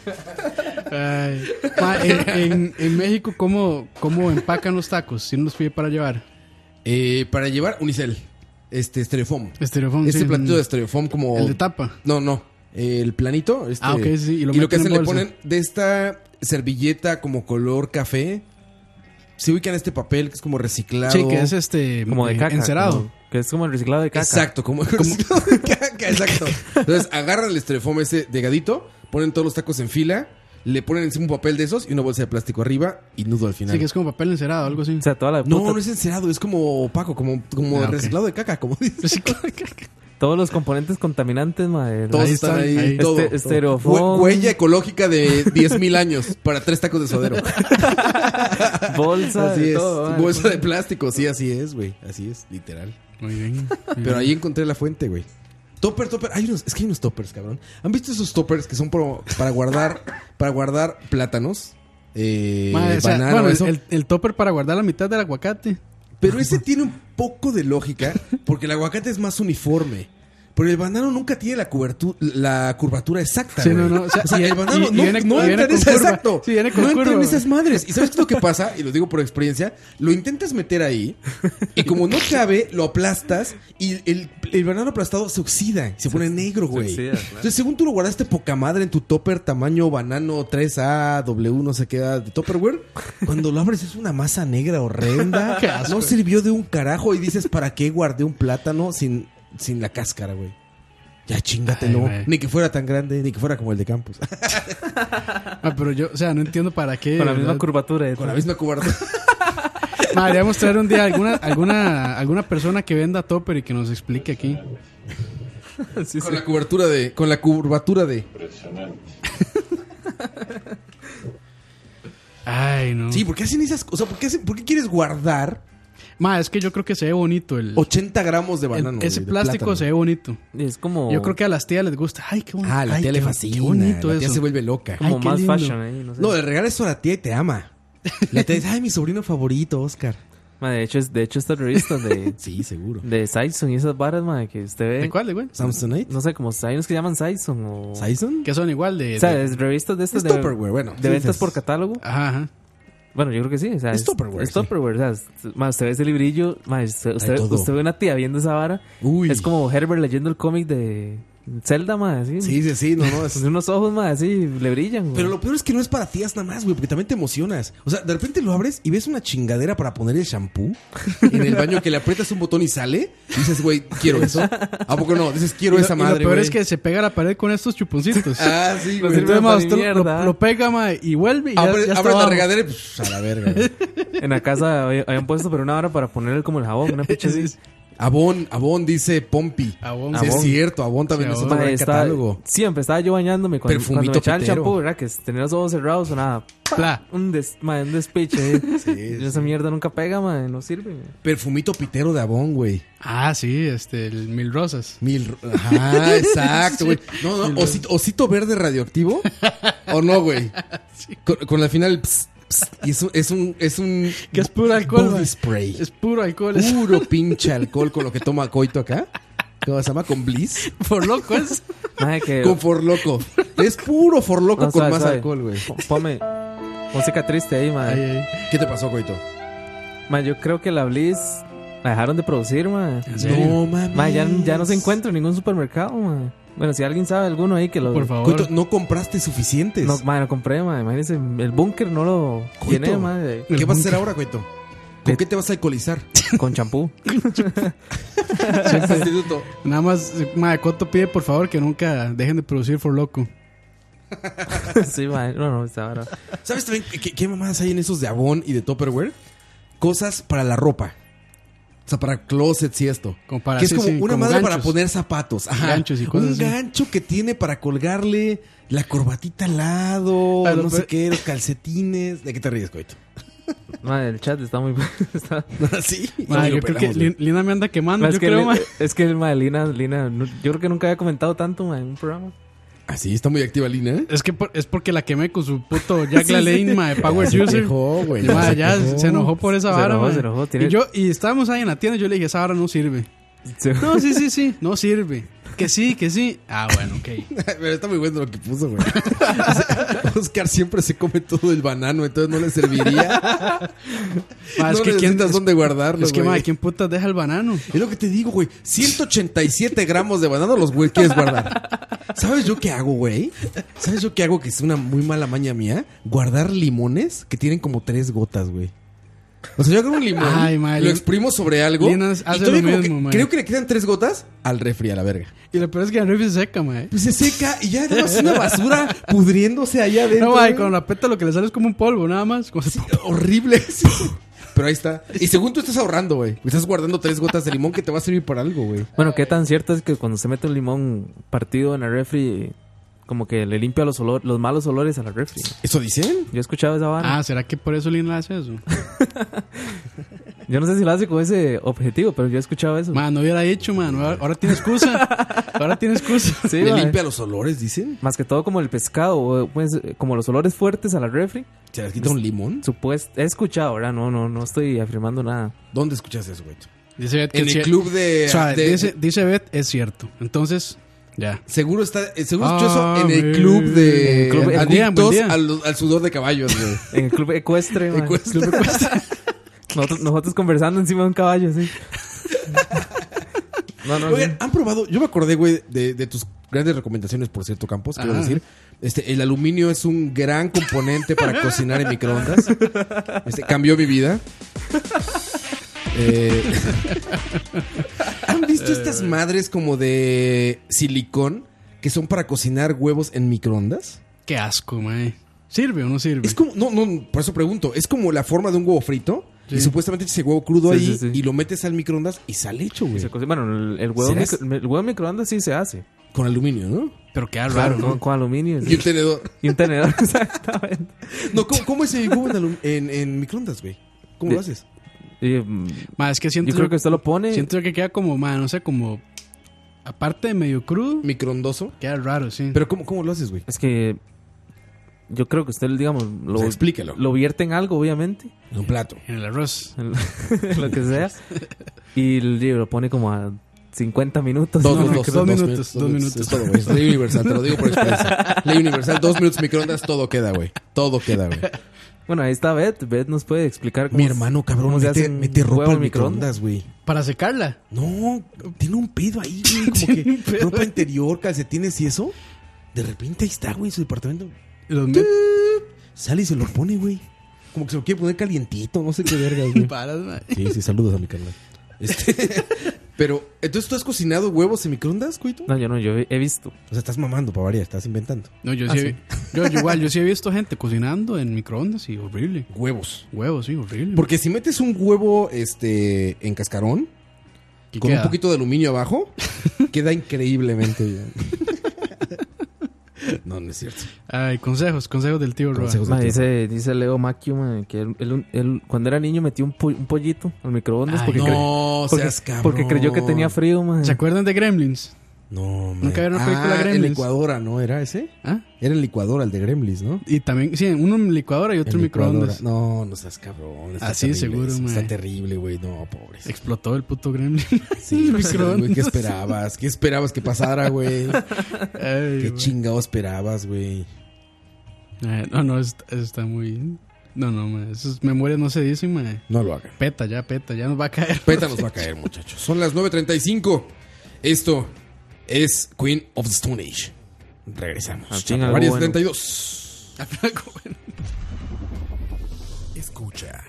ayer.
Ay. Ma, en, en- en México, ¿cómo, ¿cómo empacan los tacos? Si uno los pide para llevar.
Eh, para llevar unicel, este estereofoam.
Estereofón.
este
sí,
platito de
en-
estereofoam como...
El de tapa.
No, no. El planito. Este,
Ah, ok, sí,
Y
y
lo,
lo
que
meten
hacen
en
le
bolsa.
ponen de esta servilleta como color café. Se ubican este papel que es como reciclado.
Sí, que es este.
Como de
eh,
caca.
Encerado.
como- que es como el reciclado de caca.
Exacto, como, como- caca, exacto. Entonces agarran el estereofoam ese delgadito, ponen todos los tacos en fila, le ponen encima un papel de esos y una bolsa de plástico arriba y nudo al final.
Sí, que es como papel encerado, algo así.
O sea, toda la
No,
puta-
no es encerado, es como opaco, como, como
Ah, ok.
reciclado de caca, como dices.
Sí, como de caca.
todos los componentes contaminantes, madre.
Todos
Ahí
están
están,
ahí,
ahí.
todo.
Este- estereofón.
Hue- Huella ecológica de 10.000 años para tres tacos de sodero.
Bolsa,
Así
de
es.
todo, madre.
Bolsa de plástico, sí, así es, güey. Así es, literal.
Muy bien.
Pero ahí encontré la fuente, güey. Topper, topper. Hay unos, es que hay unos toppers, cabrón. ¿Han visto esos toppers que son pro- para guardar para guardar plátanos? Eh,
Ma, o sea,
banano,
bueno,
eso.
el, el topper para guardar la mitad del aguacate.
Pero ese tiene un poco de lógica porque el aguacate es más uniforme. Pero el banano nunca tiene la, cubertu- la curvatura exacta.
Sí,
güey.
no, no,
O
o
sea,
sea, y-
el banano
y- y
no,
viene-
no
y viene
entra en
con
esa-
curva.
exacto.
Sí, viene con
no entra en
curva.
esas madres. ¿Y sabes lo que pasa? Y lo digo por experiencia. Lo intentas meter ahí y como no cabe, lo aplastas y el, el banano aplastado se oxida. Se pone negro, güey.
oxida, claro.
Entonces, según tú lo guardaste poca madre en tu topper tamaño banano 3A, W, no sé qué, de Topperware, cuando lo abres es una masa negra horrenda. No sirvió de un carajo y dices, ¿para qué guardé un plátano sin, sin la cáscara, güey? Ya chingatelo.
Ay, güey.
ni que fuera tan grande, ni que fuera como el de Campos.
Ah, pero yo, o sea, no entiendo para qué.
Con la
¿verdad?
misma curvatura. de
Con la
todo.
misma cubardía.
Ma, deberíamos traer un día alguna, alguna, alguna persona que venda topper y que nos explique aquí.
Sí, sí.
Con la cobertura de. Con la curvatura de.
Ay, no.
Sí, ¿por qué hacen esas cosas? ¿Por qué, hacen- por qué quieres guardar
Ma, es que yo creo que se ve bonito el.
80 gramos de
el-
banano?
ese
güey, de
plástico
plátano?
se ve bonito.
Y Es como.
Yo creo que a las tías les gusta. Ay, qué bonito.
Ah, la
Ay,
tía le
qué-
fascina.
Qué bonito
la tía
eso.
se vuelve loca.
Ay,
Como
qué
más
lindo.
fashion ahí, no sé.
No, le regalas eso a la tía y te ama. La tía dice, ay, mi sobrino favorito, Oscar.
Madre, de hecho, es, de hecho es terrorista de,
Sí, seguro.
de Sison y esas varas, madre, que usted ve.
¿De cuál, güey?
¿Samsonite?
No sé, como hay unos que llaman Sison o.
¿Sison?
Que son igual de.
O sea,
de-
es revistas de
Es
estas de,
Tupperware, bueno.
de
Sí,
ventas
es-
por catálogo.
Ajá, ajá.
Bueno, yo creo que sí. O sea,
Es Tupperware,
Es
sí.
Tupperware. O sea, es- ma, usted ve ese librillo. ma, usted, usted-
todo.
usted ve una tía viendo esa vara.
Uy.
Es como Herbert leyendo el cómic de Zelda, más así.
Sí, sí, sí, no, no. es-
Entonces, unos ojos, más así le brillan. güey.
Pero lo peor es que no es para tías nada más, güey, porque también te emocionas. O sea, de repente lo abres y ves una chingadera para poner el shampoo en el baño que le aprietas un botón y sale. Y dices, güey, quiero eso. ¿A poco no? Dices, quiero
Y lo-
esa
y lo
madre.
peor
güey.
es que se pega a la pared con estos chuponcitos.
Ah, sí,
Lo
güey.
sirve-
Entonces, ma,
pa' mi
usted lo-
mierda.
lo, lo pega, ma, y vuelve. Y ya,
Abre,
ya está
abre la
abajo.
regadera y pues, a la verga. güey.
En la casa había- habían puesto, pero una hora para ponerle como el jabón. Una pinche así.
Avon, Avon dice Pompi.
Avon.
Sí, es
Avon.
cierto, Avon también
Sí,
es
Avon.
otro
Ma,
gran
estaba-
catálogo.
siempre estaba yo bañándome cuando,
Perfumito
cuando me echaba el
pitero.
champú, ¿verdad? Que tenía los ojos cerrados, sonaba
Pla.
un, des, ma, un despeche. eh.
sí.
Esa mierda nunca pega, ma, no sirve.
Perfumito pitero de Avon, güey.
Ah, sí, este, el mil rosas.
Mil. ro- Ajá, exacto, güey. No, no, osito, osito verde radioactivo. ¿O no, güey? Con, con la final. ps, ps, y es un. Es un, es un
Que es puro alcohol,
Body
güey.
spray.
Es puro alcohol. Es
puro pinche alcohol con lo que toma Coito acá. ¿Cómo se llama? Con Bliss.
por loco. Es.
Ma, que
Con Forloco. Es puro forloco
No,
con
suave,
más
suave.
alcohol, güey.
P- Ponme música triste ahí, ma.
Ay, ay.
¿Qué te pasó, Coito?
Ma, yo creo que la Bliss la dejaron de producir, ma.
¿En serio?
mames.
Ma, ya, ya no se encuentra en ningún supermercado, ma. Bueno, si alguien sabe alguno ahí que lo...
Por favor.
Coito, no compraste suficientes.
No, ma, lo compré, ma. Imagínense, el búnker no lo
Coito.
tiene, ma. de-
¿Qué vas a hacer ahora, Coito? ¿Con
De-
qué te vas a alcoholizar?
con champú.
Sustituto.
Nada más, mae, Coto pide por favor que nunca dejen de producir For Loco.
sí, ma. No, no, está barato.
¿Sabes también qué, qué mamadas hay en esos de Avon y de Tupperware? Cosas para la ropa. O sea, para closets y esto.
Como para-
que es
sí,
como
sí,
una
como
madre para
ganchos.
poner zapatos. Ajá.
Ganchos y cosas
Un
así.
gancho que tiene para colgarle la corbatita al lado,
Ah, lo
no sé
peor-
qué, los calcetines. ¿De qué te ríes, Coito? Ah,
Ma, el chat está muy... está-
sí.
Mae,
No,
Ah, yo
lo
creo que
pelamos,
Lin- Lina me anda quemando,
Ma, es,
yo
que
creo,
Li-
mae.
es que el ma, Lina, Lina, no- yo creo que nunca había comentado tanto, ma, en un programa.
Ah, sí, está muy activa Lina. ¿eh?
Es que por- es porque la quemé con su puto Jack LaLanne, mae, Power
Se
User.
quejó, güey,
Y,
se
mae, ya se enojó por esa
Se
vara,
enojó,
mae.
se enojó, tiene-
Y yo, y estábamos ahí en la tienda, yo le dije, esa vara no sirve.
Se-
No, sí, sí, sí, no sirve. Que sí, que sí. Ah, bueno, ok.
Pero está muy bueno lo que puso, güey. Oscar siempre se come todo el banano, entonces no le serviría.
Mae,
no
Ah, es que quién
necesitas dónde guardarlo,
Es que,
güey.
mae, ¿quién putas deja el banano?
Es lo que te digo, güey. 187 gramos de banano los güey quieres guardar. ¿Sabes yo qué hago, güey? ¿Sabes yo qué hago? Que es una muy mala maña mía. Guardar limones que tienen como tres gotas, güey. O sea, yo agarro un limón,
Ay, ma,
lo
Lin-
exprimo sobre algo
Lina hace
y todavía
lo
como
mismo,
que-
ma.
creo que le quedan tres gotas al refri a la verga.
Y lo peor es que la refri se seca, mae.
Pues se seca y ya además es una basura pudriéndose allá adentro.
No, mae,
güey.
cuando la peta lo que le sale es como un polvo, nada más. Como se-
Horrible. sí. Pero ahí está. Y según tú estás ahorrando, güey. Estás guardando tres gotas de limón que te va a servir para algo, güey.
Bueno, qué tan cierto es que cuando se mete un limón partido en el refri, como que le limpia los, olor- los malos olores a la refri.
¿Eso dicen?
Yo he escuchado esa vara.
Ah, ¿será que por eso Lina hace eso?
Yo no sé si lo hace con ese objetivo, pero yo he escuchado eso.
Man, no hubiera hecho, man. Ahora ahora tiene excusa. Ahora tiene excusa.
Sí,
¿Le
ma.
limpia los olores, dicen?
Más que todo como el pescado, o, pues, como los olores fuertes a la refri.
¿Se las quita un limón?
Supuest he escuchado, ¿verdad? No, no, no estoy afirmando nada.
¿Dónde escuchaste eso, güey?
Dice Beth que
En
es
el
cier-
club de...
O sea,
de-
dice, dice Beth, es cierto. Entonces, ya.
Seguro está... eh, Seguro
Ah,
escuchó eso en el
güey.
club de...
En el club- buen día,
adictos
buen día.
a los- al sudor de caballos, güey.
En el club ecuestre, ma.
Ecuestre.
Club ecuestre. Nosotros, nosotros conversando encima de un caballo, sí. No, no,
Oigan,
sí.
han probado... Yo me acordé, güey, de, de tus grandes recomendaciones, por cierto, Campos, quiero
Ajá.
decir. Este, el aluminio es un gran componente para cocinar en microondas. Este, cambió mi vida. Eh, ¿Han
Eh.
visto estas madres como de silicón que son para cocinar huevos en microondas?
Qué asco, man. ¿Sirve o no sirve?
Es como, no, no, por eso pregunto, es como la forma de un huevo frito y supuestamente ese huevo crudo
Sí,
ahí
sí, sí.
y lo metes al microondas y sale hecho, güey.
Se cose- Bueno, el, el huevo
¿Serás?
micro- el huevo en microondas sí se hace.
Con aluminio, ¿no?
Pero queda
Claro,
raro,
con,
¿no?
con aluminio. sí.
Y un tenedor.
Y un tenedor, exactamente.
No, ¿cómo, cómo es el huevo en, alum- en- en microondas, güey? ¿Cómo lo
Sí.
haces?
Y, mm,
Man, es que siento,
yo creo que usted lo pone.
siento que queda como, man, no sé, como. Aparte de medio crudo,
Microondoso.
queda raro, sí.
Pero ¿cómo, cómo lo haces, güey?
Es que yo creo que usted, digamos, lo,
O sea, explíquelo.
lo vierte en algo, obviamente,
En un plato.
En el arroz.
en lo que sea, y el- lo pone como a 50 minutos.
Dos,
No,
dos,
no,
dos,
dos
dos,
minutos, dos
Es
minutos.
todo, güey. Es Ley universal, te lo digo por experiencia. Ley universal, dos minutos microondas, todo queda, güey. Todo queda, güey.
Bueno, ahí está Beth. Beth nos puede explicar cómo
Mi
se-
hermano,
cómo
cabrón,
se
mete,
hace un
mete ropa
huevo
al
en
microondas, güey.
Para secarla.
No, tiene un pedo ahí, güey. Como que ropa interior, calcetines y eso. De repente ahí está, güey, en su departamento.
Y los met-
Sale y se lo pone, güey. Como que se lo quiere poner calientito, no sé qué vergas, güey.
Varas, man.
Sí, sí, saludos a mi carnal. Este, pero, entonces tú has cocinado huevos en microondas, cuito?
No, yo no, yo he he visto.
O sea, estás mamando, para variar, estás inventando.
No, yo sí. he- Yo, yo igual, yo sí he visto gente cocinando en microondas y horrible.
Huevos.
Huevos, sí, horrible.
Porque si metes un huevo este, en cascarón,
¿Qué
con
queda?
un poquito de aluminio abajo, queda increíblemente bien. no, no es cierto.
Ay, consejos, consejos del tío Roa.
Consejos
Ma,
de tío.
dice, dice Leo Macchio ma, que él, él- él cuando era niño metió un, po- un pollito al microondas
Ay,
porque,
no
cre- porque,
seas cabrón.
porque creyó que tenía frío. ma.
¿Se acuerdan de Gremlins?
No, man.
Nunca vieron la película
ah,
Gremlins.
El licuadora, ¿no? ¿Era ese?
¿Ah?
Era el licuadora, el de Gremlins, ¿no?
Y también, sí, uno en licuadora y otro en
El licuadora.
microondas.
No, no seas cabrón. Está
Así
terrible
seguro,
eso,
mae.
Está terrible, güey. No, pobres.
Explotó el puto gremlin.
Sí,
el
pues, güey, ¿qué
microondas.
esperabas? ¿Qué esperabas que pasara, güey?
Ay,
¿Qué
güey.
chingado esperabas, güey?
Ay, no, no, es- eso está muy... No, no, man. Esas memorias no se dicen, man.
No lo hagan.
Peta ya, peta, ya nos va a caer.
Peta nos va a caer, muchachos. Son las 9.35. Esto es Queen of the Stone Age.
Regresamos.
Al fin, Ah, algo
Varias
bueno.
72.
Escucha.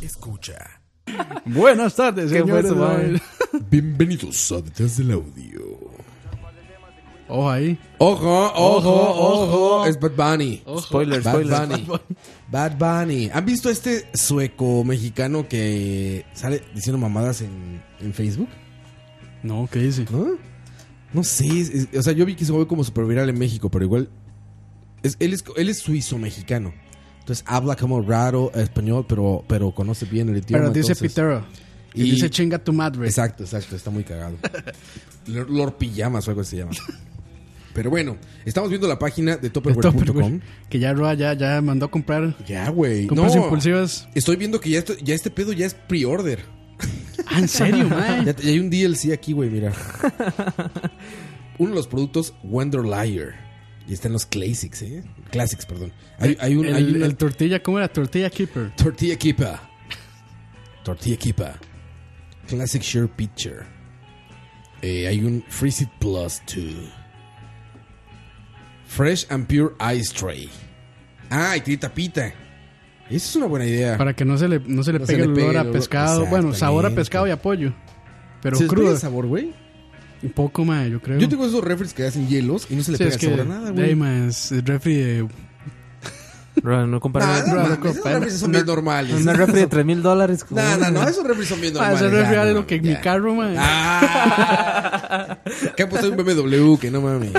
Escucha.
Buenas tardes,
¿Qué fue
señores.
eso, mae?
Bienvenidos a Detrás del Audio.
Ojo ahí.
Ojo, ojo, ojo. Es Bad Bunny.
Spoiler,
Bad
spoiler.
Bunny.
Bad Bunny. ¿Han visto este sueco mexicano que sale diciendo mamadas en, en Facebook?
No, ¿qué dice?
¿No? No sé. es- es- o sea, yo vi que se volvió como super viral en México, pero igual. es- él es, él es suizo-mexicano. Entonces habla como raro español, pero, pero conoce bien el idioma.
Pero dice
entonces-
Pitero. Y
Y-
dice chinga tu madre.
Exacto, exacto, está muy cagado. Lord, Lord Pijamas o algo así se llama. Pero bueno, estamos viendo la página de
Tupperware,
topperware.com.
Que ya Roa ya, ya mandó a comprar
Ya, güey.
compras
No,
impulsivas.
estoy viendo que ya, esto- ya este pedo ya es pre-order.
Ah, en serio, mae.
Ya, ya hay un DLC aquí, güey, mira. Uno de los productos, Wonder Liar. Y están los classics, ¿eh? Classics, perdón. Hay, hay un,
el,
hay una
el tortilla, ¿cómo era? Tortilla Keeper.
Tortilla Kipa. Tortilla Kipa. Classic Share Picture. Eh, hay un Freeze It Plus 2. Fresh and Pure Ice Tray. Ah, y tiene tapita. Esa es una buena idea.
Para que no se le, no se le
Ah. No se
pegue
le
el
pegue
olor
el
a
olor.
pescado. Bueno, sabor a
Exactamente.
pescado y a pollo. Pero
¿Se les pega
crudo.
el sabor, güey?
Un poco, mae, yo creo.
Yo tengo esos refres que hacen hielos y no se le
Sí,
pega
es
el
que,
sabor a nada,
de
güey.
ahí, mae, es el refri de
Ron, no comparen-
Nada,
Bro,
mames,
¿eh? no,
esos
pero-
refres son bien normales.
Una refri de 3 mil dólares. como-
No, no, no, esos refres son bien
Ah,
normales.
ese
ya,
refri
no
vale lo
mames,
que mi
ya.
carro, mae.
Ah, que ha puesto un BMW, que no mames.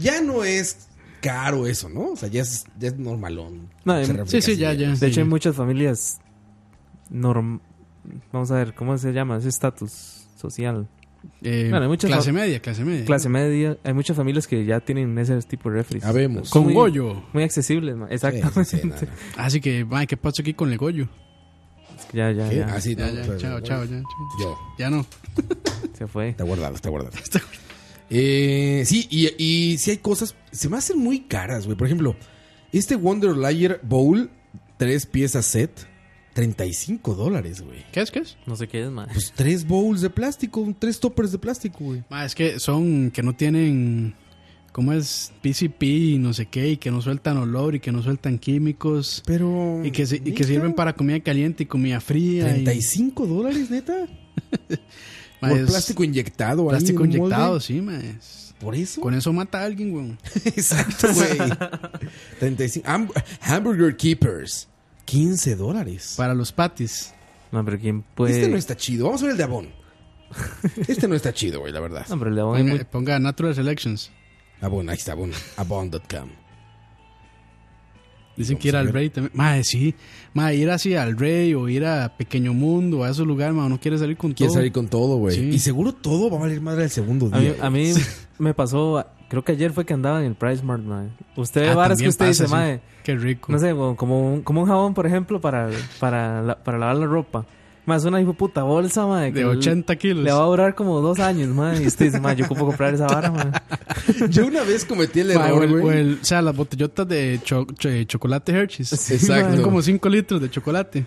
ya no es caro eso, ¿no? O sea, ya es, ya es normalón.
No,
Ese
em-
refri
sí, sí,
casi
ya,
lleno.
ya.
De hecho,
sí.
hay muchas familias. Norm... Vamos a ver, ¿cómo se llama? Ese estatus social.
Eh,
Bueno, hay muchas-
clase media, clase media.
Clase media. Hay muchas familias que ya tienen ese tipo de refris.
Habemos.
Con
muy-
Goyo.
Muy accesibles, ma-
Sí,
exactamente.
sí, sí, no, no.
Así que, mae, ¿qué pasa aquí con el Goyo?
Ya, ya,
¿Qué?
ya.
Ah, sí, no,
Ya, ya,
pero-
chao,
bueno,
chao, ya, chao.
Yo.
Ya no.
Se fue.
Está guardado, está guardado. Eh, sí, y, y sí hay cosas. Se me hacen muy caras, güey. Por ejemplo, este Wonder Layer Bowl, tres piezas set, 35 dólares, güey.
¿Qué es, qué es?
No sé qué es, ma.
Pues tres bowls de plástico, tres toppers de plástico, güey.
Ma, es que son que no tienen. ¿Cómo es? PCP y no sé qué, y que no sueltan olor y que no sueltan químicos.
Pero.
Y que, si- y que
¿neta?
sirven para comida caliente y comida fría. y-
35 dólares, neta.
ma,
Por
es
Ah, plástico inyectado, ahí
plástico
en un
inyectado,
molde.
sí, ma, es-
Por eso.
Con eso mata a alguien, weón.
Exacto, güey. 35. Ham- hamburger Keepers. 15 dólares.
Para los patis.
No, pero ¿quién puede...?
Este
Pues
no está chido. Vamos a ver el de Avon. Este no está chido, güey, la verdad.
No, pero el de Avon es
Ponga,
eh,
muy...
ponga Natural Selections.
Avon, ahí está, Avon. Avon.com.
Dicen
Vamos
que ir
a
al
ver.
Rey también. Madre, sí. Madre, ir así al Rey o ir a Pequeño Mundo, a esos lugares, madre, uno quiere salir con
Quiere
todo.
salir con todo, güey.
Oh. Sí.
Y seguro todo va a valer madre el segundo
A mí,
día.
a mí me pasó... Creo que ayer fue que andaba en el Price Mart, ma. Usted ve
Ah,
varas que
también
usted
pasa,
dice,
sí.
ma,
Qué rico.
No sé, como- como un, como un jabón, por ejemplo, para, para, la- para lavar la ropa. Más una hijo puta bolsa, ma. que
de 80 kilos.
Le va a durar como dos años, ma. Y usted dice, ma, yo ocupo comprar esa vara, ma.
Yo una vez cometí el
Ma, o, el-
error,
o
güey.
el- o sea, las botellotas de cho- cho- de chocolate Hershey's.
Exacto.
Son como 5 litros de chocolate.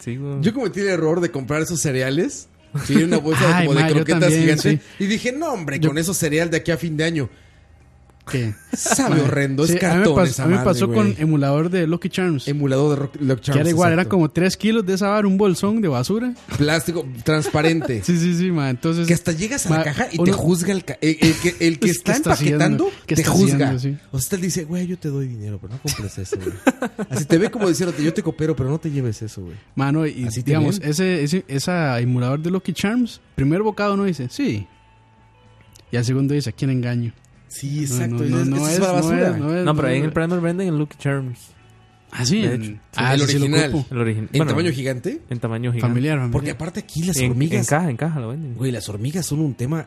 Sí, güey.
Yo cometí el error de comprar esos cereales. Sí, una bolsa
Ay,
como de
ma, yo
croquetas
también,
gigante. Y dije, no, hombre, con esos cereal de aquí a fin de año.
Que
Sabe horrendo,
Sí,
es cartón.
A mí me pasó,
esa
a mí me
madre,
pasó
güey.
con emulador de Lucky Charms.
emulador de Rock, Lock
que
Charms,
era igual, era
exacto.
como 3 kilos de esa vara, un bolsón de basura.
plástico transparente.
Sí, sí, sí, ma. Entonces.
Que hasta llegas a
Pues, Ma,
la caja y
uno-
te juzga el, ca- el- el que, el que
¿Qué
está,
está haciendo?
empaquetando,
¿Qué
te
está
juzga.
haciendo, sí?
O sea, te dice, güey, yo te doy dinero, pero no compres eso, güey. Así te ve como diciéndote, yo te coopero, pero no te lleves eso, güey.
Mano, y
Así
digamos,
también.
ese, ese esa emulador de Lucky Charms, primer bocado uno dice, sí. Y al segundo dice, ¿a quién engaño?
Sí,
No,
exacto.
no, no,
es-
no
eso es
es,
para
no
basura.
es, no es,
No, pero
no
ahí en
es.
el Primer venden en Lucky Charms.
Ah, sí,
De
en-
hecho.
ah,
El
sí, sí, lo
original.
ocupo.
El original.
En tamaño gigante.
En tamaño gigante.
Familiar, familiar.
Porque aparte aquí las
En, en
hormigas.
caja, en caja lo venden.
Güey, las hormigas son un tema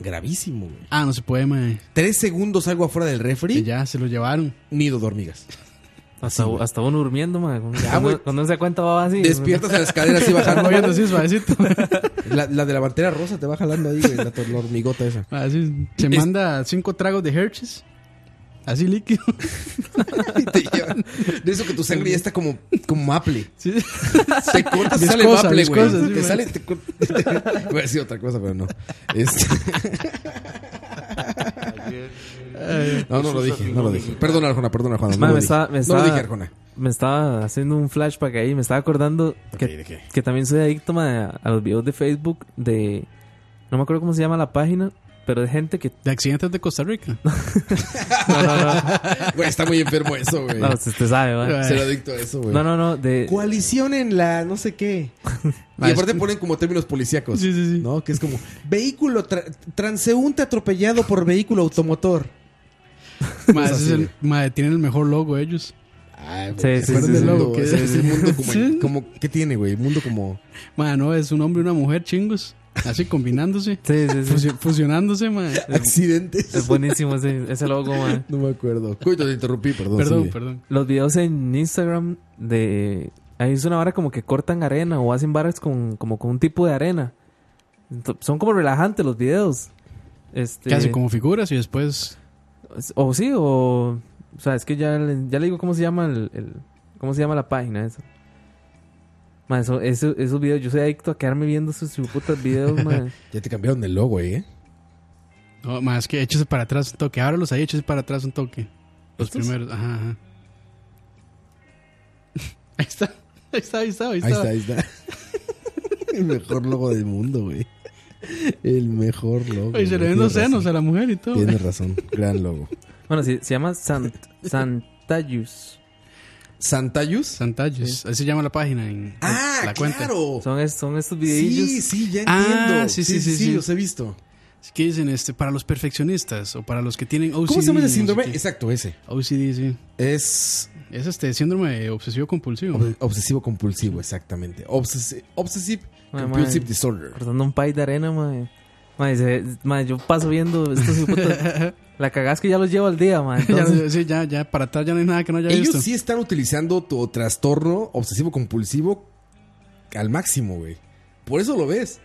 gravísimo, güey.
Ah, no se puede, mae.
Tres segundos algo afuera del
Que
refri,
ya se lo llevaron.
nido de hormigas.
Hasta, hasta uno durmiendo, ma. Cuando,
Ya, güey.
cuando no se da cuenta, va así.
Despiertas en las escaleras y bajando.
Están moviendo así suavecito.
La, la de la bandera rosa te va jalando ahí, güey, la, tor- la hormigota esa.
Así, se manda cinco tragos de Hershey's. Así líquido.
Y te llevan. De eso que tu sangre ya está como, como maple.
Sí.
Te cortas y
Viscosa,
sale maple, güey.
viscosa, sí,
te
güey.
sale. Te cor- Voy a decir otra cosa, pero no. Este- No, no lo dije, no lo dije. Perdona, Arjona, perdona, Arjona. No,
Ma,
lo
me
dije.
estaba, me
no
estaba,
lo dije, Arjona.
Me estaba haciendo un flashback ahí. Me estaba acordando que,
¿de qué?
que también soy adicto ma, a los videos de Facebook de... No me acuerdo cómo se llama la página, pero de gente que
De accidentes de Costa Rica.
Güey, está muy enfermo eso, güey.
no, usted usted sabe, ¿va?
Ser adicto a eso, güey.
No, no, no, de
Coalición en la no sé qué.
Y aparte ponen como términos policíacos.
Sí, sí, sí.
No, que es como.
Vehículo tra- transeúnte atropellado por vehículo automotor.
Ma, ese es el- ma, tienen el mejor logo ellos.
Ah, güey,
Sí,
¿se
sí,
acuerdan
sí,
del
sí.
logo?
Sí,
Ese
sí,
es
sí.
el mundo como,
Sí.
como- ¿Qué tiene, güey? El mundo como...
Ma, no, es un hombre y una mujer chingos. Así combinándose.
Sí, sí, sí.
fusi- fusionándose, ma.
Accidentes.
Es buenísimo ese, ese logo, man.
No me acuerdo. Cuito, te interrumpí, perdón.
Perdón,
sigue.
perdón.
Los videos en Instagram de... Ahí es una vara como que cortan arena o hacen varas con, como con un tipo de arena. Ento- son como relajantes los videos. Este,
Que hacen como figuras y después.
O sí, o... O sea, es que ya le, ya le digo cómo se llama el, el- ¿Cómo se llama la página esa? Man, eso- eso- esos videos... Yo soy adicto a quedarme viendo esos putas videos, man.
Ya te cambiaron el logo, eh.
No, ma, es que échese para atrás un toque. Ábralos ahí, échese para atrás un toque. Los primeros. Ajá, ajá. Ahí está. Ahí está, ahí está, ahí está.
Ahí está, ahí está.
El mejor logo del mundo, güey.
El mejor logo.
Oye, se le ven los senos ¿eh? a la mujer y todo.
Tienes razón. Gran logo.
Bueno, sí, se llama Sant, Santayus.
¿Santayus?
Santallos. Así se llama la página en
Ah,
la cuenta.
claro.
Son, es- son estos videillos.
Sí, sí, ya
Ah,
entiendo.
sí, sí, sí, sí.
los he visto.
Así que dicen este para los perfeccionistas o para los que tienen OCD.
¿Cómo se llama
no
ese
sé
síndrome?
qué.
Exacto, ese.
OCD, sí.
Es
Es este síndrome obsesivo compulsivo.
ob- obsesivo compulsivo, exactamente. Obsesi- obsessive
Ay,
Ah,
compulsive
madre.
disorder.
cortando un pay de arena, madre. Madre, se- madre, yo paso viendo estos hijueputas. La cagás que ya los llevo al día, madre.
Ya,
Entonces,
sí, ya, ya, para atrás ya no hay nada que no haya visto.
Ellos sí están utilizando tu trastorno obsesivo compulsivo al máximo, güey. Por eso lo ves.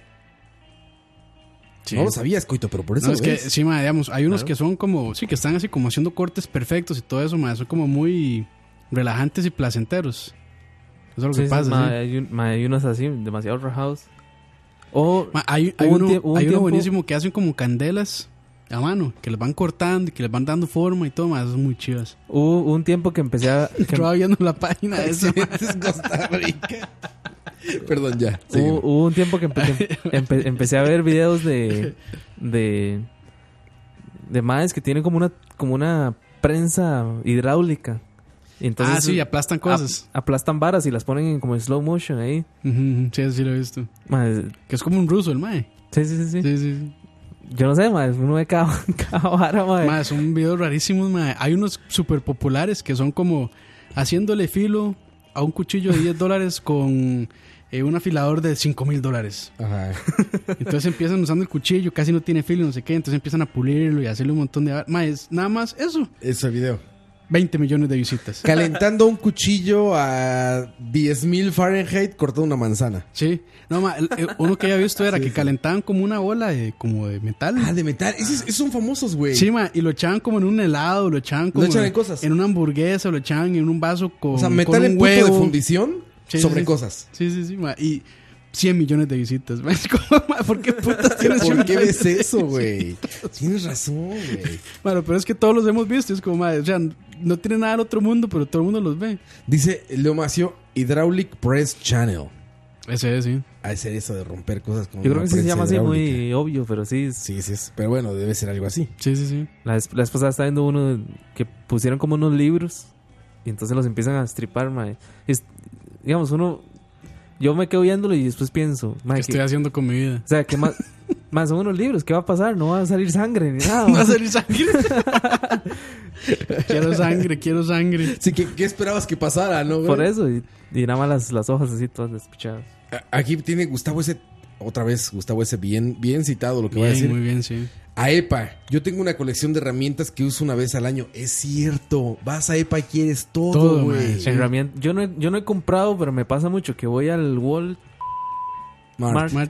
Sí.
No lo sabías, coito, pero por eso
No,
lo
es que,
ves.
sí, ma, digamos, hay unos que son como, sí, que están así como haciendo cortes perfectos y todo eso, ma, son como muy relajantes y placenteros. Eso es lo
sí, eh,
que
sí,
pasa,
madre,
sí.
hay, un- madre, hay unos así, demasiado rajados. O,
Ma, hay, hay
Hubo un
uno,
tie- hubo un
hay uno
tiempo-
buenísimo que hacen como candelas a mano, que les van cortando y que les van dando forma y todo, ma, eso es muy chivas.
hubo hubo un tiempo que empecé a... que-
Estaba viendo la página de eso, ma.
Accidentes Costa Rica. Perdón, ya.
Uh,
sigue.
hubo, hubo un tiempo que empe- empe- empecé a ver videos de... De... De madres que tienen como una, como una prensa hidráulica. Y Entonces,
ah, sí, aplastan cosas.
ap- aplastan varas y las ponen en como en slow motion ahí.
Ujú, ujú, Sí, sí lo he visto.
Madre,
Que es como un ruso el mae.
sí, sí, sí, sí.
Sí, sí. sí.
Yo no sé, madre. Uno ve cada, cada vara,
Eh.
madre.
Mae, son videos rarísimos, mae. Hay unos súper populares que son como haciéndole filo a un cuchillo de 10 dólares con eh, un afilador de 5 mil dólares.
Ajá.
Entonces empiezan usando el cuchillo, casi no tiene filo, no sé qué. Entonces empiezan a pulirlo y a hacerle un montón de... Mae, es nada más eso.
Ese video.
20 millones de visitas.
Calentando un cuchillo a 10.000 Fahrenheit cortando una manzana.
Sí. No, mae, el- el- uno que había visto era que calentaban como una bola de, como de metal.
Ah, de metal. Esos, esos son famosos, güey.
Sí, ma, y lo echaban como en un helado, lo echaban como
echan en cosas.
una hamburguesa, lo echaban en un vaso con,
o sea,
con
metal
un
en punto de
huevo.
fundición
Sí, sí,
sobre
sí.
cosas.
Sí, sí, sí, ma, y 100 millones de visitas. ma, es como, ma, ¿Por qué putas tienes
¿Por
100
qué
millones?
ves eso, güey? Tienes razón, güey.
Bueno, pero es que todos los hemos visto, es como, ma, o sea, no tiene nada del otro mundo, pero todo el mundo los ve.
Dice Leo Macio, Hydraulic Press Channel.
Ese es, sí.
A ser eso de romper cosas con
Yo creo
una
que sí se
prensa
llama así
hidráulica.
muy obvio, pero sí. es-
Sí, sí, es- pero bueno, debe ser algo así.
Sí, sí, sí.
La, vez- la vez pasada estaba viendo uno que pusieron como unos libros y entonces los empiezan a stripar, mae. Es- digamos, uno. Yo me quedo viéndolo y después pienso, mae,
¿Qué
que-
estoy haciendo con mi vida?
o sea, que más. más son unos libros, ¿qué va a pasar? No va a salir sangre ni nada.
Va
mae.
a salir sangre. quiero sangre, quiero sangre.
Sí, ¿qué, qué esperabas que pasara, no, güey?
Por eso, y, y nada más las, las hojas así todas despichadas.
A- Aquí tiene Gustavo ese, otra vez, Gustavo ese bien, bien citado lo que voy a
Bien,
decir.
muy bien, sí.
A EPA, yo tengo una colección de herramientas que uso una vez al año. Es cierto, vas a EPA y quieres todo,
Todo, man,
güey.
sí.
Herramient- Yo, no he, yo no he comprado, pero me pasa mucho que voy al Wall
Mar-
Mart
Ma,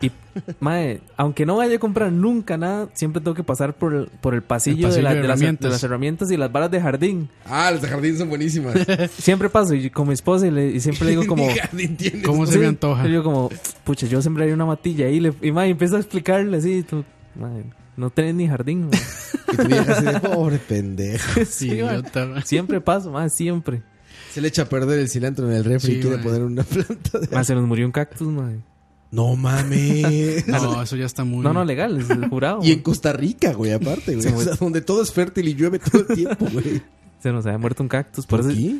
y, mae, aunque no vaya a comprar nunca nada, siempre tengo que pasar por el, por el pasillo, de,
pasillo
la-
de
de las,
herramientas.
de las herramientas y las varas de jardín.
Ah, las de jardín son buenísimas.
Siempre paso y con mi esposa y, le- y siempre le digo como...
Ni jardín tienes.
¿Cómo se
Sí,
me antoja?
Y yo como, pucha, yo sembraría una matilla y, le, y mae, empiezo a explicarle así, y tú, mae, no tenés ni jardín. mae.
Y tu vieja así de pobre pendejo.
Sí, mae.
Idiota, ma.
siempre paso, mae, siempre.
Se le echa a perder el cilantro en el refri
Sí,
y quiere
güey.
poner una planta de.
Mae, se nos murió un cactus, mae.
No mames.
No, eso ya está muy.
No, no, legal, es el jurado.
Y en Costa Rica, güey, aparte, güey. O sea, donde todo es fértil y llueve todo el tiempo, güey.
Se nos había muerto un cactus. Por,
¿Por
eso
qué?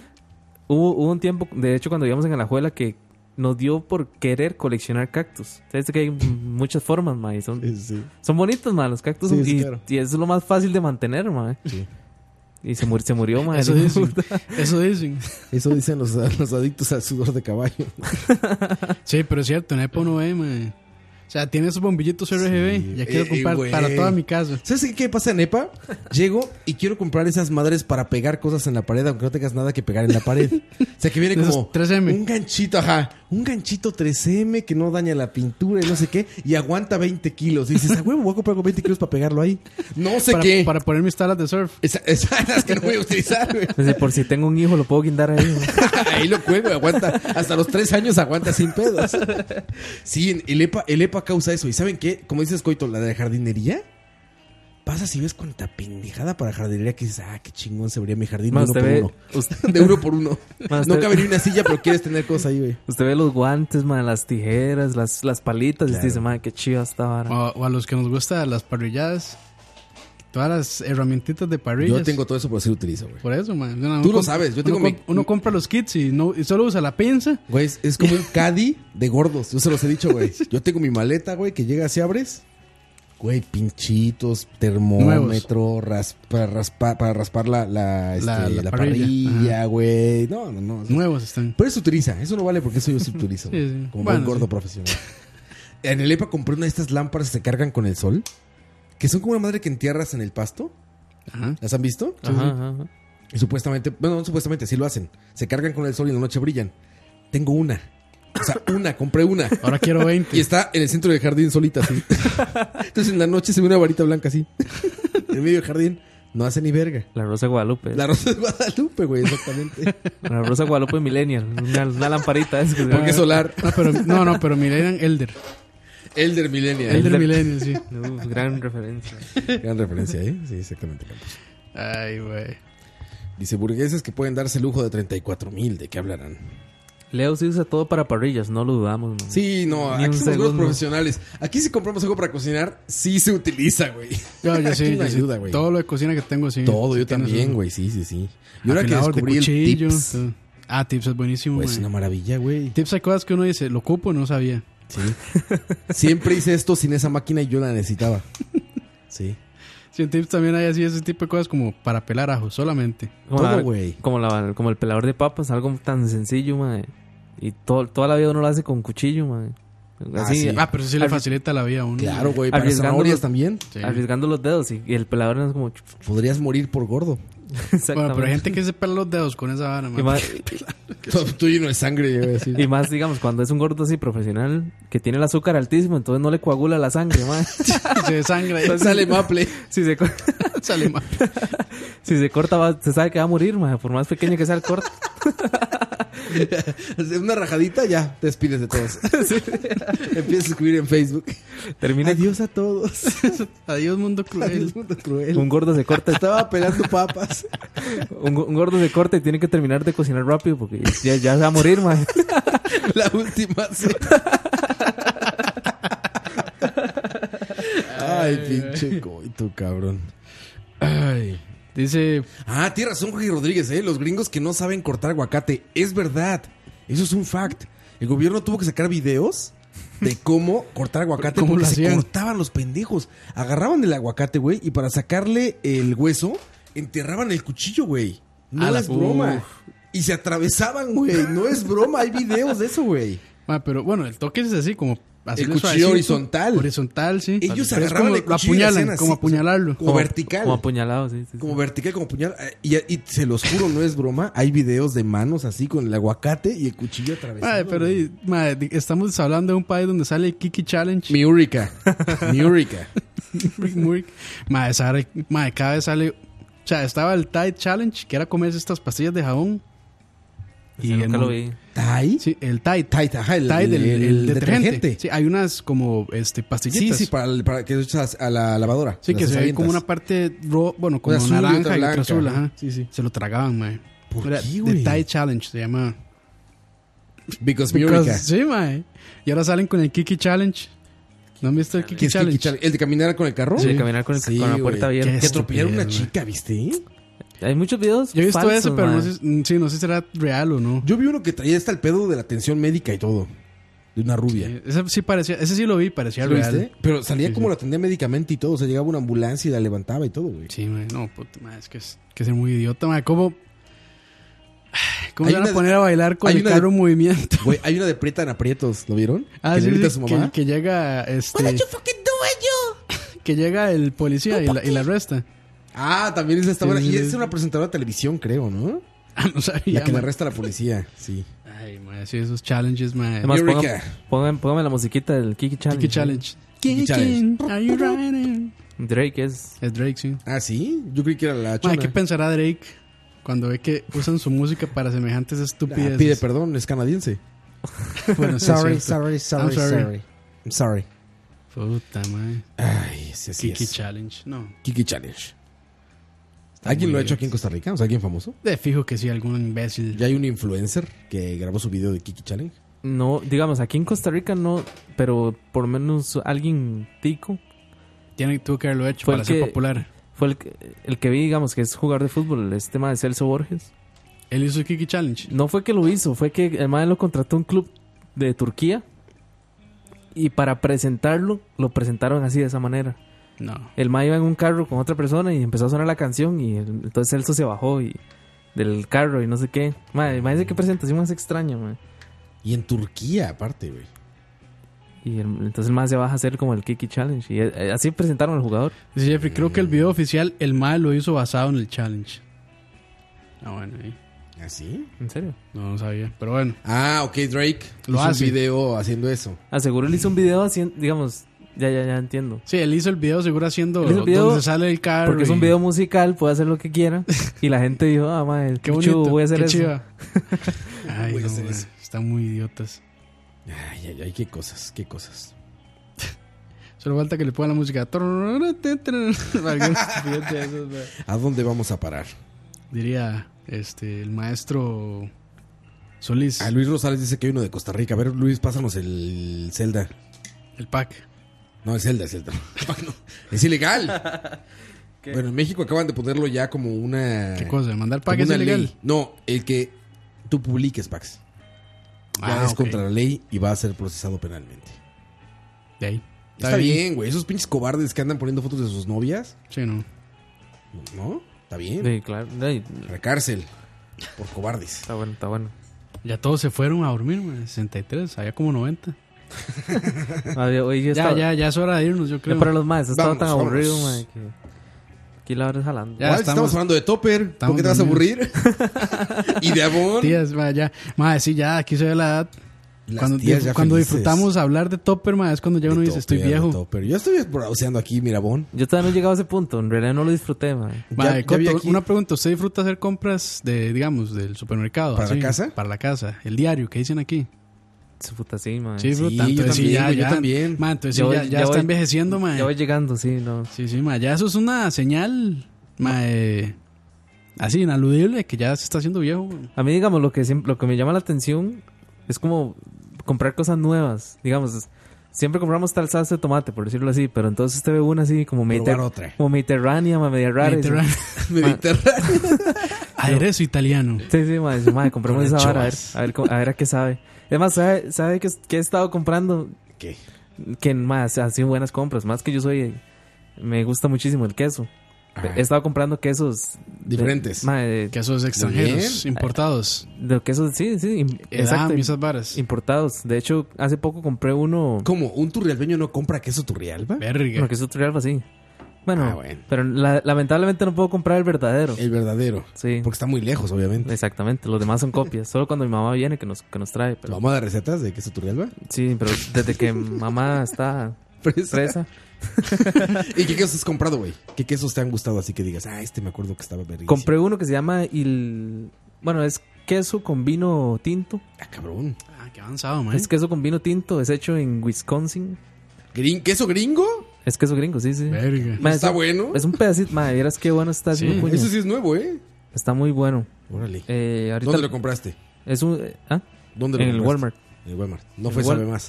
hubo, hubo un tiempo, de hecho, cuando vivíamos en Alajuela, que nos dio por querer coleccionar cactus. Sabes que hay muchas formas, ma, y son,
Sí, sí.
son bonitos, ma, los cactus.
Sí, sí,
y,
claro.
y es lo más fácil de mantener, ma.
Sí.
Y se, mur- se murió, ma.
Eso
el hijo de
dicen.
puta.
Eso dicen.
Eso dicen los, los adictos al sudor de caballo.
Sí, pero es cierto, en Epo no ve, mae. O sea, tiene esos bombillitos RGB.
Sí.
Ya quiero
Eh,
comprar
güey.
para toda mi casa.
¿Sabes qué- qué pasa en EPA? Llego y quiero comprar esas madres para pegar cosas en la pared, aunque no tengas nada que pegar en la pared. O sea, que viene
De esos
como
3M.
un ganchito, ajá, un ganchito 3M que no daña la pintura y no sé qué, y aguanta 20 kilos. Y dices, ah, huevo, voy a comprar con 20 kilos para pegarlo ahí. No sé
Para,
qué.
para poner mis tablas de surf.
Esa- Esas que no voy a utilizar, güey.
Dice, por si tengo un hijo, lo puedo guindar ahí, ma.
Ahí lo cuelgo, aguanta. Hasta los tres años aguanta sin pedos. Sí, en- el EPA, el EPA causa eso. ¿Y saben qué? Como dices, Coito, la de la jardinería. Pasa si ves cuánta pendejada para jardinería que dices, ah, qué chingón se vería mi jardín
Ma,
de uno por
usted ve.
uno.
usted-
De uno por uno.
Más
no
te-
cabería una silla, pero quieres tener cosas ahí, güey.
Usted ve los guantes, man, las tijeras, las, las palitas, y usted dice, man, qué chiva esta vara.
O, o a los que nos gustan las parrilladas. Todas las herramientitas de parrillas.
Yo tengo todo eso, pero sí lo utilizo, güey.
Por eso, man. Uno
Tú lo
comp-
sabes, yo
uno
tengo mi-
comp- Uno compra los kits y, no, y solo usa la pinza.
Güey, es, es como un caddy de gordos. Yo se los he dicho, güey. Yo tengo mi maleta, güey, que llega así, abres. Güey, pinchitos, termómetro, ras- para, raspar, para raspar la, la, este,
La- la
la
parrilla.
parrilla, güey. No, no, no.
Nuevos están.
Pero eso utiliza, eso no vale porque eso yo sí utilizo.
Sí,
güey,
sí.
Como
Bueno,
buen gordo
sí.
profesional. En el EPA compré una de estas lámparas que se cargan con el sol, que son como una madre que entierras en el pasto.
Ajá.
¿Las han visto?
Ajá, ajá, ajá.
Y supuestamente, bueno, no supuestamente, sí lo hacen. Se cargan con el sol y en la noche brillan. Tengo una. O sea, una, compré una.
Ahora quiero 20.
Y está en el centro del jardín solita, así. Entonces en la noche se ve una varita blanca así. En medio del jardín no hace ni verga.
La Rosa de Guadalupe.
La
La,
rosa de Guadalupe, güey, exactamente.
Rosa de Guadalupe Millennial. Una, una lamparita. Es que se
Porque
llama-
solar,
No, pero, no, no, pero Millennial Elder.
Elder Millennial.
Elder Millennial, sí.
Uh, gran referencia.
Gran referencia, ¿eh? Sí, exactamente. Campos.
Ay, güey.
Dice, burgueses que pueden darse el lujo de 34 mil, ¿de qué hablarán?
Leo sí usa todo para parrillas, no lo dudamos, man.
Sí, no,
Ni
aquí
un
somos gordos
segundo.
profesionales. Aquí si compramos algo para cocinar, sí se utiliza, güey.
Yo, yo
Aquí
sí,
no
yo
hay
sí.
duda, güey.
Todo lo de cocina que tengo, sí.
Todo, yo
Sí tiene
también,
su-
güey, sí, sí, sí. Y ahora que
afilador de
descubrí el
cuchillo,
tips,
todo. Ah, tips es buenísimo,
pues es
güey.
una maravilla, güey.
Tips hay cosas que uno dice, lo ocupo, no sabía.
Sí. Siempre hice esto sin esa máquina y yo la necesitaba. Sí.
Sí, en tips también hay así ese tipo de cosas como para pelar ajo solamente.
Como
todo,
la-
güey.
Como, la- como el pelador de papas, algo tan sencillo, man. Y todo, toda la vida uno lo hace con cuchillo, man. Así,
Ah, sí.
Ah, pero eso sí le facilita la vida a uno.
Claro, güey. Para
Arriesgando
zanahorias
los-
también.
Sí.
arriesgando los dedos. Y, y el pelador es como...
Podrías morir por gordo.
Bueno,
Exactamente.
pero hay gente que se pela los dedos con esa vara,
Y
man.
más,
Todo Tú lleno de sangre, yo voy a decir.
Y más, digamos, cuando es un gordo así profesional que tiene el azúcar altísimo, entonces no le coagula la sangre, man.
se desangra y
Sale maple.
si, se, co-
sale mal.
si se corta, va- se sabe que va a morir, man. Por más pequeño que sea el corte.
Una rajadita, ya. Te despides de todos. Empiezas a escribir en Facebook.
Termina
Adiós a todos.
Adiós, mundo cruel.
Adiós, mundo cruel.
un gordo se corta.
Estaba pelando papas.
Un, go- un gordo se corta y tiene que terminar de cocinar rápido porque ya, ya se va a morir, man.
La última cena. Ay, pinche coito, cabrón. Ay.
Dice,
Ah, tienes razón, Jorge Rodríguez, ¿eh? Los gringos que no saben cortar aguacate. Es verdad. Eso es un fact. El gobierno tuvo que sacar videos de cómo cortar aguacate
¿Cómo lo
porque se
hacían?
cortaban los pendejos. Agarraban el aguacate, güey, y para sacarle el hueso, enterraban el cuchillo, güey. No
A la-
es broma. Y se atravesaban, güey. No es broma. Hay videos de eso, güey.
ma, pero bueno, el toque es así como... hacerle
cuchillo
suavecito.
horizontal.
Horizontal, sí.
Ellos
Pero es
agarraban
como
el
lo
cuchillo y
apuñalan,
hacían así,
como
o sea,
apuñalarlo.
Como vertical.
Como apuñalado, sí. sí, sí.
Como vertical, como puñal. Eh, Y, y se los juro, no es broma. Hay videos de manos así con el aguacate y el cuchillo atravesado.
Madre, pero
güey.
di- madre, di- estamos hablando de un país donde sale el Kiki Challenge.
Miurica. Miurica.
Rick Murk. Madre, sale- madre, cada vez sale. O sea, estaba el Tide Challenge, que era comerse estas pastillas de jabón.
Ese
el
nunca lo
mon-
vi.
¿Tai?
Sí, el Tide.
Tide, ajá, el,
Tide, el,
el- el
detergente.
detergente.
Sí, hay unas como este,
Sí,
pastillitas.
sí, para, el- para que lo echas a la lavadora.
Sí, que
Las
se ve como una
avientas.
parte ro- bueno, como
Una azul y
naranja y
otra
otra,
blanca,
azul,
ajá.
ajá.
Sí, sí.
Se lo tragaban, madre.
¿Por
Era
qué,
The
güey?
Tide Challenge se llama.
Because
Because-
Murica.
sí, mae. Y ahora salen con el Kiki Challenge. ¿No han visto el
¿Qué
Kiki
es Kiki
Challenge?
Challenge? ¿El de caminar con el carro?
Sí, de caminar con, el-
Sí,
con la puerta
güey.
abierta.
Qué
Que atropellaron una
estupidez, mae.
chica, ¿viste?
Hay muchos videos.
Yo he visto
falsos,
ese, pero no
mae.
sé, mm, sí, no sé si será real o no.
Yo vi uno que traía hasta el pedo de la atención médica y todo. De una rubia.
Ese sí parecía, ese sí lo vi, parecía
¿Lo
real.
viste? Pero salía
Sí,
como
sí.
la atendía médicamente y todo. O sea, llegaba una ambulancia y la levantaba y todo, güey.
Sí, mae, no, puta mae, es que es que ser muy idiota, mae, ¿cómo? ¿Cómo
Hay
se van a
una-
poner a bailar con
hay
el
una-
carro en movimiento?
Güey, hay una de Prieta en aprietos, ¿lo vieron?
Ah,
que
sí,
le grita
sí,
a su
que-
mamá.
Que, llega este que llega el policía y la, y la arresta.
Ah, también esa está
Sí,
buena.
sí,
Y
sí.
es una presentadora de televisión, creo, ¿no?
Ah, no
La
sabía.
que le
mae.
arresta a la policía, sí.
Ay, mae, sí, esos challenges, mae.
Además,
Eureka.
pongan- pongan- póngame la musiquita del Kiki Challenge. ¿eh?
Kiki Challenge.
Kiki
Kicking,
Challenge.
are you riding?
Drake es.
Es Drake, sí.
Ah, sí. Yo creí que era la
Mae,
chona.
¿qué pensará Drake cuando ve que usan su música para semejantes
Ah,
estupideces?
pide perdón, es canadiense.
Bueno, sí, es
Sorry,
cierto.
sorry, sorry,
I'm sorry.
sorry.
I'm sorry.
Puta, mae.
Ay, sí, así
Kiki
es.
Challenge. No.
Kiki Challenge. ¿Alguien
muy
lo ha
bien.
hecho aquí en Costa Rica? O sea, alguien famoso.
De fijo que sí, algún imbécil.
Ya hay un influencer que grabó su video de Kiki Challenge.
No, digamos, aquí en Costa Rica no, pero por lo menos alguien tico
Tiene, tuvo que haberlo hecho
Fue el
para ser
que-
popular.
fue el que, el que vi, digamos, que es jugador de fútbol, este tema de Celso Borges.
Él hizo el Kiki Challenge.
No fue que lo hizo, fue que el mae lo contrató un club de Turquía y para presentarlo, lo presentaron así de esa manera.
No.
El mae iba en un carro con otra persona y empezó a sonar la canción y el- entonces Celso se bajó y del carro y no sé qué. Mae, imagínese qué presentación más extraña, mae.
Y en Turquía, aparte, güey.
Y el- entonces el mae se baja a hacer como el Kiki Challenge y eh, así presentaron al jugador.
Dice Jeffrey, creo
Eh.
que el video oficial, el mal lo hizo basado en el challenge. Ah, bueno, ahí.
¿Ah, sí?
¿En serio?
No, no sabía. Pero bueno,
Ah, ok, Drake.
Lo
Lo
hace.
hace. un video haciendo eso.
Aseguro Ah, él hizo un video haciendo, digamos, ya, ya, ya entiendo.
sí, él hizo el video seguro haciendo
Él hizo el video
donde sale el carro.
Porque es un
y-
video musical, puede hacer lo que quiera. Y la gente dijo, ah, madre,
Qué
qué
bonito.
chulo, voy a hacer
qué
eso.
chiva. Ay,
Voy a
no,
hacer
man,
eso.
Están muy idiotas.
Ay, ay, ay, qué cosas, qué cosas.
Solo falta que le pongan la música. Alguna estupidez de esas, man.
¿A dónde vamos a parar?
Diría este, el maestro Solís,
A Luis Rosales dice que hay uno de Costa Rica. A ver, Luis, pásanos el Zelda.
el pack.
No, el Zelda, el Zelda. No, es ilegal. Bueno, en México acaban de ponerlo ya como una.
¿Qué cosa? ¿Mandar
como
pack es
una
ilegal?
ley. No, el que tú publiques, Pax. Ya
Ah,
es
ok.
contra la ley y va a ser procesado penalmente.
De ahí.
Está, bien, güey. Esos pinches cobardes que andan poniendo fotos de sus novias.
Sí, no.
¿No? Está bien.
Sí, claro. Ay,
Recárcel. Por cobardes.
está bueno, está bueno.
Ya todos se fueron a dormir, man, 63, había como 90.
Madre, hoy Ah, yo
Ya,
estaba, ya,
ya, ya es hora de irnos, yo creo.
para los más, estaba
Vamos,
tan aburrido,
vamos.
madre, que aquí la hora es jalando.
Ya
Igual
estamos-
estamos, hablando de Topper. ¿Por
estamos
qué te vas a
dormidos.
aburrir? y de Avon.
Tías, ma, ya. Ma, sí, ya, aquí se ve la edad.
Las
Cuando,
tías ya
cuando
felices.
disfrutamos hablar de Topper, ma, es cuando ya
De
uno dice, estoy
Topper, de
viejo.
Topper. Yo estoy browseando aquí, Mirabón.
Yo todavía no he llegado a ese punto, en realidad no lo disfruté, madre.
Ma,
Ya- ya
Coto,
vi aquí-
una pregunta, ¿usted disfruta hacer compras de, digamos, del supermercado?
¿Para la
así?
casa?
Para la casa, el diario, ¿qué dicen aquí?
Se puta así, madre.
Sí, pues, disfruta,
Ah, yo
entonces sí,
también,
ya,
güey, yo
ya.
también.
Ma, entonces sí,
Ya voy-
ya, ya
ya
está
voy-
envejeciendo, ma.
Ya voy llegando, sí, no.
Sí, sí, ma, ya eso es una señal, ma, eh, así, inaludible, que ya se está haciendo viejo. ma.
A mí, digamos, lo que, siempre, lo que me llama la atención es como comprar cosas nuevas. Digamos, es- siempre compramos tal salsa de tomate, por decirlo así, pero entonces usted ve una así como, mediter-
Probar otra.
como mediterránea, ma, media rara. y dice,
Mediterráneo.
Mediterráneo.
Aderezo italiano.
Sí, sí, madre, madre compremos
Con
esa vara, a ver,
anchoas.
a ver, cómo- a ver a qué sabe. Es más, ¿sabe, sabe que, que he estado comprando?
¿Qué?
Que más, han sido buenas compras, más que yo soy, me gusta muchísimo el queso.
Ajá.
He estado comprando quesos... de-
Diferentes.
madre, de,
Quesos extranjeros, importados.
de quesos, sí, sí, im-
Edam
exacto,
y esas varas.
importados. De hecho, hace poco compré uno...
¿Cómo? ¿Un turrialbeño no compra queso turrialba?
Verga.
Porque es otro alfa, sí. Bueno,
Ah, bueno.
pero la- lamentablemente no puedo comprar el verdadero.
El verdadero.
Sí.
Porque está muy lejos, obviamente.
Exactamente, los demás son copias. Solo cuando mi mamá viene que nos, que nos trae.
¿Tu
Pero,
mamá de recetas de queso turrialba?
sí, pero desde que mamá está presa,
¿Y qué quesos has comprado, güey? ¿Qué quesos te han gustado así que digas, ah, este me acuerdo que estaba verguísimo?
compré uno que se llama il... Bueno, es queso con vino tinto.
Ah, cabrón.
Ah, qué avanzado, man.
Es queso con vino tinto, es hecho en Wisconsin.
¿Grin- ¿Queso gringo?
Es queso gringo, sí, sí.
Verga.
Ma, es
¿Está
un-
bueno?
Es un pedacito, madre, vieras qué bueno está.
Sí.
haciendo puño.
Eso sí es nuevo, ¿eh?
Está muy bueno.
Órale.
Eh, ahorita
¿Dónde lo compraste?
es un... ¿ah?
¿Dónde lo
En el
compraste?
Walmart.
En el Walmart. No
En
fue
el
Sabe
Walmart.
Más.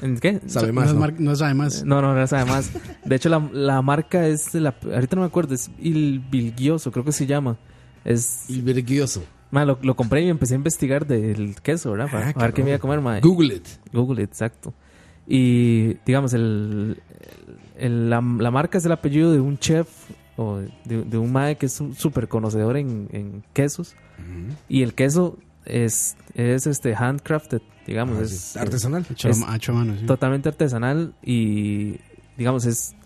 ¿En qué?
Sabe
no,
Más.
es
¿no?
mar- no es además.
No, no, no es además. De hecho, la, la marca es. de la, ahorita no me acuerdo, es Il Bilguioso, creo que se llama. Es.
Y verguioso.
ma, lo, lo compré y empecé a investigar del queso, ¿verdad? Para
Ah,
a ver qué
cabrón.
me iba a comer, ma.
Google it.
Google, exacto. Y digamos, el, el- la, la marca es el apellido de un chef o de, de un mae que es un súper conocedor en, en quesos. Y el queso es, es este handcrafted, digamos,
Ah,
es
sí. Artesanal.
Hecho,
Es-
a- hecho a mano, ah, sí.
totalmente artesanal y digamos es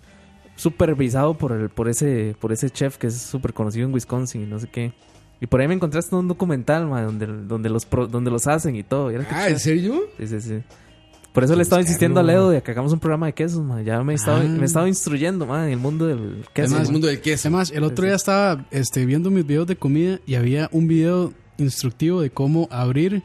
supervisado por el por ese por ese chef que es súper conocido en Wisconsin y no sé qué. Y por ahí me encontraste un documental, ma, donde, donde, los, pro- donde los hacen y todo. y era que
Ah, ¿en serio?
Sí, sí, sí. Por eso le he estado insistiendo a Leo de que hagamos un programa de quesos, ma. Ya me he estado,
Ah.
me he estado instruyendo, ma, en el mundo del queso.
Además,
ma.
El mundo del queso.
Además, el otro día estaba este, viendo mis videos de comida y había un video instructivo de cómo abrir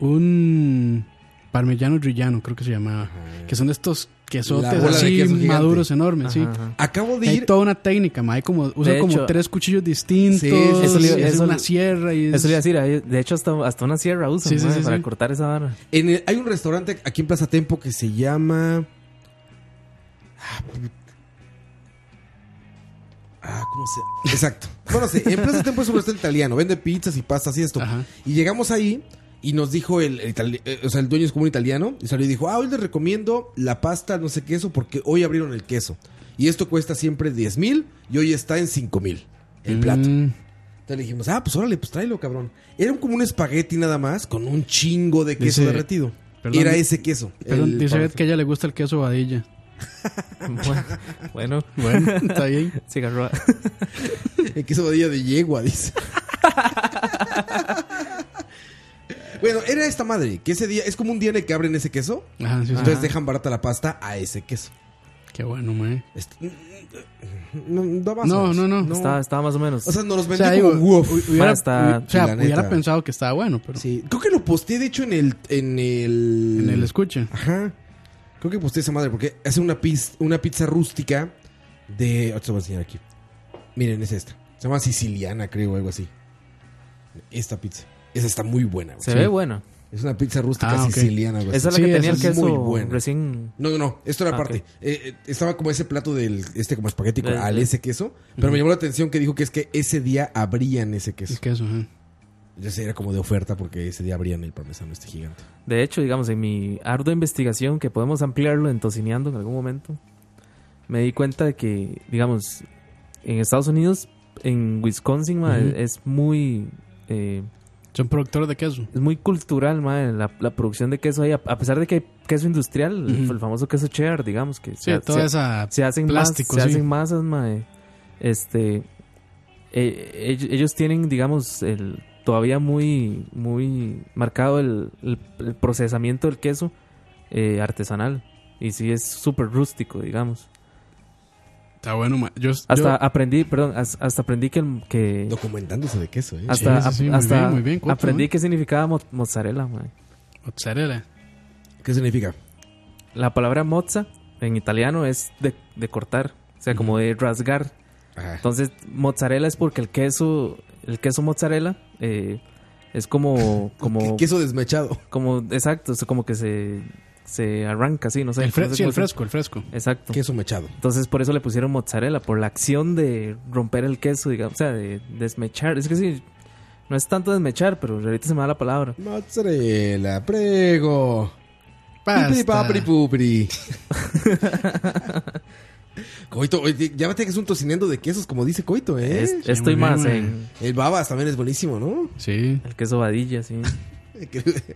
un parmellano rillano, creo que se llamaba, que son de estos
La
quesotes
bola de
así
queso gigante.
maduros enormes,
Ajá,
sí.
ajá.
Acabo de
Hay
ir.
toda una técnica, ma, hay como usa
De hecho-
como tres cuchillos distintos,
Sí, sí,
sí,
y
sí,
es
eso-
una sierra y es
Eso le iba a decir, ahí- de hecho hasta, hasta una sierra usan,
Sí, sí,
ma,
sí,
para
sí.
cortar esa vara.
En el- hay un restaurante aquí en Plaza Tempo que se llama. Ah, put- Ah, ¿cómo se Exacto. Bueno, sí, en Plaza Tempo es un restaurante italiano. Vende pizzas y pastas y esto.
Ajá.
Y llegamos ahí y nos dijo el, el itali- eh, o sea, el dueño es como un italiano. Y salió y dijo: Ah, hoy les recomiendo la pasta, no sé queso, porque hoy abrieron el queso. Y esto cuesta siempre 10 mil y hoy está en 5 mil el plato.
Mm,
Entonces le dijimos, ah, pues órale, pues tráelo, cabrón. Era un- como un espagueti nada más con un chingo de queso
Dice-
derretido.
perdón,
Era
di-
ese queso.
perdón,
el-
dice Beth que a ella le gusta el queso vadilla.
Bueno, bueno,
Bueno, está bien.
cigarro.
el queso vadilla de yegua, dice. bueno, era esta madre, que ese día es como un día en el que abren ese queso.
Ajá, sí, sí.
Entonces dejan barata la pasta a ese queso.
Qué bueno, mae.
Este- No, no, más o
No,
menos.
no, no.
Estaba, estaba más o menos.
O sea, nos los
O sea,
vendió
digo,
como woof.
hu- hubiera,
Basta,
hu- o sea,
la
hubiera
neta.
pensado que estaba bueno, pero
Sí, creo que lo posteé, de hecho, en el... En el,
en el escuche.
Ajá. Creo que posté esa madre porque hace una, piz- una pizza rústica de... Ahorita se voy a enseñar aquí. Miren, es esta. Se llama siciliana, creo, o algo así. Esta pizza. Esa está muy buena, güey.
se
Sí.
ve buena.
Es una pizza rústica
Ah, ok.
siciliana, güey.
Esa es la
Sí,
que
esa
tenía el
es
muy
queso
buena.
recién.
No, no, no. Esto era
Ah,
aparte.
ok.
Eh, eh, estaba como ese plato del... Este como espagueti con-
Del-
al ese queso. Pero me llamó la atención que dijo que es que ese día abrían ese queso.
El queso, ajá.
Entonces era como de oferta porque ese día abrían el parmesano este gigante.
De hecho, digamos, en mi ardua investigación, que podemos ampliarlo en Tocineando en algún momento, me di cuenta de que, digamos, en Estados Unidos, en Wisconsin, ma, es muy... eh,
Son productores de queso.
es muy cultural, ma, la, la producción de queso ahí. A, a pesar de que hay queso industrial, el-
Ujú.
el famoso queso cheddar, digamos, que
Sí,
ah,
se,
toda
se-
esa.
se hacen,
plástico,
más, se
sí.
hacen masas, ma, eh, Este, eh, ellos, ellos tienen, digamos, el, todavía muy, muy marcado el, el- el procesamiento del queso eh, artesanal. Y sí, es súper rústico, digamos.
Está bueno, ma. Yo,
Hasta
ah,
yo-
aprendí, perdón, as- hasta aprendí que... el- que
Documentándose de queso, ¿eh?
hasta
sí, sí, muy
hasta
bien, muy bien, cuatro,
aprendí
¿eh?
qué significaba mo- mozzarella, ma.
mozzarella.
¿Qué significa?
La palabra mozza en italiano es de, de cortar, o sea, como de rasgar.
Ajá.
Entonces, mozzarella es porque el queso, el queso mozzarella eh, es como, como,
Qu- Queso desmechado.
como, exacto, es como que se, se arranca así, no sé.
El, fre-
no sé
sí, el
cómo se-
fresco, el fresco.
Exacto.
Queso mechado.
Entonces, por eso le pusieron mozzarella, por la acción de romper el queso, digamos, o sea, de desmechar. Es que sí, no es tanto desmechar, pero ahorita se me da la palabra.
Mozzarella, prego. Pipri,
Basta.
papri, pupri. Coito, oye, ya vete que es un tocinendo de quesos, como dice Coito, ¿eh?
Es-
sí,
estoy
muy bien,
más
güey.
en
El babas también es buenísimo, ¿no?
Sí,
el queso vadilla, sí,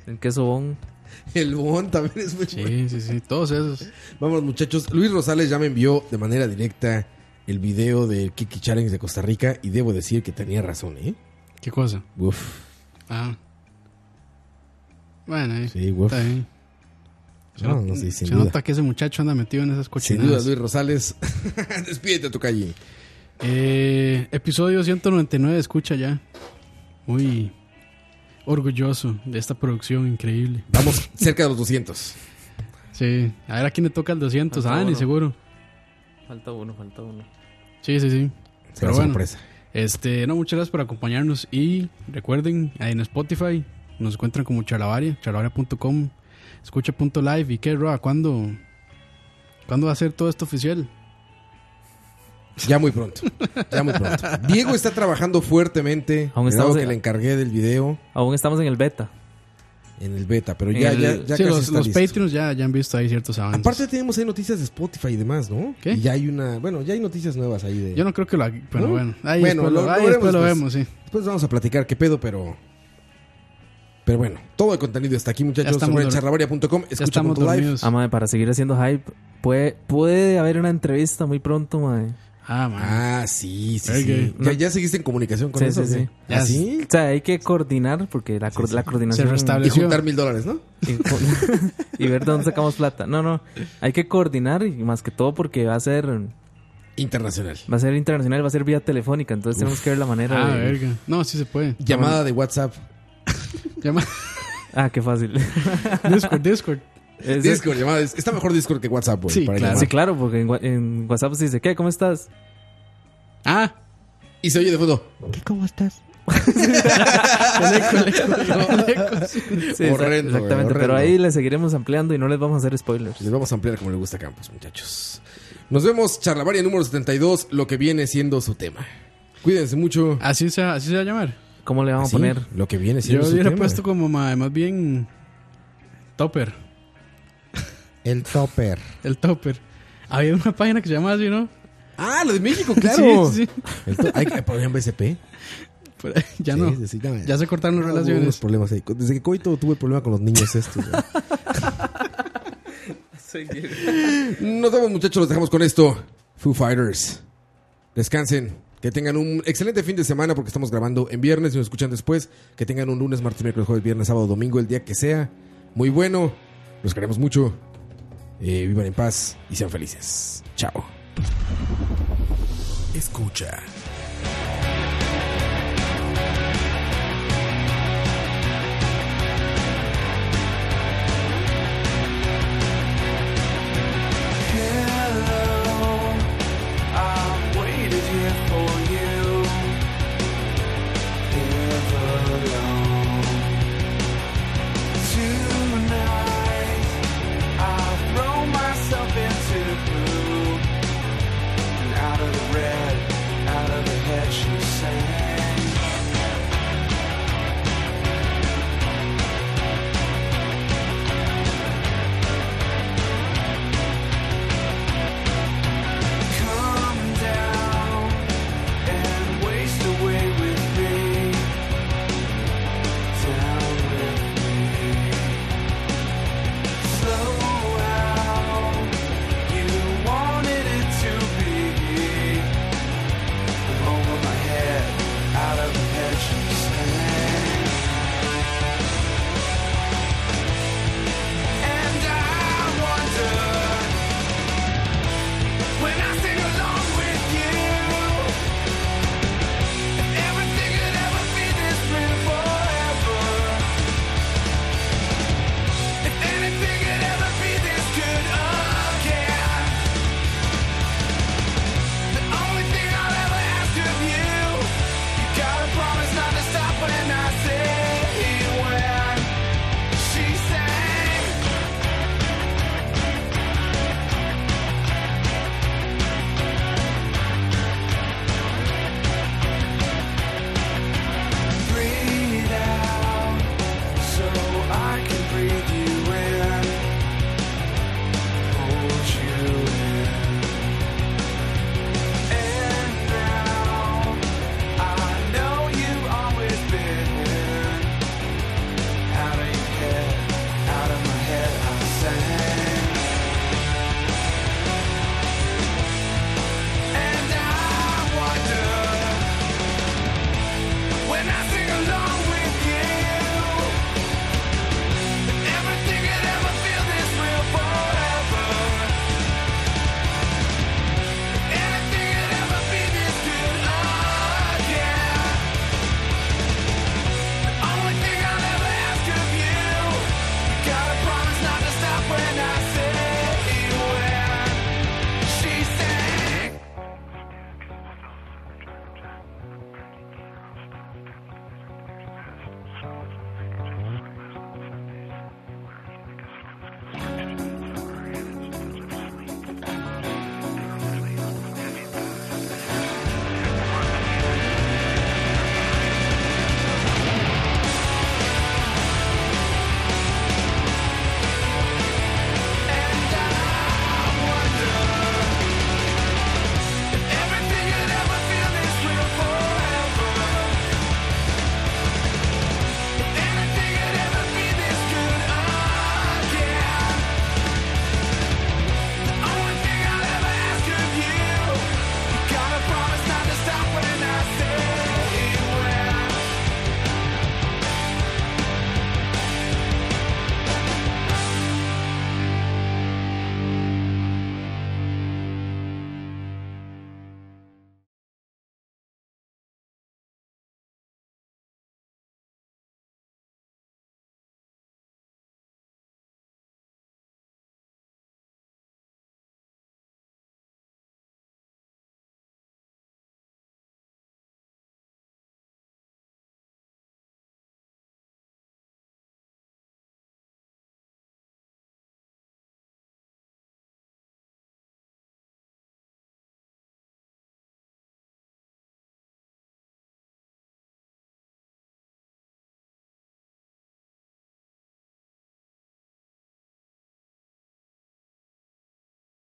el queso bon.
El bon también es muy bueno.
sí, sí, sí. Todos esos.
Vamos, muchachos. Luis Rosales ya me envió de manera directa el video del Kiki Challenge de Costa Rica y debo decir que tenía razón, ¿eh?
¿Qué cosa?
Uf,
Ah. Bueno, ahí.
sí, uf.
Está bien. Se,
No,
not-
no, sí, sin
se
duda.
nota que ese muchacho anda metido en esas
Sin duda,
cochinadas.
Luis Rosales. Despídete a tu calle.
Eh, episodio 199, escucha ya. Muy orgulloso de esta producción increíble.
Vamos cerca de los 200.
Sí, a ver a quién le toca el 200.
Ah,
Ah, ni
bueno.
seguro.
Falta uno, falta uno.
Sí, sí, sí.
Será
bueno.
sorpresa.
Este, no, muchas gracias por acompañarnos y recuerden, en Spotify Nos encuentran como charlavaria, charlavaria.com, escucha.live. ¿Y qué, Roa? ¿Cuándo, ¿Cuándo va a ser todo esto oficial?
Ya muy pronto. Ya muy pronto. Diego está trabajando fuertemente.
Aún
Aún
estamos
que
en-
le encargué del video
Aún estamos en el beta.
en el beta, pero
En
ya,
el-
ya, ya casi
Sí, los,
está
los
listo.
Patreons ya, ya han visto ahí ciertos avances.
Aparte tenemos ahí noticias de Spotify y demás, ¿no?
¿Qué?
Y ya hay una, bueno, ya hay noticias nuevas ahí de.
Yo no creo que lo haga. Pero
¿No?
bueno, ahí
Bueno,
después lo,
lo-
ahí
lo
después lo
veremos, pues.
vemos, sí.
Después vamos a platicar qué pedo, pero pero bueno, todo el contenido está aquí,
Ya
muchachos.
estamos
Sobre
dur-
charrabaria.com,
Ya estamos
live.
dormidos.
Ah, mae, para seguir haciendo hype, puede, puede haber una entrevista muy pronto, mae.
Ah, man.
Ah, sí, sí, sí.
Ok.
¿Ya, ya seguiste en comunicación con
Sí,
eso?
sí,
o qué?
sí.
¿Ah, sí?
O sea, hay que coordinar porque la, co- la coordinación...
Se restablece.
Y
Estableció.
juntar mil dólares, ¿no?
Y, con- y ver de dónde sacamos plata. No, no. Hay que coordinar y más que todo porque va a ser va
Internacional.
a ser internacional, va a ser vía telefónica. Entonces tenemos que ver la manera
Ah,
de...
verga. No, sí se puede.
Llamada de WhatsApp.
Llama
Ah, qué fácil.
Discord, Discord.
Es-
Discord, llamada. Dis- Está mejor Discord que WhatsApp, güey.
Sí,
para
claro.
Sí,
llamar.
claro, porque en, wa- en WhatsApp se dice, ¿qué? ¿Cómo estás?
Ah,
Y se oye de fondo.
¿Qué, ¿Cómo estás?
Sí, exa-
Horrendo, güey,
exactamente.
horrendo.
Pero ahí le seguiremos ampliando y no les vamos a hacer spoilers.
Les vamos a ampliar como le gusta a Campos, muchachos. Nos vemos, Charlavaria número 72, lo que viene siendo su tema. Cuídense mucho.
así se, así se va Ah, a llamar.
¿Cómo le vamos
¿Ah, Sí,
a poner?
Lo que viene
Yo
siendo su
hubiera
tema.
puesto como ma- más bien Topper.
El topper.
El Topper. Había una página que se llamaba así, ¿no?
Ah, lo de México, claro.
Sí, sí,
El to- Hay que poner un BCP.
Pero ya no. Ya se cortaron las
Unos
relaciones.
problemas ahí. Desde que Coito tuve problema con los niños estos. güey. Nos vemos, muchachos. Los dejamos con esto. Foo Fighters. Descansen. Que tengan un excelente fin de semana porque estamos grabando en viernes y nos escuchan después. Que tengan un lunes, martes, miércoles, jueves, viernes, sábado, domingo, el día que sea. Muy bueno. Los queremos mucho. Eh, vivan en paz y sean felices. Chao. Escucha